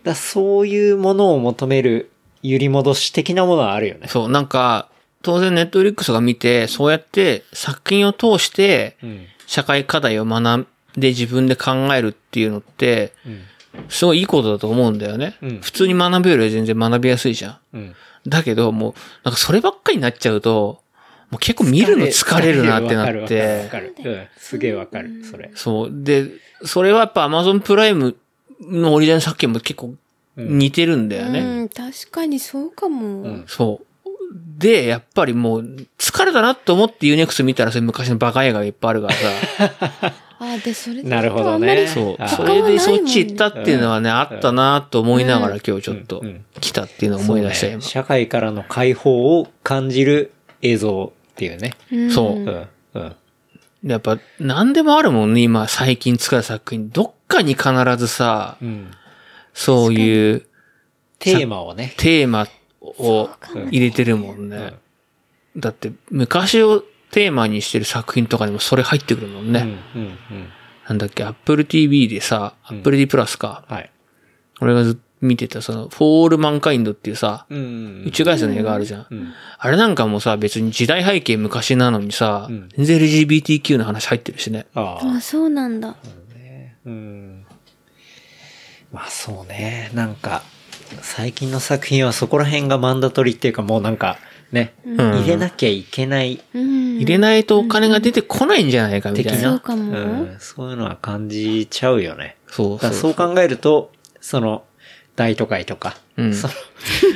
Speaker 2: らそういうものを求める揺り戻し的なものはあるよね。
Speaker 3: そう、なんか、当然ネットフリックスが見て、そうやって作品を通して、
Speaker 2: うん。
Speaker 3: 社会課題を学んで自分で考えるっていうのって、
Speaker 2: うん。
Speaker 3: すごいいいことだと思うんだよね。
Speaker 2: うん
Speaker 3: 普通に学ぶよりは全然学びやすいじゃ
Speaker 2: うん。
Speaker 3: ん。だけど、もう、なんかそればっかりになっちゃうと、もう結構見るの疲れるなってなっ
Speaker 2: 疲れるわ
Speaker 3: て
Speaker 2: か。るわかる。うん。すげえわかる。それ。
Speaker 3: そう。で、それはやっぱ Amazon プライムのオリジナル作品も結構似てるんだよね。
Speaker 4: うん、確かにそうかも。
Speaker 2: ん
Speaker 3: そう。で、やっぱりもう、疲れたなと思って UNEXT 見たら、それ昔のバカ映画がいっぱいあるからさ。
Speaker 4: あ、で、それで
Speaker 2: なるほど
Speaker 4: あんまり
Speaker 2: ね。
Speaker 3: そ
Speaker 2: あ
Speaker 3: う。
Speaker 2: ー
Speaker 3: それでそっち行ったっていうのはね、あったなと思いながら今日ちょっと
Speaker 2: うんうん
Speaker 3: 来たっていうのを思い出した
Speaker 2: そう
Speaker 3: 今
Speaker 2: ね。社会からの解放を感じる映像っていうね。。
Speaker 4: うん
Speaker 3: そううん
Speaker 2: うん。
Speaker 3: やっぱ、何でもあるもんね、今、最近作る作品。どっかに必ずさ、
Speaker 2: うん。
Speaker 3: そういう
Speaker 2: テーマをね。
Speaker 3: テーマを入れてるもんね。だって、昔をテーマにしてる作品とかにもそれ入ってくるもん
Speaker 2: うん。う
Speaker 3: ね。
Speaker 2: ん。うん。
Speaker 3: なんだっけ、Apple TV でさ、Apple TV プラスか。
Speaker 2: はい。
Speaker 3: 俺がずっと見てた、その、フォールマンカインドっていうさ、
Speaker 2: うんうん
Speaker 3: 宇宙外星の映画あるじゃん。
Speaker 2: ん
Speaker 3: あれなんかもさ、別に時代背景昔なのにさ、
Speaker 2: うん
Speaker 3: 全然 LGBTQ の話入ってるしね。
Speaker 2: ああ
Speaker 4: あ、。そうなんだ。
Speaker 2: うん。まあそうね。なんか、最近の作品はそこら辺がマンダトリっていうかもうなんか、ね。
Speaker 3: ん
Speaker 2: 入れなきゃいけない
Speaker 4: うん。
Speaker 3: 入れないとお金が出てこないんじゃないかみたい
Speaker 2: 的
Speaker 3: な。
Speaker 2: な
Speaker 4: そうかも。
Speaker 2: うん、そういうのは感じちゃうよね。
Speaker 3: そう
Speaker 2: だから
Speaker 3: そ。
Speaker 2: そうう考えると、その、大都会とか、
Speaker 3: うん
Speaker 2: そ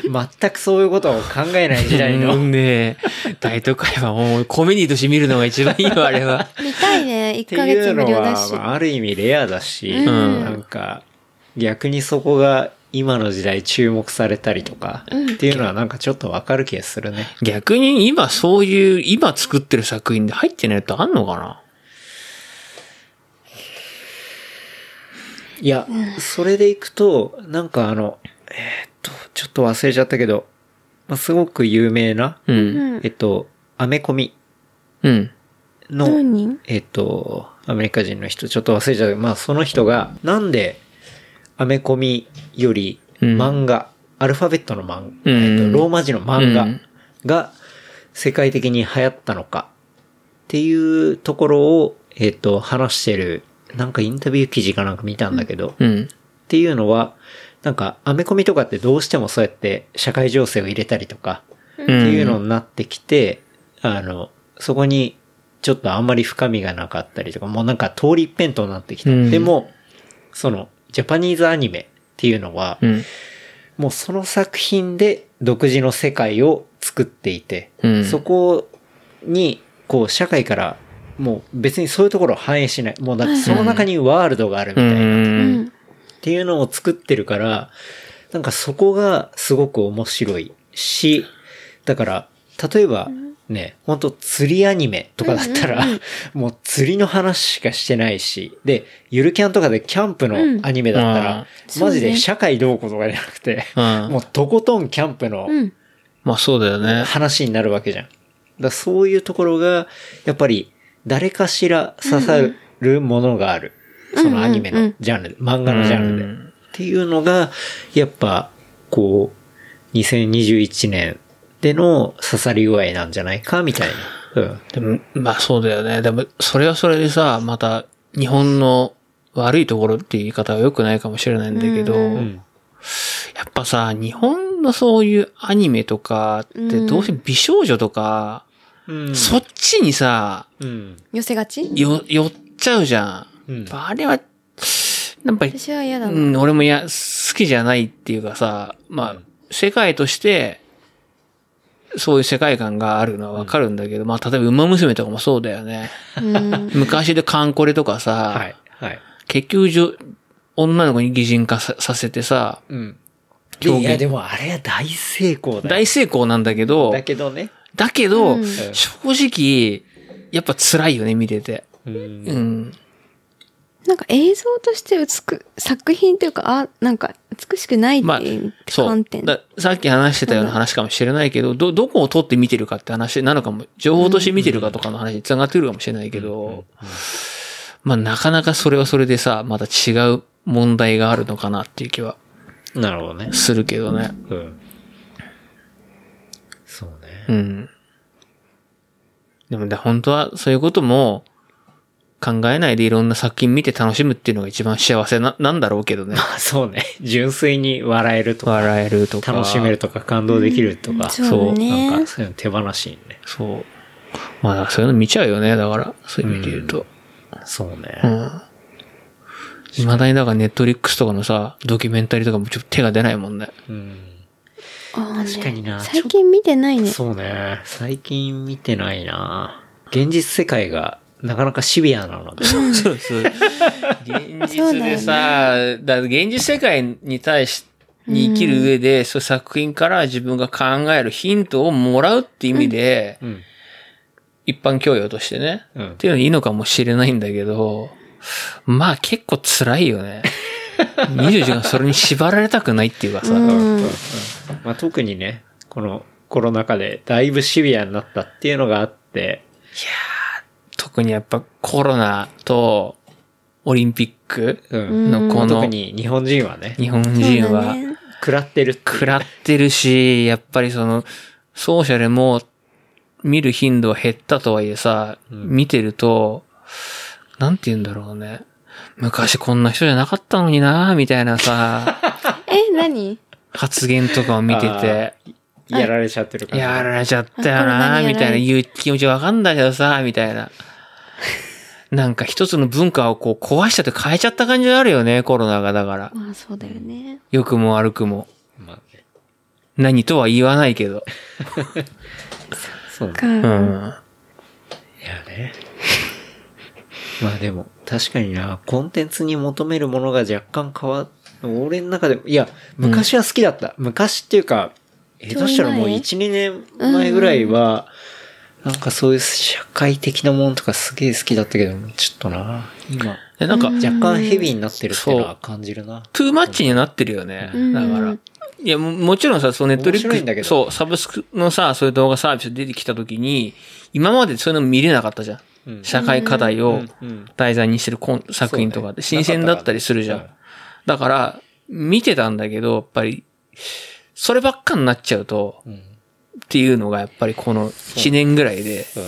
Speaker 2: の、全くそういうことを考えない時代の、
Speaker 3: うんね大都会はもうコメディとして見るのが一番いいよ、あれ
Speaker 4: *laughs*
Speaker 3: は。
Speaker 4: 見たいね。
Speaker 2: って
Speaker 4: 1ヶ
Speaker 2: い
Speaker 4: 月
Speaker 2: う
Speaker 4: 無
Speaker 2: の
Speaker 4: 料だ
Speaker 2: は、
Speaker 4: し。
Speaker 2: まあある意味レアだし、
Speaker 4: うん
Speaker 2: なんか、逆にそこが今の時代注目されたりとか、っていうのはなんかちょっとわかる気がするね。
Speaker 3: 逆に今そういう、今作ってる作品で入ってないとあんのかない
Speaker 2: や、それでいくと、なんかあの、えーっと、ちょっと忘れちゃったけど、まあ、すごく有名な、
Speaker 3: う。
Speaker 4: うんん
Speaker 2: えっ。と、アメコミ
Speaker 3: うん。
Speaker 2: の、
Speaker 4: 何人
Speaker 2: えっと、アメリカ人の人、ちょっと忘れちゃうけど、まあその人が、なんで、アメコミより
Speaker 3: うん
Speaker 2: 漫画、アルファベットの漫画、
Speaker 3: うん
Speaker 2: えっと、ローマ字の漫
Speaker 3: う
Speaker 2: 画
Speaker 3: ん
Speaker 2: が世界的に流行ったのかっていうところを、えっと、話してる、なんかインタビュー記事かなんか見たんだけど、っ
Speaker 3: うん。
Speaker 2: ていうのは、なんかアメコミとかってどうしてもそうやって社会情勢を入れたりとか、
Speaker 3: っ
Speaker 2: っていうのになってきて、あの、そこにちょっとあんまり深みがなかったりとか、もうなんか通り一辺倒になってきた。
Speaker 3: うん
Speaker 2: でも、その、ジャパニーズアニメっていうのは、
Speaker 3: うん。
Speaker 2: もうその作品で独自の世界を作っていて、
Speaker 3: うん
Speaker 2: そこに、こう、社会から、もう別にそういうところを反映しない。もうだってその中にワールドがあるみた
Speaker 3: う。
Speaker 2: いな。
Speaker 4: うんん。
Speaker 2: っていうのを作ってるから、なんかそこがすごく面白いし、だから、例えばね、ほんと釣りアニメとかだったら、もう釣りの話しかしてないし、で、ゆるキャンとかでキャンプの
Speaker 4: うん
Speaker 2: アニメだったら、
Speaker 4: うん
Speaker 2: マジ
Speaker 4: そう
Speaker 2: で
Speaker 4: ね
Speaker 2: 社会どうこうとかじゃなくて、
Speaker 3: うん
Speaker 2: もうとことんキャンプの
Speaker 4: うん。
Speaker 3: まあそうだよね。
Speaker 2: 話になるわけじゃん。だからそういうところが、やっぱり誰かしら刺さるものがある。そのアニメ
Speaker 4: うんうん
Speaker 2: の
Speaker 4: う
Speaker 2: ジャンルで、漫画のジャンルで。
Speaker 3: うん
Speaker 2: っていうのが、やっぱ、こう、2021年での刺さり具合なんじゃないか、みたいな。うん。
Speaker 3: でも、まあそうだよね。でも、それはそれでさ、また、日本の悪いところっていう言い方は良くないかもしれないんだけど、
Speaker 2: うん。
Speaker 3: やっぱさ、日本のそういうアニメとかって、どうしても美少女とか、
Speaker 2: うん。
Speaker 3: そっちにさ、
Speaker 2: うん。
Speaker 4: 寄せがち
Speaker 3: よ、寄っちゃうじゃん。
Speaker 2: うん
Speaker 3: あれは、なんか、
Speaker 4: 私は嫌だ
Speaker 3: う
Speaker 4: な。
Speaker 3: ん、俺もいや、好きじゃないっていうかさ、まあ、世界として、そういう世界観があるのはわかるんだけど、まあ、例えば、馬娘とかもそうだよね。
Speaker 4: うん。
Speaker 3: 昔でカンコレとかさ、
Speaker 2: はい。はい。
Speaker 3: 結局じょ、女の子に擬人化ささせてさ、
Speaker 2: うん。
Speaker 3: 表現
Speaker 2: いや、でもあれは大成功だよ。
Speaker 3: 大成功なんだけど、
Speaker 2: だけどね。
Speaker 3: だけど、
Speaker 4: うん
Speaker 3: 正直、やっぱ辛いよね、見てて。
Speaker 2: うん
Speaker 3: うん。
Speaker 4: なんか映像として美く、作品というか、あ、なんか美しくないっ
Speaker 3: まあ
Speaker 4: ていう、
Speaker 3: そう
Speaker 4: 観点。
Speaker 3: だ。さっき話してたような話かもしれないけど、ど、どこを取って見てるかって話なのかも、情報として見てるかとかの話に繋がってくるかもしれないけど、まあなかなかそれはそれでさ、また違う問題があるのかなっていう気は
Speaker 2: なるほどね。
Speaker 3: するけどね。
Speaker 2: うん。そうね。 *laughs*
Speaker 3: うん。でもね、本当はそういうことも考えないでいろんな作品見て楽しむっていうのが一番幸せな、 *laughs* なんだろうけどね。
Speaker 2: あそうね。純粋に笑えるとか、
Speaker 3: 笑えるとか。
Speaker 2: 楽しめるとか、感動できるとか、
Speaker 4: そう
Speaker 3: そう
Speaker 4: ね
Speaker 2: なんか、そういうの手放しにね。
Speaker 3: そう。まあ、だからそういうの見ちゃうよね。だから、そういう意味で言うと。
Speaker 2: そうね。
Speaker 3: うん。未だにだからネットリックスとかのさ、ドキュメンタリーとかもちょっと手が出ないもんね。
Speaker 2: うん。
Speaker 4: あーね
Speaker 2: 確かにな
Speaker 4: 最近見てないね。
Speaker 2: そうね。最近見てないな現実世界が、なかなかシビアなので。
Speaker 3: そうそう。現実でさ、だから現実世界に対し、に生きる上で、そういう作品から自分が考えるヒントをもらうって意味で、
Speaker 2: うん。
Speaker 3: 一般教養としてね、
Speaker 2: うん
Speaker 3: っていうのいいのかもしれないんだけど、まあ結構辛いよね。24時間それに縛られたくないっていうかさ、
Speaker 4: うん。
Speaker 2: まあ、特にね、このコロナ禍でだいぶシビアになったっていうのがあって、
Speaker 3: 特にやっぱコロナとオリンピック、
Speaker 2: うん。
Speaker 3: のこの
Speaker 2: 特に日本人はね、
Speaker 3: 日本
Speaker 4: そう
Speaker 3: 人
Speaker 4: だ
Speaker 3: は
Speaker 4: ね。
Speaker 2: 食らってるっていう
Speaker 3: 食らってるし、やっぱりその、ソーシャルも見る頻度は減ったとはいえさ、見てると、なんて言うんだろうね。昔こんな人じゃなかったのになみたいな
Speaker 2: *laughs*
Speaker 3: さ、
Speaker 4: え、何
Speaker 3: 発言とかを見てて、
Speaker 2: やられちゃってるから、
Speaker 3: やられちゃったよな
Speaker 4: あこれ何やられ
Speaker 3: みたいな、言う気持ちわかんだけどさ、みたいな。なんか一つの文化をこう壊しちゃって変えちゃった感じがあるよね、コロナが。だから。
Speaker 4: まあそうだよね。
Speaker 3: 良くも悪くも。
Speaker 2: まあね
Speaker 3: 何とは言わないけど。
Speaker 2: そうね
Speaker 4: か、
Speaker 3: うん。
Speaker 2: いやね。 *laughs* まあでも、確かにな、コンテンツに求めるものが若干変わっ、俺の中でも、いや、昔は好きだった。昔っていうか、下手したらもう
Speaker 4: ちょい前
Speaker 2: 1、2年前ぐらいは、なんかそういう社会的なものとかすげえ好きだったけど、ちょっとな、今、
Speaker 3: でなんか、
Speaker 2: 若干ヘビーになってるっていうの
Speaker 3: そ
Speaker 2: は
Speaker 3: う
Speaker 2: 感じるな。
Speaker 3: トゥーマッチになってるよね。
Speaker 4: ん
Speaker 3: だから。いや、ももちろんさ、そのネットリ
Speaker 2: 面白いん
Speaker 3: ッ
Speaker 2: だけ
Speaker 3: クス、
Speaker 2: ど
Speaker 3: そう、サブスクのさ、そういう動画サービス出てきたときに、今までそういうの見れなかったじゃん。
Speaker 2: うん
Speaker 3: 社会課題を
Speaker 2: うんうん
Speaker 3: 題材にしてるコン作品とか
Speaker 2: そう
Speaker 3: で
Speaker 2: ね
Speaker 3: 新鮮だったりするじゃ
Speaker 2: なんかっ。
Speaker 3: だから、見てたんだけど、やっぱり、そればっかになっちゃうと、
Speaker 2: ん
Speaker 3: っていうのがやっぱりこの1年ぐらいで、
Speaker 2: うん
Speaker 4: そう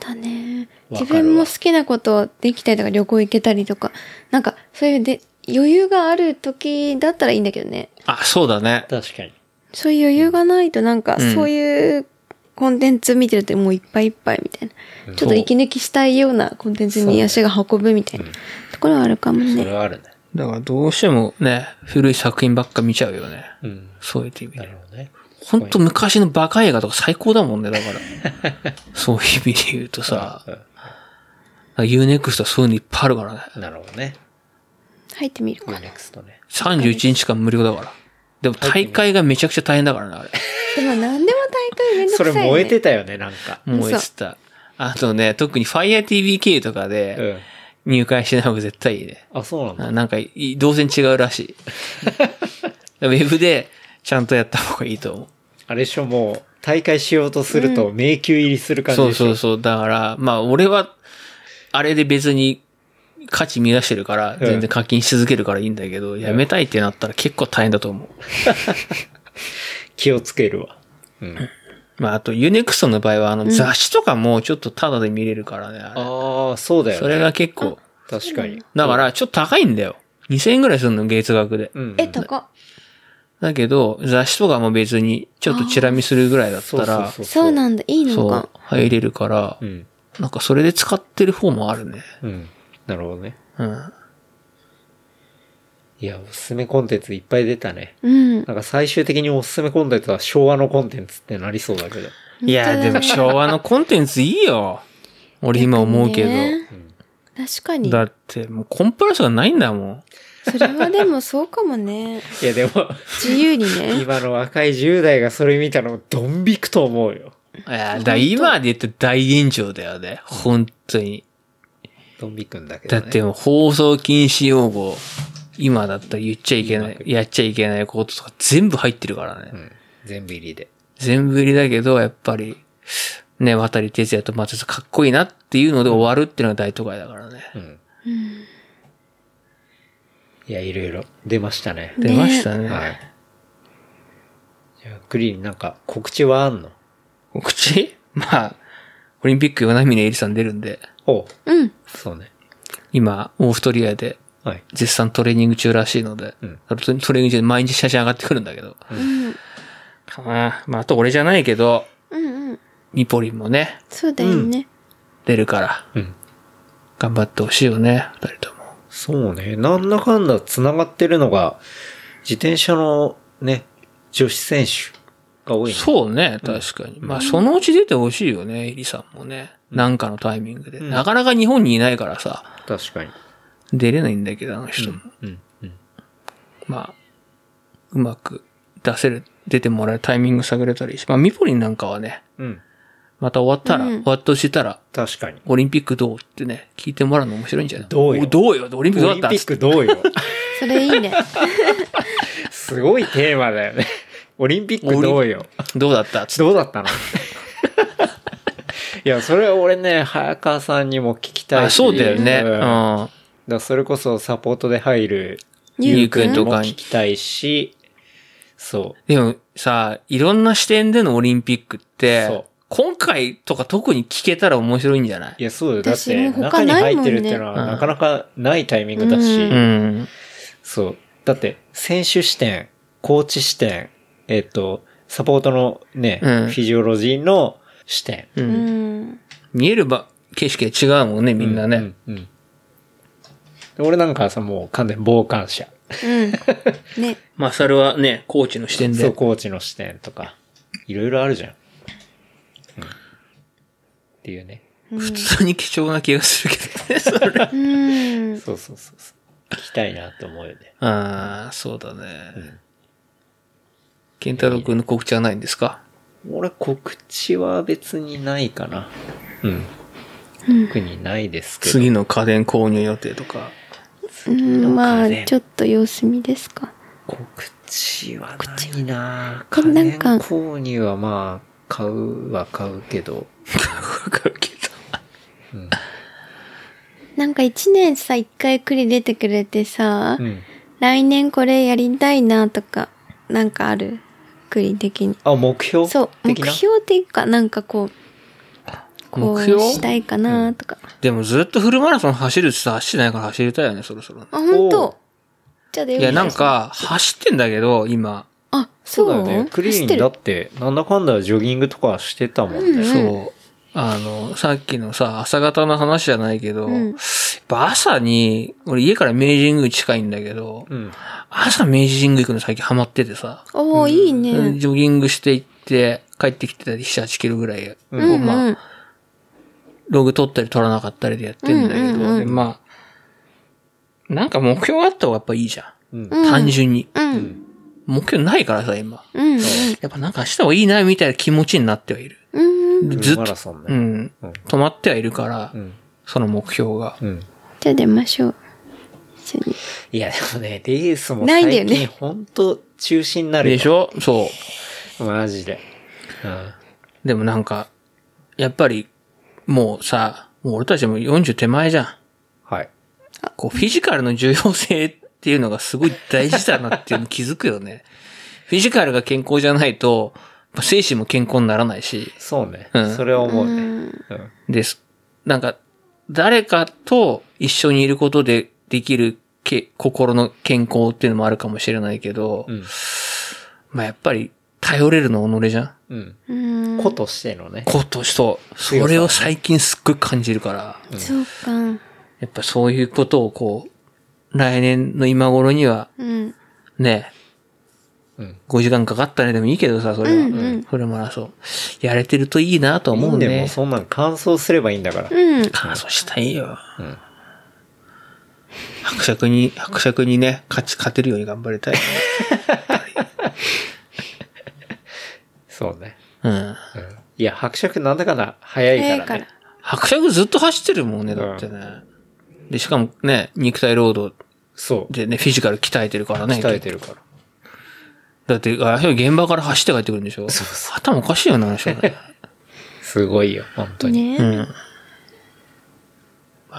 Speaker 4: だね。
Speaker 2: わかるわ
Speaker 4: 自分も好きなことできたりとか旅行行けたりとか、なんかそういうで余裕がある時だったらいいんだけどね。
Speaker 3: あ、そうだね。
Speaker 2: 確かに。
Speaker 4: そういう余裕がないとなんか
Speaker 3: ん
Speaker 4: そういうコンテンツ見てるともういっぱいいっぱいみたいな。ちょっと息抜きしたいようなコンテンツに足が運ぶみたいなところはあるかも
Speaker 2: そ
Speaker 4: ね
Speaker 2: れ。はあるね。
Speaker 3: だからどうしてもね、古い作品ばっか見ちゃうよね。
Speaker 2: うん。
Speaker 3: そういう意味
Speaker 2: な
Speaker 3: で
Speaker 2: る。ほどね。
Speaker 3: ほんと昔のバカ映画とか最高だもんね、
Speaker 2: *laughs*
Speaker 3: だから。そういう意味で言うとさ、UNEXT はそういうのいっぱいあるからね。
Speaker 2: なるほどね。
Speaker 4: 入ってみるかな。
Speaker 2: UNEXT ね。
Speaker 3: 31日間無料だから。でも大会がめちゃくちゃ大変だからな、あれ。
Speaker 4: でも何でも大会めんどく
Speaker 2: そ
Speaker 4: さい、
Speaker 2: れ
Speaker 4: ね。
Speaker 2: 燃えてたよね、なんか。
Speaker 3: もう言ってた。あとね、特に FireTVK とか
Speaker 2: う
Speaker 3: で
Speaker 2: ん。
Speaker 3: 入会しない方が絶対いいね。
Speaker 2: あ、そうなんだ。
Speaker 3: なんかい、動線違うらし
Speaker 2: *laughs*
Speaker 3: い。ウェブでちゃんとやった方がいいと思う。
Speaker 2: あれでしょ、もう、大会しようとすると迷宮入りする感じ
Speaker 3: そ
Speaker 2: で
Speaker 3: う
Speaker 2: しょ。
Speaker 3: そうそう。だから、まあ俺は、あれで別に価値見出してるから、全然課金し続けるからいいんだけど、やめたいってなったら結構大変だと思う。
Speaker 2: 気をつけるわ。
Speaker 3: まああと UNEXT の場合は、あの雑誌とかもちょっとタダで見れるからねあれ。
Speaker 2: ああ、そうだよね。
Speaker 3: それが結構。
Speaker 2: 確かに。
Speaker 3: だから、ちょっと高いんだよ。2000円ぐらいするの、月額で。
Speaker 2: うん。
Speaker 4: え、高っ。
Speaker 3: だけど、雑誌とかも別に、ちょっとチラ見するぐらいだったら、
Speaker 2: そう
Speaker 4: そうなんだ、いいの
Speaker 3: そう
Speaker 4: か。、
Speaker 3: 入れるから
Speaker 2: う、ん。
Speaker 3: なんかそれで使ってる方もあるね。
Speaker 2: うん。なるほどね。
Speaker 3: うん。
Speaker 2: いや、おすすめコンテンツいっぱい出たね。
Speaker 4: うん。
Speaker 2: なんか最終的におすすめコンテンツは昭和のコンテンツってなりそうだけど。
Speaker 3: いや、でも *laughs* 昭和のコンテンツいいよ。俺今思うけど。
Speaker 4: ね確かに。
Speaker 3: だって、もうコンプライアンスがないんだもん。
Speaker 4: それはでもそうかもね。
Speaker 2: いや、でも、
Speaker 4: 自由にね。
Speaker 2: 今の *laughs* 若い10代がそれ見たのドン引くと思うよ。
Speaker 3: いや、だから今で言って大炎上だよね。本当に。
Speaker 2: ドン引くんだけど
Speaker 3: だ
Speaker 2: ね。
Speaker 3: ってもう放送禁止用語、今だったら言っちゃいけない、やっちゃいけないこととか全部入ってるからね。
Speaker 2: うん。全部入りで。
Speaker 3: 全部入りだけど、やっぱり、ね、渡哲也と松田かっこいいなっていうので終わるっていうのが大都会だからね。
Speaker 2: うん。いや、いろいろ出ましたね。
Speaker 3: 出ましたね。
Speaker 2: はい。じゃあ、グリーンなんか告知はあんの
Speaker 3: 告知まあ、オリンピックは南峰エリさん出るんで、
Speaker 2: おう
Speaker 4: うん。
Speaker 2: そうね。
Speaker 3: 今、オーストリアで
Speaker 2: はい。
Speaker 3: 絶賛トレーニング中らしいので、
Speaker 2: うん
Speaker 3: トレトレーニング中で毎日写真上がってくるんだけど。かなまあ、あと俺じゃないけど、
Speaker 4: うんうん。
Speaker 3: ニポリンもね、
Speaker 4: そうだよね。
Speaker 3: 出るから、
Speaker 2: うん。
Speaker 3: 頑張ってほしいよね、二人とも。
Speaker 2: そうね。なんだかんだ繋がってるのが、自転車のね、女子選手が多いね
Speaker 3: そうね、確かに。まあ、そのうち出てほしいよね、エリさんもね。なんかのタイミングで。
Speaker 2: ん
Speaker 3: なかなか日本にいないからさ、
Speaker 2: 確かに。
Speaker 3: 出れないんだけど、あの人も。
Speaker 2: うん。うん。
Speaker 3: まあ、うまく出せる、出てもらえるタイミング探れたらいいし。まあ、ミポリンなんかはね、
Speaker 2: うん。
Speaker 3: また終わったら、
Speaker 4: う
Speaker 3: 終
Speaker 4: ん
Speaker 3: わってほしたら、
Speaker 2: 確かに。
Speaker 3: オリンピックどうってね、聞いてもらうの面白いんじゃない
Speaker 2: どうよ
Speaker 3: おどうよオリンピックどう
Speaker 2: オ
Speaker 3: だ
Speaker 2: リ
Speaker 3: っ
Speaker 2: ンピ
Speaker 3: た
Speaker 2: ックどうよ。
Speaker 4: それいいね。
Speaker 2: すごいテーマだよね。オリンピックどうよ。
Speaker 3: どうだったつって
Speaker 2: どうだ
Speaker 3: *laughs*
Speaker 2: ったのいや、それは俺ね、早川さんにも聞きたい
Speaker 3: あ、
Speaker 2: し
Speaker 3: そうだよね。
Speaker 2: うんだか
Speaker 3: うん。
Speaker 2: らそれこそサポートで入る
Speaker 3: ゆうく
Speaker 4: く
Speaker 3: ん
Speaker 4: ん
Speaker 3: と
Speaker 2: も
Speaker 3: か
Speaker 2: 聞
Speaker 3: に。
Speaker 2: きたいし、そ
Speaker 3: でもさ、いろんな視点でのオリンピックっ
Speaker 2: そう。
Speaker 3: て、今回とか特に聞けたら面白いんじゃないう
Speaker 2: いや、そうだよ。だっ
Speaker 4: 私
Speaker 2: て、
Speaker 4: も
Speaker 2: 中
Speaker 4: 他
Speaker 2: に
Speaker 4: ない
Speaker 2: 入
Speaker 4: も
Speaker 2: っ
Speaker 4: んね
Speaker 2: てるっていうのは
Speaker 3: うん
Speaker 2: なかなかないタイミングだし、
Speaker 3: うん。
Speaker 2: そう。だって、選手視点、コーチ視点、えっと、サポートのね、
Speaker 3: うん
Speaker 2: フィジオロジーの視点。
Speaker 3: う。
Speaker 4: うんん。
Speaker 3: 見えるば景色が違うもんね、みんなね。
Speaker 2: うん。うんで俺なんかはさ、もう完全傍観者。
Speaker 4: うん。ね。
Speaker 3: まあ、それはね、コーチの視点
Speaker 2: そう、
Speaker 3: で。
Speaker 2: コーチの視点とか、いろいろあるじゃん。うんっていうね。
Speaker 3: 普通に貴重な気がするけどね、それ。
Speaker 4: うん。
Speaker 2: そうそうそうそう。聞きたいなと思うよね。
Speaker 3: *laughs* ああ、そうだね。健太郎くんの告知はないんですか
Speaker 2: 俺、告知は別にないかな。うん。特にないですけど。
Speaker 3: 次の家電購入予定とか。
Speaker 4: うんまあ、ちょっと様子見ですか。
Speaker 2: 告知はないな
Speaker 4: 告
Speaker 2: 家
Speaker 4: 知は
Speaker 2: 電
Speaker 4: なんか
Speaker 2: 購入はまあ、買うは買うけど。
Speaker 3: わかるけ
Speaker 4: なんか一年さ、一回くり出てくれてさ、
Speaker 2: うん。
Speaker 4: 来年これやりたいなとか、なんかあるくり的に。
Speaker 2: あ、目標
Speaker 4: そう、目
Speaker 2: 的な
Speaker 4: 標っていうか、なんかこう、こう
Speaker 3: 目標
Speaker 4: したいかなとか。
Speaker 3: ど。でもずっとフルマラソン走るってさ、走ってないから走りたいよね、そろそろ。
Speaker 4: あ、ほん
Speaker 2: おう
Speaker 4: とじゃあ出よ
Speaker 3: いうや、なん、か、走ってんだけど、今。
Speaker 4: あ、
Speaker 2: そ
Speaker 4: そう
Speaker 2: うだよね。クリ
Speaker 4: 走っ
Speaker 2: ー
Speaker 4: て
Speaker 2: ン
Speaker 4: る
Speaker 2: だって、なんだかんだジョギングとかしてたもんね。
Speaker 3: そう。あの、さっきのさ、朝方の話じゃないけど、
Speaker 4: うん
Speaker 3: やっぱ朝に、俺家から明治神宮近いんだけど、
Speaker 2: うん。
Speaker 3: 朝明治神宮行くの最近ハマっててさ、
Speaker 4: おお、いいね。うん
Speaker 3: ジョギングして行って、帰ってきてたり7、8キロぐらい、こう
Speaker 4: うん
Speaker 3: まあ、ログ取ったり取らなかったりでやってんだけど、
Speaker 4: うんうんうん
Speaker 3: でまあ、なんか目標があった方がやっぱいいじゃん。
Speaker 2: うん。
Speaker 4: うん
Speaker 3: 単純に。
Speaker 4: うん。
Speaker 3: 目標ないからさ、今。
Speaker 4: うん。
Speaker 3: やっぱなんかした方がいいな、みたいな気持ちになってはいる。
Speaker 4: うん。
Speaker 2: フ
Speaker 3: ずっ
Speaker 2: ルマラ
Speaker 3: と、
Speaker 2: ソン
Speaker 3: う
Speaker 2: ね。
Speaker 3: ん。止まってはいるから、
Speaker 2: うん。
Speaker 3: その目標が。
Speaker 2: うん。
Speaker 4: じゃあ出ましょう。一緒に。
Speaker 2: いや、でもね、レースも
Speaker 4: ないんだよ
Speaker 2: 最近
Speaker 4: ね
Speaker 2: ほんと中止になるよ
Speaker 3: でしょそ
Speaker 2: マジで。
Speaker 3: う。でもなんか、やっぱり、もうさ、もう俺たちも40手前じゃん。
Speaker 2: はい。
Speaker 3: こう、フィジカルの重要性っていうのがすごい大事だ
Speaker 2: *laughs*
Speaker 3: なっていうの気づくよね。フィジカルが健康じゃないと、まあ精神も健康にならないし、
Speaker 2: そうね。
Speaker 3: うん
Speaker 2: それは思うね。うん
Speaker 3: です。なんか、誰かと一緒にいることでできるけ心の健康っていうのもあるかもしれないけど、
Speaker 2: うん
Speaker 3: まあやっぱり頼れるの己じゃん
Speaker 2: うん。
Speaker 4: うん。
Speaker 2: 子としてのね。
Speaker 3: ことそう。それを最近すっごい感じるから、
Speaker 4: そうか。
Speaker 3: やっぱそういうことをこう、来年の今頃には
Speaker 4: うん。
Speaker 3: ね、
Speaker 2: うん
Speaker 3: 5時間かかったねでもいいけどさ、それは。
Speaker 4: うんうん
Speaker 3: フルマラソン。やれてるといいなとは思う
Speaker 2: いいんだよも
Speaker 3: ね
Speaker 2: う。そんなん乾燥すればいいんだから。
Speaker 4: うん。
Speaker 3: 感想したいよ。
Speaker 2: うん
Speaker 3: 伯爵に、伯爵にね、勝ち、勝てるように頑張りたい。
Speaker 2: そうね。
Speaker 3: うん。
Speaker 2: うんいや、伯爵なんだかんだ早いからね。
Speaker 3: 伯爵ずっと走ってるもんね、だってね。で、しかもね、肉体労働
Speaker 2: そう。
Speaker 3: でね、フィジカル鍛えてるからね。
Speaker 2: 鍛えてるから。
Speaker 3: だって、あれ現場から走って帰ってくるんでしょ
Speaker 2: そうそ
Speaker 3: 頭おかしいよな、あ
Speaker 2: *laughs*
Speaker 3: の人ね。
Speaker 2: すごいよ、本当に。
Speaker 3: う
Speaker 4: ね。
Speaker 3: ん。
Speaker 2: っ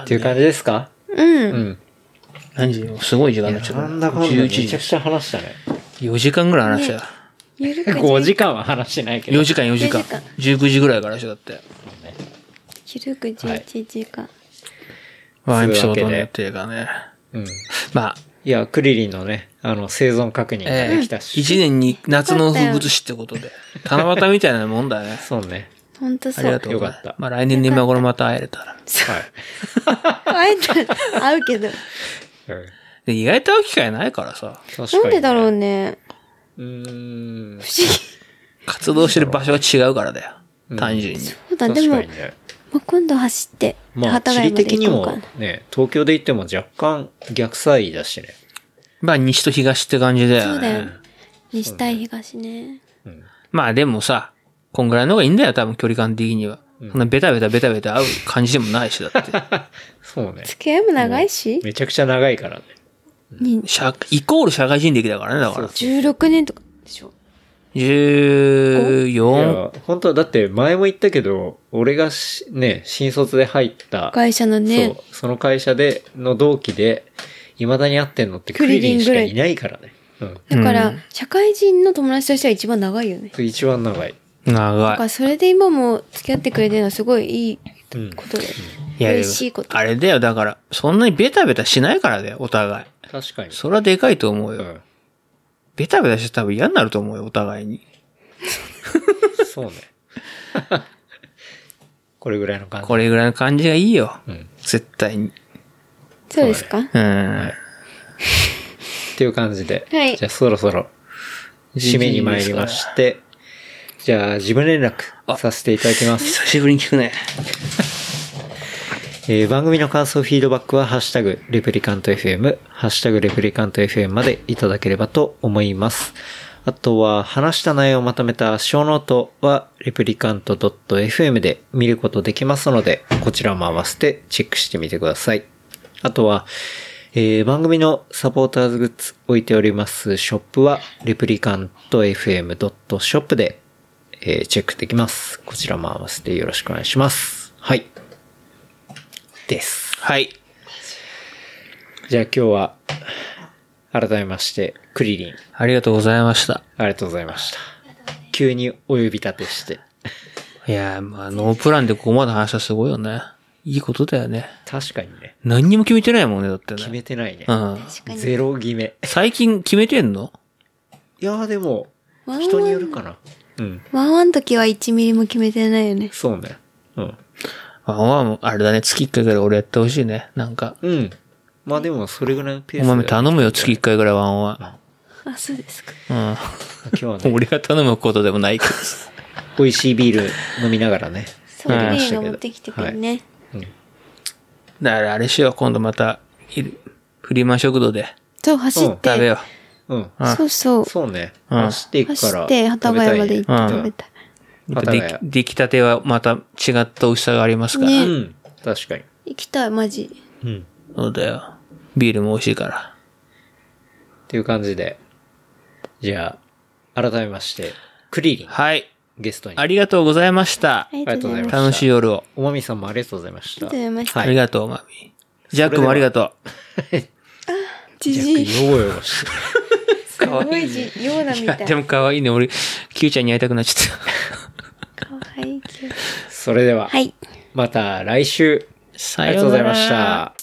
Speaker 2: ていう感じですか
Speaker 4: う。
Speaker 2: うんん。
Speaker 3: 何時もうすごい時間になっちゃった。
Speaker 2: なんだかんだ
Speaker 3: 11
Speaker 2: めちゃく
Speaker 3: 時。
Speaker 2: ちゃ話したね。
Speaker 3: 4時間ぐらい話したよ。
Speaker 4: ゆるく *laughs* じ
Speaker 2: 5時間は話してないけど
Speaker 3: 4。時間4時間
Speaker 4: 4時間。
Speaker 3: 19時ぐらいからでしょ、だって。
Speaker 4: ゆるく11時間。
Speaker 3: ワンエピソ
Speaker 2: そ
Speaker 3: ー
Speaker 2: ういうわけ
Speaker 3: ドの
Speaker 2: で
Speaker 3: 予定がね。
Speaker 2: うん。
Speaker 3: まあ、
Speaker 2: いや、クリリンのね、あの、生存確認が
Speaker 3: ええ
Speaker 2: できたし。。
Speaker 3: 一年に夏の風物詩ってことで。七夕みたいなもんだね
Speaker 2: そうね。
Speaker 4: ほんと
Speaker 3: あ
Speaker 4: そ
Speaker 3: りが
Speaker 4: う。 *laughs*
Speaker 3: とうございま
Speaker 2: よ
Speaker 3: す
Speaker 2: かった
Speaker 3: まあ来年の今頃また会えれたら。
Speaker 2: はい。
Speaker 4: 会えたら、会うけど。
Speaker 2: うん
Speaker 3: で意外と会う機会ないからさ、
Speaker 2: 確かに
Speaker 4: な
Speaker 2: ね
Speaker 4: んでだろう。ね。
Speaker 2: うーん。
Speaker 4: 不思議。
Speaker 3: 活動してる場所が違うからだよ。単純に。
Speaker 4: そうだ、で
Speaker 2: 確
Speaker 4: も
Speaker 2: かに、ね。
Speaker 4: まあ今度走って、
Speaker 2: まあ、地理的にもね、東京で行っても若干逆差異だしね。
Speaker 3: まあ西と東って感じだ
Speaker 4: そ
Speaker 3: よ
Speaker 4: うだ
Speaker 3: ね。
Speaker 4: よ。西対東ね。
Speaker 3: まあでもさ、こんぐらいの方がいいんだよ、多分距離感的には。そんなベタベタベタベタ会う感じでもないし、だって。 *laughs*
Speaker 2: そうね。
Speaker 4: 付き合いも長いし、
Speaker 2: めちゃくちゃ長いからね。
Speaker 4: に
Speaker 3: 社イコール社会人歴だからね、だから。
Speaker 4: 16年とかでしょ。
Speaker 2: い
Speaker 3: 14。
Speaker 2: や、本当はだって前も言ったけど、俺がしね、新卒で入った、
Speaker 4: 会社のね
Speaker 2: そ、う、その会社で、の同期で、未だに会ってんのってクリリンしかいないからね。うん。
Speaker 4: だから、
Speaker 3: うん
Speaker 4: 社会人の友達としては一番長いよね。
Speaker 2: 一番長い。
Speaker 4: だか
Speaker 3: 長い
Speaker 4: ら。それで今も付き合ってくれてるのはすごいいい
Speaker 2: うん。
Speaker 4: ことで、
Speaker 3: いや
Speaker 4: 嬉しいこと。
Speaker 3: あれだよ、だから、そんなにベタベタしないからだよ、お互い。
Speaker 2: 確かに。
Speaker 3: それはでかいと思う
Speaker 2: う
Speaker 3: よ。
Speaker 2: ん。
Speaker 3: ベタベタして多分嫌になると思うよ、お互いに。
Speaker 2: そうね。 *laughs* これぐらいの感じ。
Speaker 3: これぐらいの感じがいいよ。
Speaker 2: うん。
Speaker 3: 絶対に。
Speaker 4: そうですか
Speaker 3: うん。
Speaker 2: っていう感じで。
Speaker 4: はい
Speaker 2: じゃあそろそろ、締めに参りまして、じゃあ自分連絡させていただきます。
Speaker 3: 久しぶりに聞くね。
Speaker 2: えー番組の感想、フィードバックは、ハッシュタグ、レプリカント FM、ハッシュタグ、レプリカント FM までいただければと思います。あとは、話した内容をまとめた小ノートは、レプリカント .fm で見ることできますので、こちらも合わせてチェックしてみてください。あとは、えー番組のサポーターズグッズ置いておりますショップは、レプリカント FM.shop で、えーチェックできます。こちらも合わせてよろしくお願いします。はい。です。
Speaker 3: はい。
Speaker 2: じゃあ今日は、改めまして、クリリン、
Speaker 3: ありがとうございました。
Speaker 2: ありがとうございました。急にお呼び立てして。
Speaker 3: いやー、まあ、ノープランでここまで話したらすごいよね。いいことだよね。
Speaker 2: 確かにね、
Speaker 3: 何にも決めてないもんね、だってね。
Speaker 2: 決めてないね
Speaker 3: う。ん。
Speaker 4: 確かに。
Speaker 2: ゼロ決め。
Speaker 3: 最近決めてんの
Speaker 2: いやーでも
Speaker 4: ワンワ、ン
Speaker 2: 人によるかな。うん、
Speaker 4: ワンワン時は1ミリも決めてないよね。
Speaker 2: そうね。うん。
Speaker 3: ワンワン、あれだね、月1回ぐらい俺やってほしいね。なんか、
Speaker 2: うん。まあでも、それぐらいのペース
Speaker 3: お
Speaker 2: で
Speaker 3: 豆頼むよ、月1回ぐらいワンワ
Speaker 4: あ、そうですか。
Speaker 3: ン。
Speaker 2: 今日
Speaker 3: う
Speaker 2: は
Speaker 3: ん。
Speaker 2: ね、
Speaker 3: 俺が頼むことでもないけどさ。
Speaker 2: 美味しいビール飲みながらね。
Speaker 4: そう、
Speaker 3: うん
Speaker 4: リリーが持ってきてくれるね。
Speaker 3: だからあれしよう、今度また、いフリーマン食堂で
Speaker 4: そう、走って。
Speaker 3: 食べよ
Speaker 2: うん。
Speaker 3: うん
Speaker 4: そうそう。
Speaker 2: そうね。
Speaker 3: うん
Speaker 2: 走っていくから。
Speaker 4: 走って、幡ヶ谷まで行って
Speaker 3: うん
Speaker 4: 食べたい。
Speaker 3: う。
Speaker 2: またね
Speaker 3: でき出来たてはまた違った美味しさがありますから。
Speaker 4: ね
Speaker 2: うんうん。確かに。
Speaker 4: 行きたい、マジ。
Speaker 2: うん。
Speaker 3: そうだよ。ビールも美味しいから。
Speaker 2: っていう感じで。じゃあ、改めまして、クリリン、
Speaker 3: はい。
Speaker 2: ゲストに。
Speaker 3: ありがとうございました
Speaker 4: あ。りがとうございま
Speaker 2: ありがとうございました
Speaker 3: 楽
Speaker 4: す。
Speaker 3: しい夜を。
Speaker 2: おまみさんもありがとうございました。
Speaker 4: ありがとうございました
Speaker 2: は
Speaker 3: あり
Speaker 2: い。
Speaker 3: がとう、マミ。ジャックもありがと
Speaker 4: じ
Speaker 2: ジャ
Speaker 4: じい。
Speaker 2: ックよぼよぼして。
Speaker 4: すごいじ、ような
Speaker 3: う。い
Speaker 4: み
Speaker 3: や、
Speaker 4: たい。
Speaker 3: でも可愛いね。俺、キューちゃんに会いたくなっち
Speaker 4: *laughs*
Speaker 3: ゃった。
Speaker 4: 可愛いけど
Speaker 2: *laughs* それでは、
Speaker 4: はい。
Speaker 2: また来週。
Speaker 3: さ
Speaker 2: ありがとうございました。